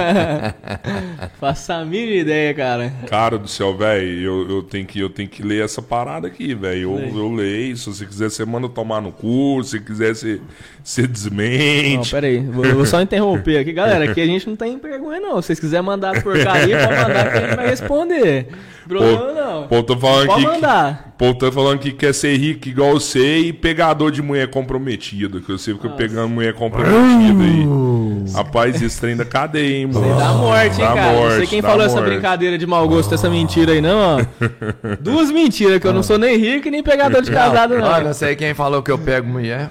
Speaker 3: faço a mínima ideia, cara.
Speaker 1: Cara do céu, velho, eu, eu, tenho que- eu tenho que ler essa parada aqui, velho. Eu,
Speaker 3: Lê.
Speaker 1: eu leio. Se você quiser, você manda tomar no cu. Se quiser, você, você
Speaker 3: Não,
Speaker 1: desmente.
Speaker 3: pera aí, vou, vou só interromper aqui. Galera, aqui a gente não tem vergonha, não. Se vocês quiserem mandar porcaria, pode mandar que a gente vai responder. Problema
Speaker 1: Pô,
Speaker 3: não.
Speaker 1: pô, tô falando
Speaker 3: Pode
Speaker 1: que,
Speaker 3: mandar.
Speaker 1: O povo tá falando que quer ser rico igual você e pegador de mulher comprometida. Que você fica pegando mulher comprometida aí. Rapaz, esse trem da cadeia, hein, mano?
Speaker 3: Dá morte, hein,
Speaker 1: Dá
Speaker 3: cara. não sei
Speaker 1: morte,
Speaker 3: quem
Speaker 1: dá
Speaker 3: falou essa
Speaker 1: morte.
Speaker 3: brincadeira de mau gosto, essa mentira aí, não, ó. Duas mentiras, que eu não sou nem rico e nem pegador de casado,
Speaker 2: Ah,
Speaker 3: não.
Speaker 2: não sei quem falou que eu pego mulher.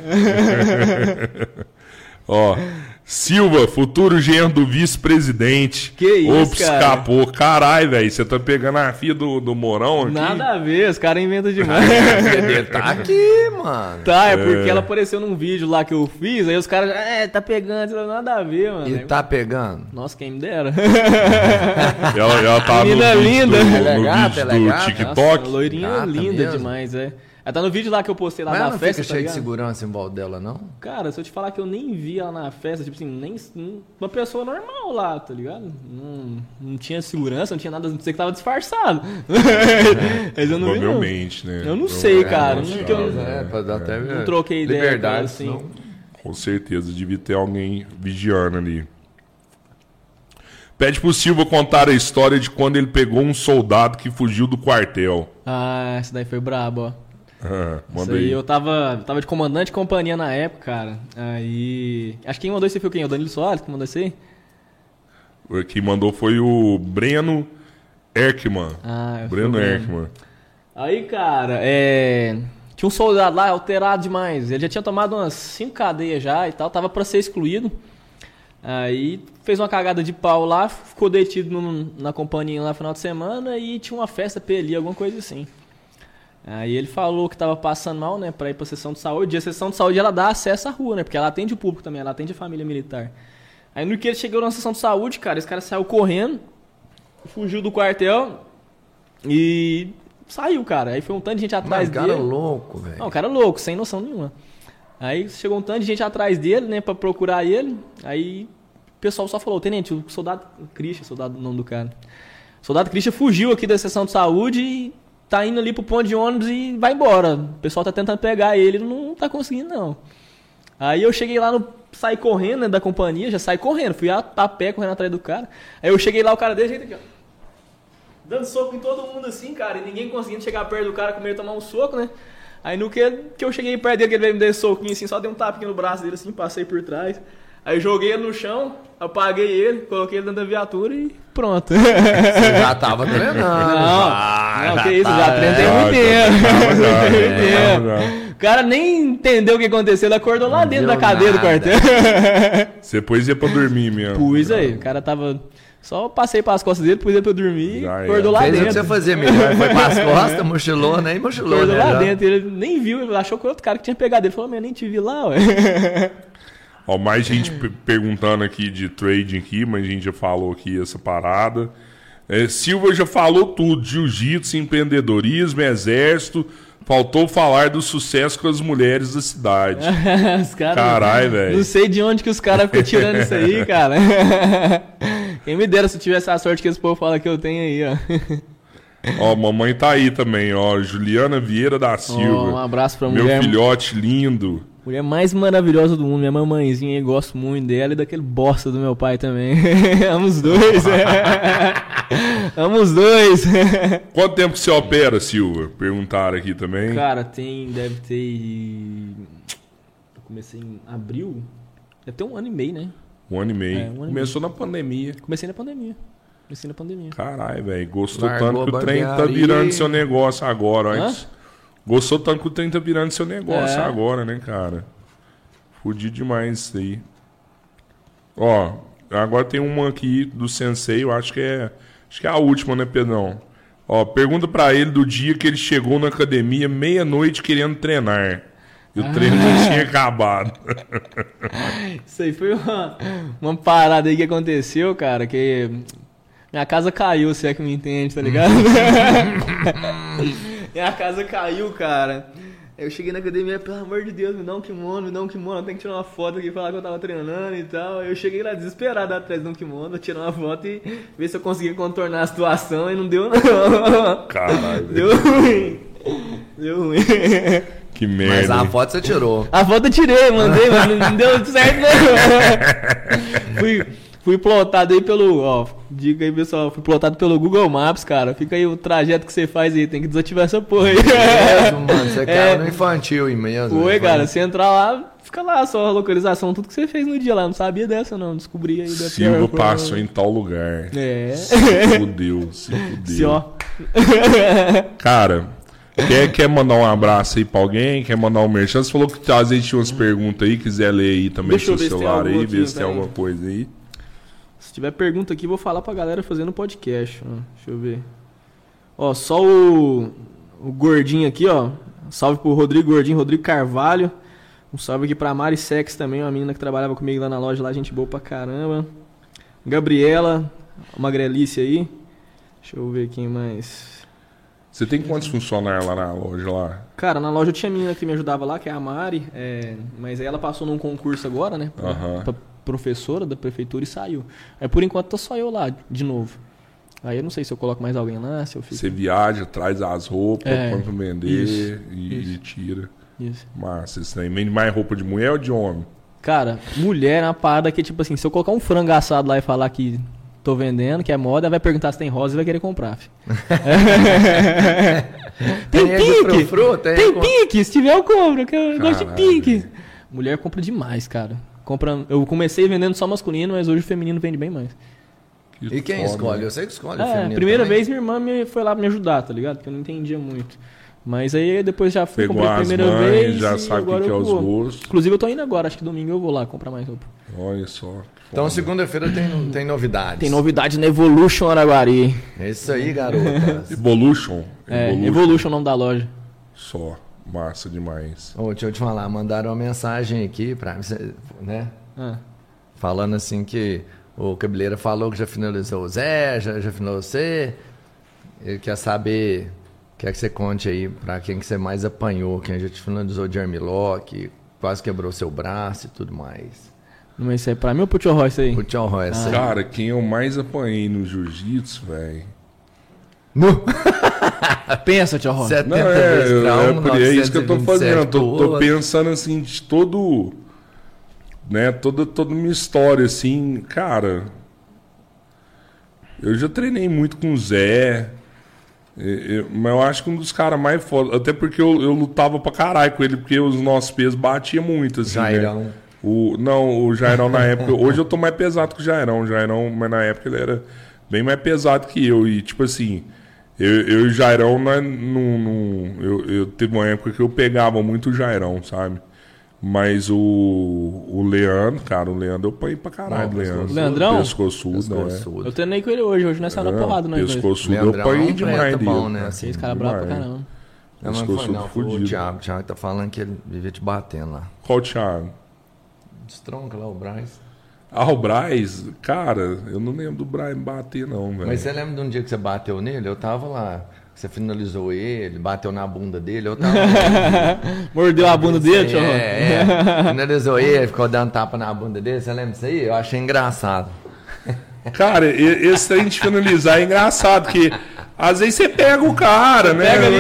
Speaker 1: Ó, Silva, futuro genro do vice-presidente.
Speaker 3: Que isso,
Speaker 1: Ops,
Speaker 3: cara.
Speaker 1: escapou. Caralho, velho, você tá pegando a filha do, do Morão aqui?
Speaker 3: Nada a ver, os caras inventam demais.
Speaker 2: Tá aqui, mano.
Speaker 3: Tá, é porque ela apareceu num vídeo lá que eu fiz, aí os caras já, é, tá pegando, não nada a ver, mano.
Speaker 2: E tá pegando.
Speaker 3: Nossa, quem me dera.
Speaker 1: Ela, ela tá no
Speaker 3: Menina
Speaker 1: vídeo
Speaker 3: linda.
Speaker 1: do,
Speaker 2: Ela é
Speaker 1: no
Speaker 2: gata,
Speaker 1: vídeo
Speaker 2: ela é
Speaker 1: do
Speaker 2: gata.
Speaker 1: TikTok.
Speaker 3: Nossa, loirinha é
Speaker 2: Gata
Speaker 3: linda
Speaker 2: mesmo.
Speaker 3: demais, é. Ela tá no vídeo lá que eu postei lá
Speaker 2: Mas
Speaker 3: na
Speaker 2: ela não
Speaker 3: festa,
Speaker 2: fica
Speaker 3: tá
Speaker 2: cheia de
Speaker 3: ligado?
Speaker 2: segurança em volta dela, não?
Speaker 3: Cara, se eu te falar que eu nem vi ela na festa, tipo assim, nem nem- uma pessoa normal lá, tá ligado? Não, não tinha segurança, não tinha nada, não sei que tava disfarçado. Mas eu não vi não.
Speaker 1: Provavelmente, né?
Speaker 3: Eu não sei, cara,
Speaker 1: Provavelmente,
Speaker 3: não tenho-
Speaker 1: né?
Speaker 2: É, pra dar até
Speaker 3: Não troquei ideia, cara,
Speaker 2: liberdade,
Speaker 3: assim.
Speaker 2: senão-
Speaker 1: Com certeza, devia ter alguém vigiando ali. Pede pro Silva contar a história de quando ele pegou um soldado que fugiu do quartel.
Speaker 3: Ah, essa daí foi brabo, ó.
Speaker 1: Ah,
Speaker 3: Isso
Speaker 1: manda
Speaker 3: aí,
Speaker 1: aí.
Speaker 3: eu tava, tava de comandante de companhia na época, cara. Aí. Acho que quem mandou isso aí foi quem? O Danilo Soares que mandou isso aí?
Speaker 1: Quem mandou foi o Breno Erkman.
Speaker 3: Ah, foi o
Speaker 1: Breno Erkman.
Speaker 3: Aí, cara, é. Tinha um soldado lá alterado demais. Ele já tinha tomado umas 5 cadeias já e tal, tava pra ser excluído. Aí fez uma cagada de pau lá, ficou detido num- na companhia lá no final de semana e tinha uma festa pra ele, ir, alguma coisa assim. Aí ele falou que tava passando mal, né, pra ir pra sessão de saúde. E a sessão de saúde ela dá acesso à rua, né, porque ela atende o público também, ela atende a família militar. Aí no que ele chegou na sessão de saúde, cara, esse cara saiu correndo, fugiu do quartel e saiu, cara. Aí foi um tanto de gente atrás
Speaker 2: Mas cara
Speaker 3: dele.
Speaker 2: louco, velho.
Speaker 3: Não, o cara é louco, sem noção nenhuma. Aí chegou um tanto de gente atrás dele, né, pra procurar ele. Aí o pessoal só falou, tenente, o soldado Christian, soldado o nome do cara. O soldado Christian fugiu aqui da sessão de saúde e tá indo ali pro ponto de ônibus e vai embora. O pessoal tá tentando pegar ele, não tá conseguindo não. Aí eu cheguei lá, no, saí correndo né, da companhia, já saí correndo, fui a, a pé correndo atrás do cara. Aí eu cheguei lá, o cara dele, jeito aqui, ó. Dando soco em todo mundo assim, cara, e ninguém conseguindo chegar perto do cara com medo de tomar um soco, né? Aí no que, que eu cheguei perto dele, que ele veio me dar um soquinho assim, só dei um tapinha no braço dele assim, passei por trás. Aí joguei ele no chão, apaguei ele, coloquei ele dentro da viatura e pronto.
Speaker 2: Você já tava treinando.
Speaker 3: Não,
Speaker 2: já,
Speaker 3: não, que isso, já
Speaker 2: tava-
Speaker 3: treinei
Speaker 1: Ah, já tava,
Speaker 3: muito tempo.
Speaker 1: já,
Speaker 3: Muito
Speaker 1: já tava,
Speaker 3: tempo. O cara nem entendeu o que aconteceu, ele acordou lá dentro
Speaker 2: deu
Speaker 3: da cadeira
Speaker 2: nada.
Speaker 3: do quartel.
Speaker 1: Você pôs ele pra dormir mesmo.
Speaker 3: Pus aí, o cara tava. Só passei pelas costas dele, pus ele pra eu dormir e
Speaker 1: Já era.
Speaker 3: acordou lá
Speaker 2: Fez o que você
Speaker 3: dentro.
Speaker 2: fazia melhor. Foi pras costas, mochilou, né? E mochilou,
Speaker 3: Acordou
Speaker 2: né?
Speaker 3: lá
Speaker 2: já.
Speaker 3: dentro, ele nem viu, ele achou que o outro cara que tinha pegado ele. Falou, meu, eu nem te vi lá, ué.
Speaker 1: Ó, mais
Speaker 3: Uhum.
Speaker 1: gente pe- perguntando aqui de trading aqui, mas a gente já falou aqui essa parada. É, Silva já falou tudo: jiu-jitsu, empreendedorismo, exército. Faltou falar do sucesso com as mulheres da cidade.
Speaker 3: Os caras.
Speaker 1: Caralho,
Speaker 3: Não
Speaker 1: velho.
Speaker 3: sei de onde que os caras ficam tirando isso aí, cara. Quem me dera se eu tivesse a sorte que esse povo fala que eu tenho aí, ó.
Speaker 1: Ó, mamãe tá aí também, ó. Juliana Vieira da Silva.
Speaker 3: um abraço pra
Speaker 1: Meu
Speaker 3: mulher.
Speaker 1: filhote lindo.
Speaker 3: Mulher mais maravilhosa do mundo, minha mamãezinha, eu gosto muito dela e daquele bosta do meu pai também. Amo os dois. Amo os dois.
Speaker 1: Quanto tempo que você opera, Silva? Perguntaram aqui também.
Speaker 3: Cara, tem, deve ter. Eu comecei em abril. Deve ter um ano e meio, né?
Speaker 1: Um ano e meio.
Speaker 3: É, um ano e
Speaker 1: Começou na pandemia.
Speaker 3: Comecei na pandemia. Comecei na pandemia.
Speaker 1: Caralho, velho. Gostou
Speaker 2: Largou
Speaker 1: tanto que
Speaker 2: a
Speaker 1: o trem tá
Speaker 2: barbearia.
Speaker 1: virando seu negócio agora. ó.
Speaker 3: Hã?
Speaker 1: Isso. Gostou tanto que o trem tá virando seu negócio
Speaker 3: É.
Speaker 1: agora, né, cara? Fudido demais isso aí. Ó, agora tem uma aqui do Sensei, eu acho que é. Acho que é a última, né, Pedrão? Ó, pergunta pra ele do dia que ele chegou na academia meia-noite querendo treinar. E o treino
Speaker 2: Ah.
Speaker 1: não tinha acabado.
Speaker 3: Isso aí foi uma, uma parada aí que aconteceu, cara, que minha casa caiu, se é que me entende, tá ligado? minha casa caiu, cara. Eu cheguei na academia, pelo amor de Deus, me dá um kimono, me dá um kimono, tem que tirar uma foto aqui, falar que eu tava treinando e tal. Eu cheguei lá desesperado atrás de um kimono, tirar uma foto e ver se eu conseguia contornar a situação e não deu não.
Speaker 1: Caralho, velho.
Speaker 3: Deu ruim. Deu ruim.
Speaker 1: Que
Speaker 2: Mas
Speaker 1: merda.
Speaker 2: a
Speaker 1: hein?
Speaker 2: foto você tirou.
Speaker 3: A foto eu tirei, mandei, mas não- não deu certo, não. fui, fui plotado aí pelo. Ó, diga aí, pessoal. Fui plotado pelo Google Maps, cara. Fica aí o trajeto que você faz aí. Tem que desativar essa porra aí.
Speaker 2: Mesmo, mano, você caiu
Speaker 3: É.
Speaker 2: no infantil e mesmo.
Speaker 3: Foi,
Speaker 2: Foi,
Speaker 3: cara. Você entrar lá, fica lá só a localização, tudo que você fez no dia lá. Não sabia dessa, não. Descobri aí. da
Speaker 1: Silva
Speaker 3: pior forma.
Speaker 1: passou em tal lugar.
Speaker 3: É.
Speaker 1: Se fudeu, se fudeu.
Speaker 3: Se, Assim, ó.
Speaker 1: Cara, quer, quer mandar um abraço aí pra alguém? Quer mandar um merchan? Você falou que às vezes tinha umas perguntas aí, quiser ler aí também
Speaker 3: Deixa
Speaker 1: seu
Speaker 3: eu ver se tem
Speaker 1: celular
Speaker 3: algo
Speaker 1: aí,
Speaker 3: aqui,
Speaker 1: ver se tem
Speaker 3: peraí.
Speaker 1: alguma coisa aí.
Speaker 3: Se tiver pergunta aqui, vou falar pra galera fazendo podcast. ó. Deixa eu ver. Ó, só o, o Gordinho aqui, ó. Salve pro Rodrigo Gordinho, Rodrigo Carvalho. Um salve aqui pra Mari Sex também, uma menina que trabalhava comigo lá na loja, lá, gente boa pra caramba. Gabriela, uma grelice aí. Deixa eu ver quem mais.
Speaker 1: Você tem quantos funcionários lá na loja lá?
Speaker 3: Cara, na loja eu tinha a menina que me ajudava lá, que é a Mari, é, mas aí ela passou num concurso agora, né? Pra,
Speaker 1: Aham.
Speaker 3: pra professora da prefeitura e saiu. Aí por enquanto tá só eu lá, de novo. Aí eu não sei se eu coloco mais alguém lá, se eu fico.
Speaker 1: Você viaja, traz as roupas,
Speaker 3: É,
Speaker 1: põe pra vender
Speaker 3: isso,
Speaker 1: e,
Speaker 3: isso.
Speaker 1: e tira.
Speaker 3: Isso.
Speaker 1: Massa, isso aí. Vende mais roupa de mulher ou de homem?
Speaker 3: Cara, mulher é uma parada que, tipo assim, se eu colocar um frango assado lá e falar que tô vendendo, que é moda, vai perguntar se tem rosa e vai querer comprar. fi. tem
Speaker 2: Tem de
Speaker 3: pique!
Speaker 2: frufru, tem
Speaker 3: Tem
Speaker 2: com-
Speaker 3: pique! Se tiver eu compro, que eu gosto de
Speaker 1: Caralho.
Speaker 3: pique. Mulher compra demais, cara. Compra... Eu comecei vendendo só masculino, mas hoje o feminino vende bem mais.
Speaker 2: E quem
Speaker 1: foda,
Speaker 2: escolhe?
Speaker 1: né?
Speaker 2: Eu sei que escolhe. o
Speaker 3: É,
Speaker 2: feminino
Speaker 3: primeira
Speaker 2: também.
Speaker 3: vez minha irmã me, foi lá me ajudar, tá ligado? Porque eu não entendia muito. Mas aí depois já fui,
Speaker 1: Pegou
Speaker 3: comprei a
Speaker 1: as
Speaker 3: primeira
Speaker 1: mães,
Speaker 3: vez.
Speaker 1: já
Speaker 3: e
Speaker 1: sabe o
Speaker 3: agora
Speaker 1: que que é
Speaker 3: eu
Speaker 1: os
Speaker 3: vou.
Speaker 1: gostos.
Speaker 3: Inclusive eu tô indo agora, acho que domingo eu vou lá comprar mais roupa.
Speaker 1: Olha só.
Speaker 2: Então, segunda-feira tem, tem novidades.
Speaker 3: Tem novidade na Evolution Araguari.
Speaker 2: É isso aí, garotas.
Speaker 1: Evolution.
Speaker 3: É, Evolution é o nome da loja.
Speaker 1: Só. Massa demais.
Speaker 2: Ô, deixa eu te falar, mandaram uma mensagem aqui pra mim, cê- né?
Speaker 3: Ah,
Speaker 2: Falando assim que o cabeleira falou que já finalizou o Zé, já, já finalizou você. Ele quer saber, quer que você conte aí pra quem que você mais apanhou, quem já te finalizou de armlock, quase quebrou seu braço e tudo mais.
Speaker 3: mas isso é pra mim ou pro Tio Roy isso aí?
Speaker 2: O Tchau Roy, essa.
Speaker 1: Cara, quem eu mais apanhei no jiu-jitsu, velho.
Speaker 2: No-
Speaker 3: Pensa, Tio Roy.
Speaker 2: 70
Speaker 1: Não, é,
Speaker 2: vezes pra um,
Speaker 1: é, por- é isso que eu tô
Speaker 2: 927
Speaker 1: fazendo.
Speaker 2: pro
Speaker 1: Tô, tô
Speaker 2: outro.
Speaker 1: pensando assim de todo. Né, toda, toda minha história, assim, cara. Eu já treinei muito com o Zé. É, é, mas eu acho que um dos caras mais foda. Até porque eu, eu lutava pra caralho com ele, porque os nossos pesos batiam muito, assim.
Speaker 2: Jairão.
Speaker 1: Né? O, não, o Jairão na época. Hoje eu tô mais pesado que o Jairão. O Jairão, mas na época ele era bem mais pesado que eu. E tipo assim, eu, eu e o Jairão, né, não, não- eu, eu teve uma época que eu pegava muito o Jairão, sabe? Mas o, o Leandro, cara, o Leandro eu apanhei pra caralho,
Speaker 2: Não,
Speaker 1: Leandro.
Speaker 3: Leandrão?
Speaker 1: Pescoçudo, pescoçudo.
Speaker 2: Pescoçudo.
Speaker 3: Eu treinei com ele hoje, hoje nós saímos na porrada, né,
Speaker 1: é.
Speaker 3: nós dois.
Speaker 1: Pescoçudo né? eu
Speaker 2: Leandrão é um
Speaker 1: apanhei demais
Speaker 2: preto
Speaker 1: dele.
Speaker 2: bom, né?
Speaker 1: cara.
Speaker 2: Assim,
Speaker 3: Esse cara é brabo pra
Speaker 1: Demais.
Speaker 3: caramba.
Speaker 2: Não, mas foi
Speaker 1: pescoçudo
Speaker 2: não, foi o
Speaker 1: fudido.
Speaker 2: Thiago. O Thiago tá falando que ele vivia te batendo lá.
Speaker 1: Qual o Thiago?
Speaker 2: Destronca lá o Braz.
Speaker 1: Ah, o Braz, cara, eu não lembro do Braz me bater, não, velho.
Speaker 2: Mas você lembra de um dia que você bateu nele? Eu tava lá. Você finalizou ele, bateu na bunda dele, eu tava.
Speaker 3: Mordeu a bunda dele, tio.
Speaker 2: é, é. Finalizou ele, ficou dando tapa na bunda dele. Você lembra disso aí? Eu achei engraçado.
Speaker 1: Cara, e- esse trem de finalizar é engraçado, porque às vezes você pega o cara, né?
Speaker 3: Pega ali.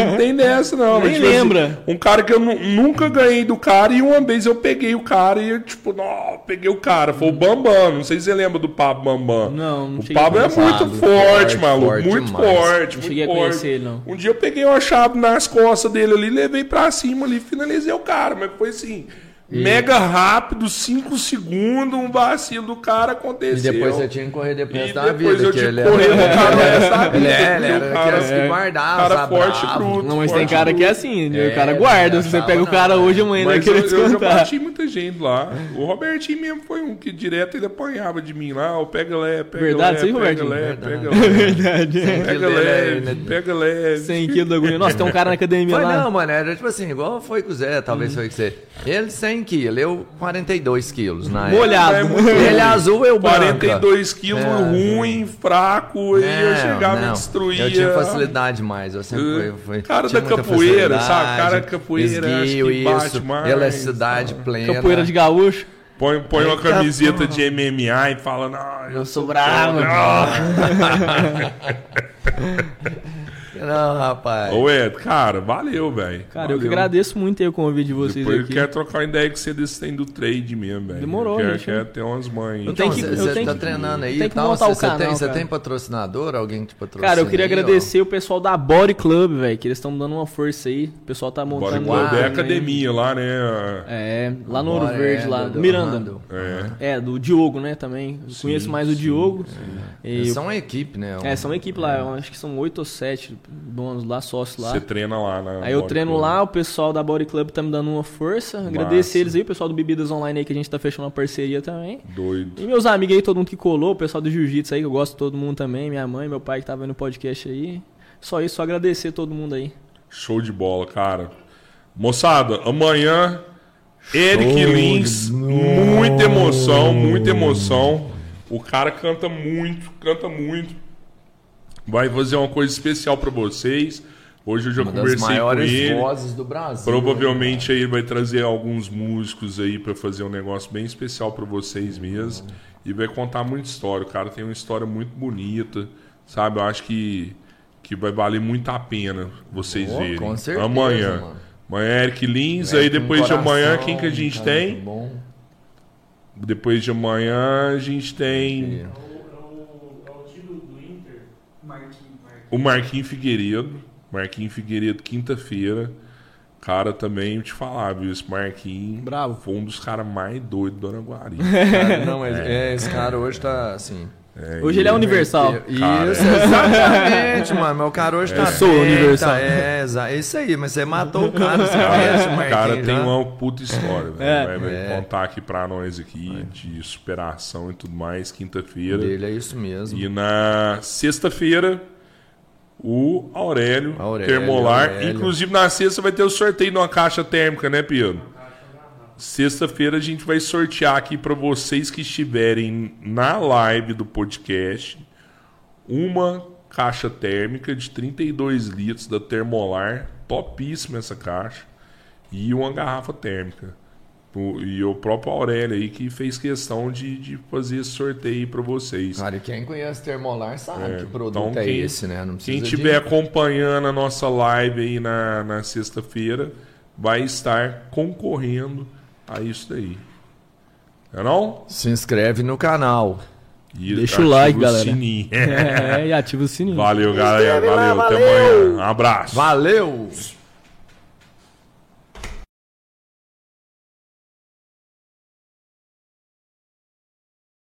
Speaker 1: É, não tem dessa, não.
Speaker 3: Nem lembra.
Speaker 1: assim, um cara que eu nu- nunca ganhei do cara e uma vez eu peguei o cara e, eu, tipo, não, peguei o cara. Foi o Bambam. Não sei se você lembra do Pablo Bambam.
Speaker 3: Não, não
Speaker 1: O
Speaker 3: cheguei a
Speaker 1: Pablo é
Speaker 3: conhecer.
Speaker 1: muito
Speaker 2: Pablo,
Speaker 1: forte,
Speaker 2: forte,
Speaker 1: maluco.
Speaker 2: forte
Speaker 1: muito
Speaker 2: demais.
Speaker 1: forte,
Speaker 3: Não
Speaker 1: muito
Speaker 3: cheguei a
Speaker 1: forte.
Speaker 3: conhecer ele, não.
Speaker 1: Um dia eu peguei uma chave nas costas dele ali, levei pra cima ali, finalizei o cara, mas foi assim. Mega rápido, 5 segundos, um vacilo do cara
Speaker 2: E
Speaker 1: aconteceu.
Speaker 2: depois você tinha que correr depois
Speaker 1: E
Speaker 2: da
Speaker 1: depois
Speaker 2: vida.
Speaker 1: eu
Speaker 2: que
Speaker 1: tinha
Speaker 2: ele
Speaker 1: que correr né? do cara
Speaker 2: ele
Speaker 1: dessa vida,
Speaker 2: ele é,
Speaker 1: porque
Speaker 2: ele
Speaker 1: o
Speaker 2: era
Speaker 1: cara-
Speaker 2: aqueles que
Speaker 1: é,
Speaker 2: guardava,
Speaker 1: cara
Speaker 2: sabe,
Speaker 1: forte,
Speaker 2: bravo.
Speaker 1: bruto.
Speaker 3: Não, mas tem
Speaker 1: forte,
Speaker 3: cara
Speaker 1: bruto.
Speaker 3: que é assim, né?
Speaker 2: É,
Speaker 3: o cara
Speaker 2: não
Speaker 3: guarda. Se você
Speaker 2: achava
Speaker 3: pega o
Speaker 2: não,
Speaker 3: cara
Speaker 2: né?
Speaker 3: hoje, amanhã ele vai
Speaker 1: Mas eu,
Speaker 3: querer
Speaker 1: eu já
Speaker 3: descontar.
Speaker 1: bati muita gente lá. O Robertinho mesmo foi um que direto ele apanhava de mim lá. Ó, pega lé, pega
Speaker 3: Verdade,
Speaker 1: lé,
Speaker 3: sim,
Speaker 1: pega
Speaker 3: Robertinho?
Speaker 1: lé, pega
Speaker 2: Verdade.
Speaker 1: lé.
Speaker 3: Verdade. é.
Speaker 1: Pega
Speaker 2: Ele né? era-
Speaker 1: leve, pega leve.
Speaker 3: 100 quilos da agonia. Nossa, tem um cara na academia
Speaker 2: Foi
Speaker 3: lá.
Speaker 2: não, mano, era tipo assim, igual foi com o Zé, talvez
Speaker 1: Uhum.
Speaker 2: foi com você. Ele 100 quilos, eu 42 quilos na época.
Speaker 1: É
Speaker 3: Molhado.
Speaker 1: muito
Speaker 2: Ele azul, eu branca. É,
Speaker 1: 42 quilos, ruim, fraco, e eu chegava e
Speaker 2: não.
Speaker 1: destruía.
Speaker 2: Eu tinha facilidade mais, eu sempre
Speaker 1: Eh,
Speaker 2: fui, fui-
Speaker 1: cara
Speaker 2: tinha
Speaker 1: da
Speaker 2: muita
Speaker 1: capoeira, sabe?
Speaker 2: facilidade,
Speaker 1: Cara da capoeira, acho
Speaker 2: esguio,
Speaker 1: que bate
Speaker 2: isso,
Speaker 1: mais,
Speaker 2: Elasticidade plena.
Speaker 3: Capoeira de gaúcho.
Speaker 1: Põe, põe uma
Speaker 2: Eita,
Speaker 1: camiseta
Speaker 2: porra.
Speaker 1: de MMA e fala, não, eu
Speaker 3: sou bravo.
Speaker 1: Ah,
Speaker 2: Não, rapaz.
Speaker 1: Ô Ed, cara, valeu, velho.
Speaker 3: Cara,
Speaker 1: Valeu.
Speaker 3: eu que agradeço muito aí o convite de vocês
Speaker 1: Depois eu
Speaker 3: aqui.
Speaker 1: quero trocar uma ideia que você desse tem do trade mesmo, velho.
Speaker 3: Demorou,
Speaker 1: eu quero,
Speaker 3: bicho.
Speaker 1: quero ter umas mães.
Speaker 3: Eu
Speaker 2: Então,
Speaker 3: tenho que-
Speaker 2: cê-
Speaker 3: eu
Speaker 2: cê
Speaker 3: tenho
Speaker 2: tá
Speaker 3: que-
Speaker 2: treinando aí
Speaker 3: tem
Speaker 2: e
Speaker 3: que
Speaker 2: tal?
Speaker 3: montar o
Speaker 2: Você tem,
Speaker 3: canal,
Speaker 2: cê
Speaker 3: cara.
Speaker 2: tem patrocinador? Alguém que te patrocina?
Speaker 3: Cara, eu queria
Speaker 2: aí, ó?
Speaker 3: agradecer o pessoal da Body Club, velho, que eles estão dando uma força aí. O pessoal tá
Speaker 1: Bora
Speaker 3: montando
Speaker 1: igual é
Speaker 3: também.
Speaker 1: a academia lá, né?
Speaker 3: É, lá no Ouro
Speaker 2: Bora,
Speaker 3: Verde,
Speaker 2: é,
Speaker 3: lá.
Speaker 2: do- do
Speaker 3: Miranda.
Speaker 2: Orlando.
Speaker 1: É.
Speaker 3: É, do Diogo, né, também. Eu Conheço mais o Diogo. E
Speaker 1: É.
Speaker 2: Eles são uma equipe, né?
Speaker 3: É, são uma equipe lá, eu acho que são oito ou sete donos lá, sócios lá.
Speaker 1: Você treina lá, né?
Speaker 3: Aí eu treino lá, o pessoal da Body Club tá me dando uma força.
Speaker 1: Massa.
Speaker 3: Agradecer eles aí, o pessoal do Bebidas Online aí que a gente tá fechando uma parceria também.
Speaker 1: Doido.
Speaker 3: E meus amigos aí, todo mundo que colou, o pessoal do Jiu-Jitsu aí, que eu gosto de todo mundo também, minha mãe, meu pai que tava aí no podcast aí. Só isso, só agradecer todo mundo aí.
Speaker 1: Show de bola, cara. Moçada, amanhã, Eric Lins, muita emoção, muita emoção. O cara canta muito, canta muito. Vai fazer uma coisa especial pra vocês. Hoje eu já
Speaker 2: Uma das
Speaker 1: conversei com
Speaker 2: maiores
Speaker 1: ele.
Speaker 2: vozes do Brasil.
Speaker 1: Provavelmente aí ele vai trazer alguns músicos aí pra fazer um negócio bem especial pra vocês mesmo e vai contar muita história. O cara tem uma história muito bonita, sabe? Eu acho que que vai valer muito a pena vocês
Speaker 2: Boa,
Speaker 1: verem.
Speaker 2: né? com certeza,
Speaker 1: amanhã.
Speaker 2: mano.
Speaker 1: Amanhã é Eric Lins,
Speaker 2: Moleque,
Speaker 1: aí depois
Speaker 2: um
Speaker 1: de amanhã
Speaker 2: coração,
Speaker 1: quem que a gente
Speaker 2: um cara muito
Speaker 1: tem?
Speaker 2: Bom.
Speaker 1: Depois de amanhã a gente tem
Speaker 4: É o, é o tiro do Inter, Marquinhos. Marquinhos.
Speaker 1: o Marquinhos Figueiredo. Marquinhos Figueiredo, quinta-feira. Cara, também te falar, viu? Esse Marquinhos
Speaker 3: Bravo.
Speaker 1: foi um dos caras mais doidos do Araguari.
Speaker 2: Cara, não, mas é, esse cara hoje tá assim.
Speaker 3: Hoje ele é universal.
Speaker 1: Cara,
Speaker 2: Isso, exatamente, mano. Meu cara hoje tá. Eu
Speaker 3: sou universal.
Speaker 2: É, exa- é isso aí, mas você matou o cara. Esse cara, esse
Speaker 1: O
Speaker 2: Marquinhos,
Speaker 1: cara tem um
Speaker 2: né?
Speaker 1: uma puta história, velho.
Speaker 3: um É.
Speaker 1: Vai- vai
Speaker 2: É.
Speaker 1: contar aqui pra nós aqui de superação e tudo mais, quinta-feira.
Speaker 2: Dele é isso mesmo.
Speaker 1: E na sexta-feira, o Aurélio,
Speaker 2: Aurélio,
Speaker 1: Termolar.
Speaker 2: Aurélio.
Speaker 1: Inclusive, na sexta vai ter o sorteio de uma caixa térmica, né, Pedro? Sexta-feira a gente vai sortear aqui pra vocês que estiverem na live do podcast uma caixa térmica de 32 litros da Termolar, topíssima essa caixa, e uma garrafa térmica. O- e o próprio Aurélio aí que fez questão de, de fazer esse sorteio para vocês.
Speaker 2: Cara, e quem conhece Termolar sabe
Speaker 1: É,
Speaker 2: que produto
Speaker 1: então
Speaker 2: é
Speaker 1: quem-
Speaker 2: esse, né? Não
Speaker 1: Quem
Speaker 2: precisa
Speaker 1: estiver
Speaker 2: de...
Speaker 1: acompanhando a nossa live aí na, na sexta-feira vai estar concorrendo a isso daí. É não?
Speaker 2: Se inscreve no canal.
Speaker 1: E tá
Speaker 3: Deixa o
Speaker 1: ativa
Speaker 3: like, galera.
Speaker 1: sininho.
Speaker 3: É, e ativa o sininho.
Speaker 1: Valeu, galera.
Speaker 2: Escreve lá,
Speaker 1: valeu. Até
Speaker 2: valeu.
Speaker 1: amanhã. Um abraço.
Speaker 2: Valeu!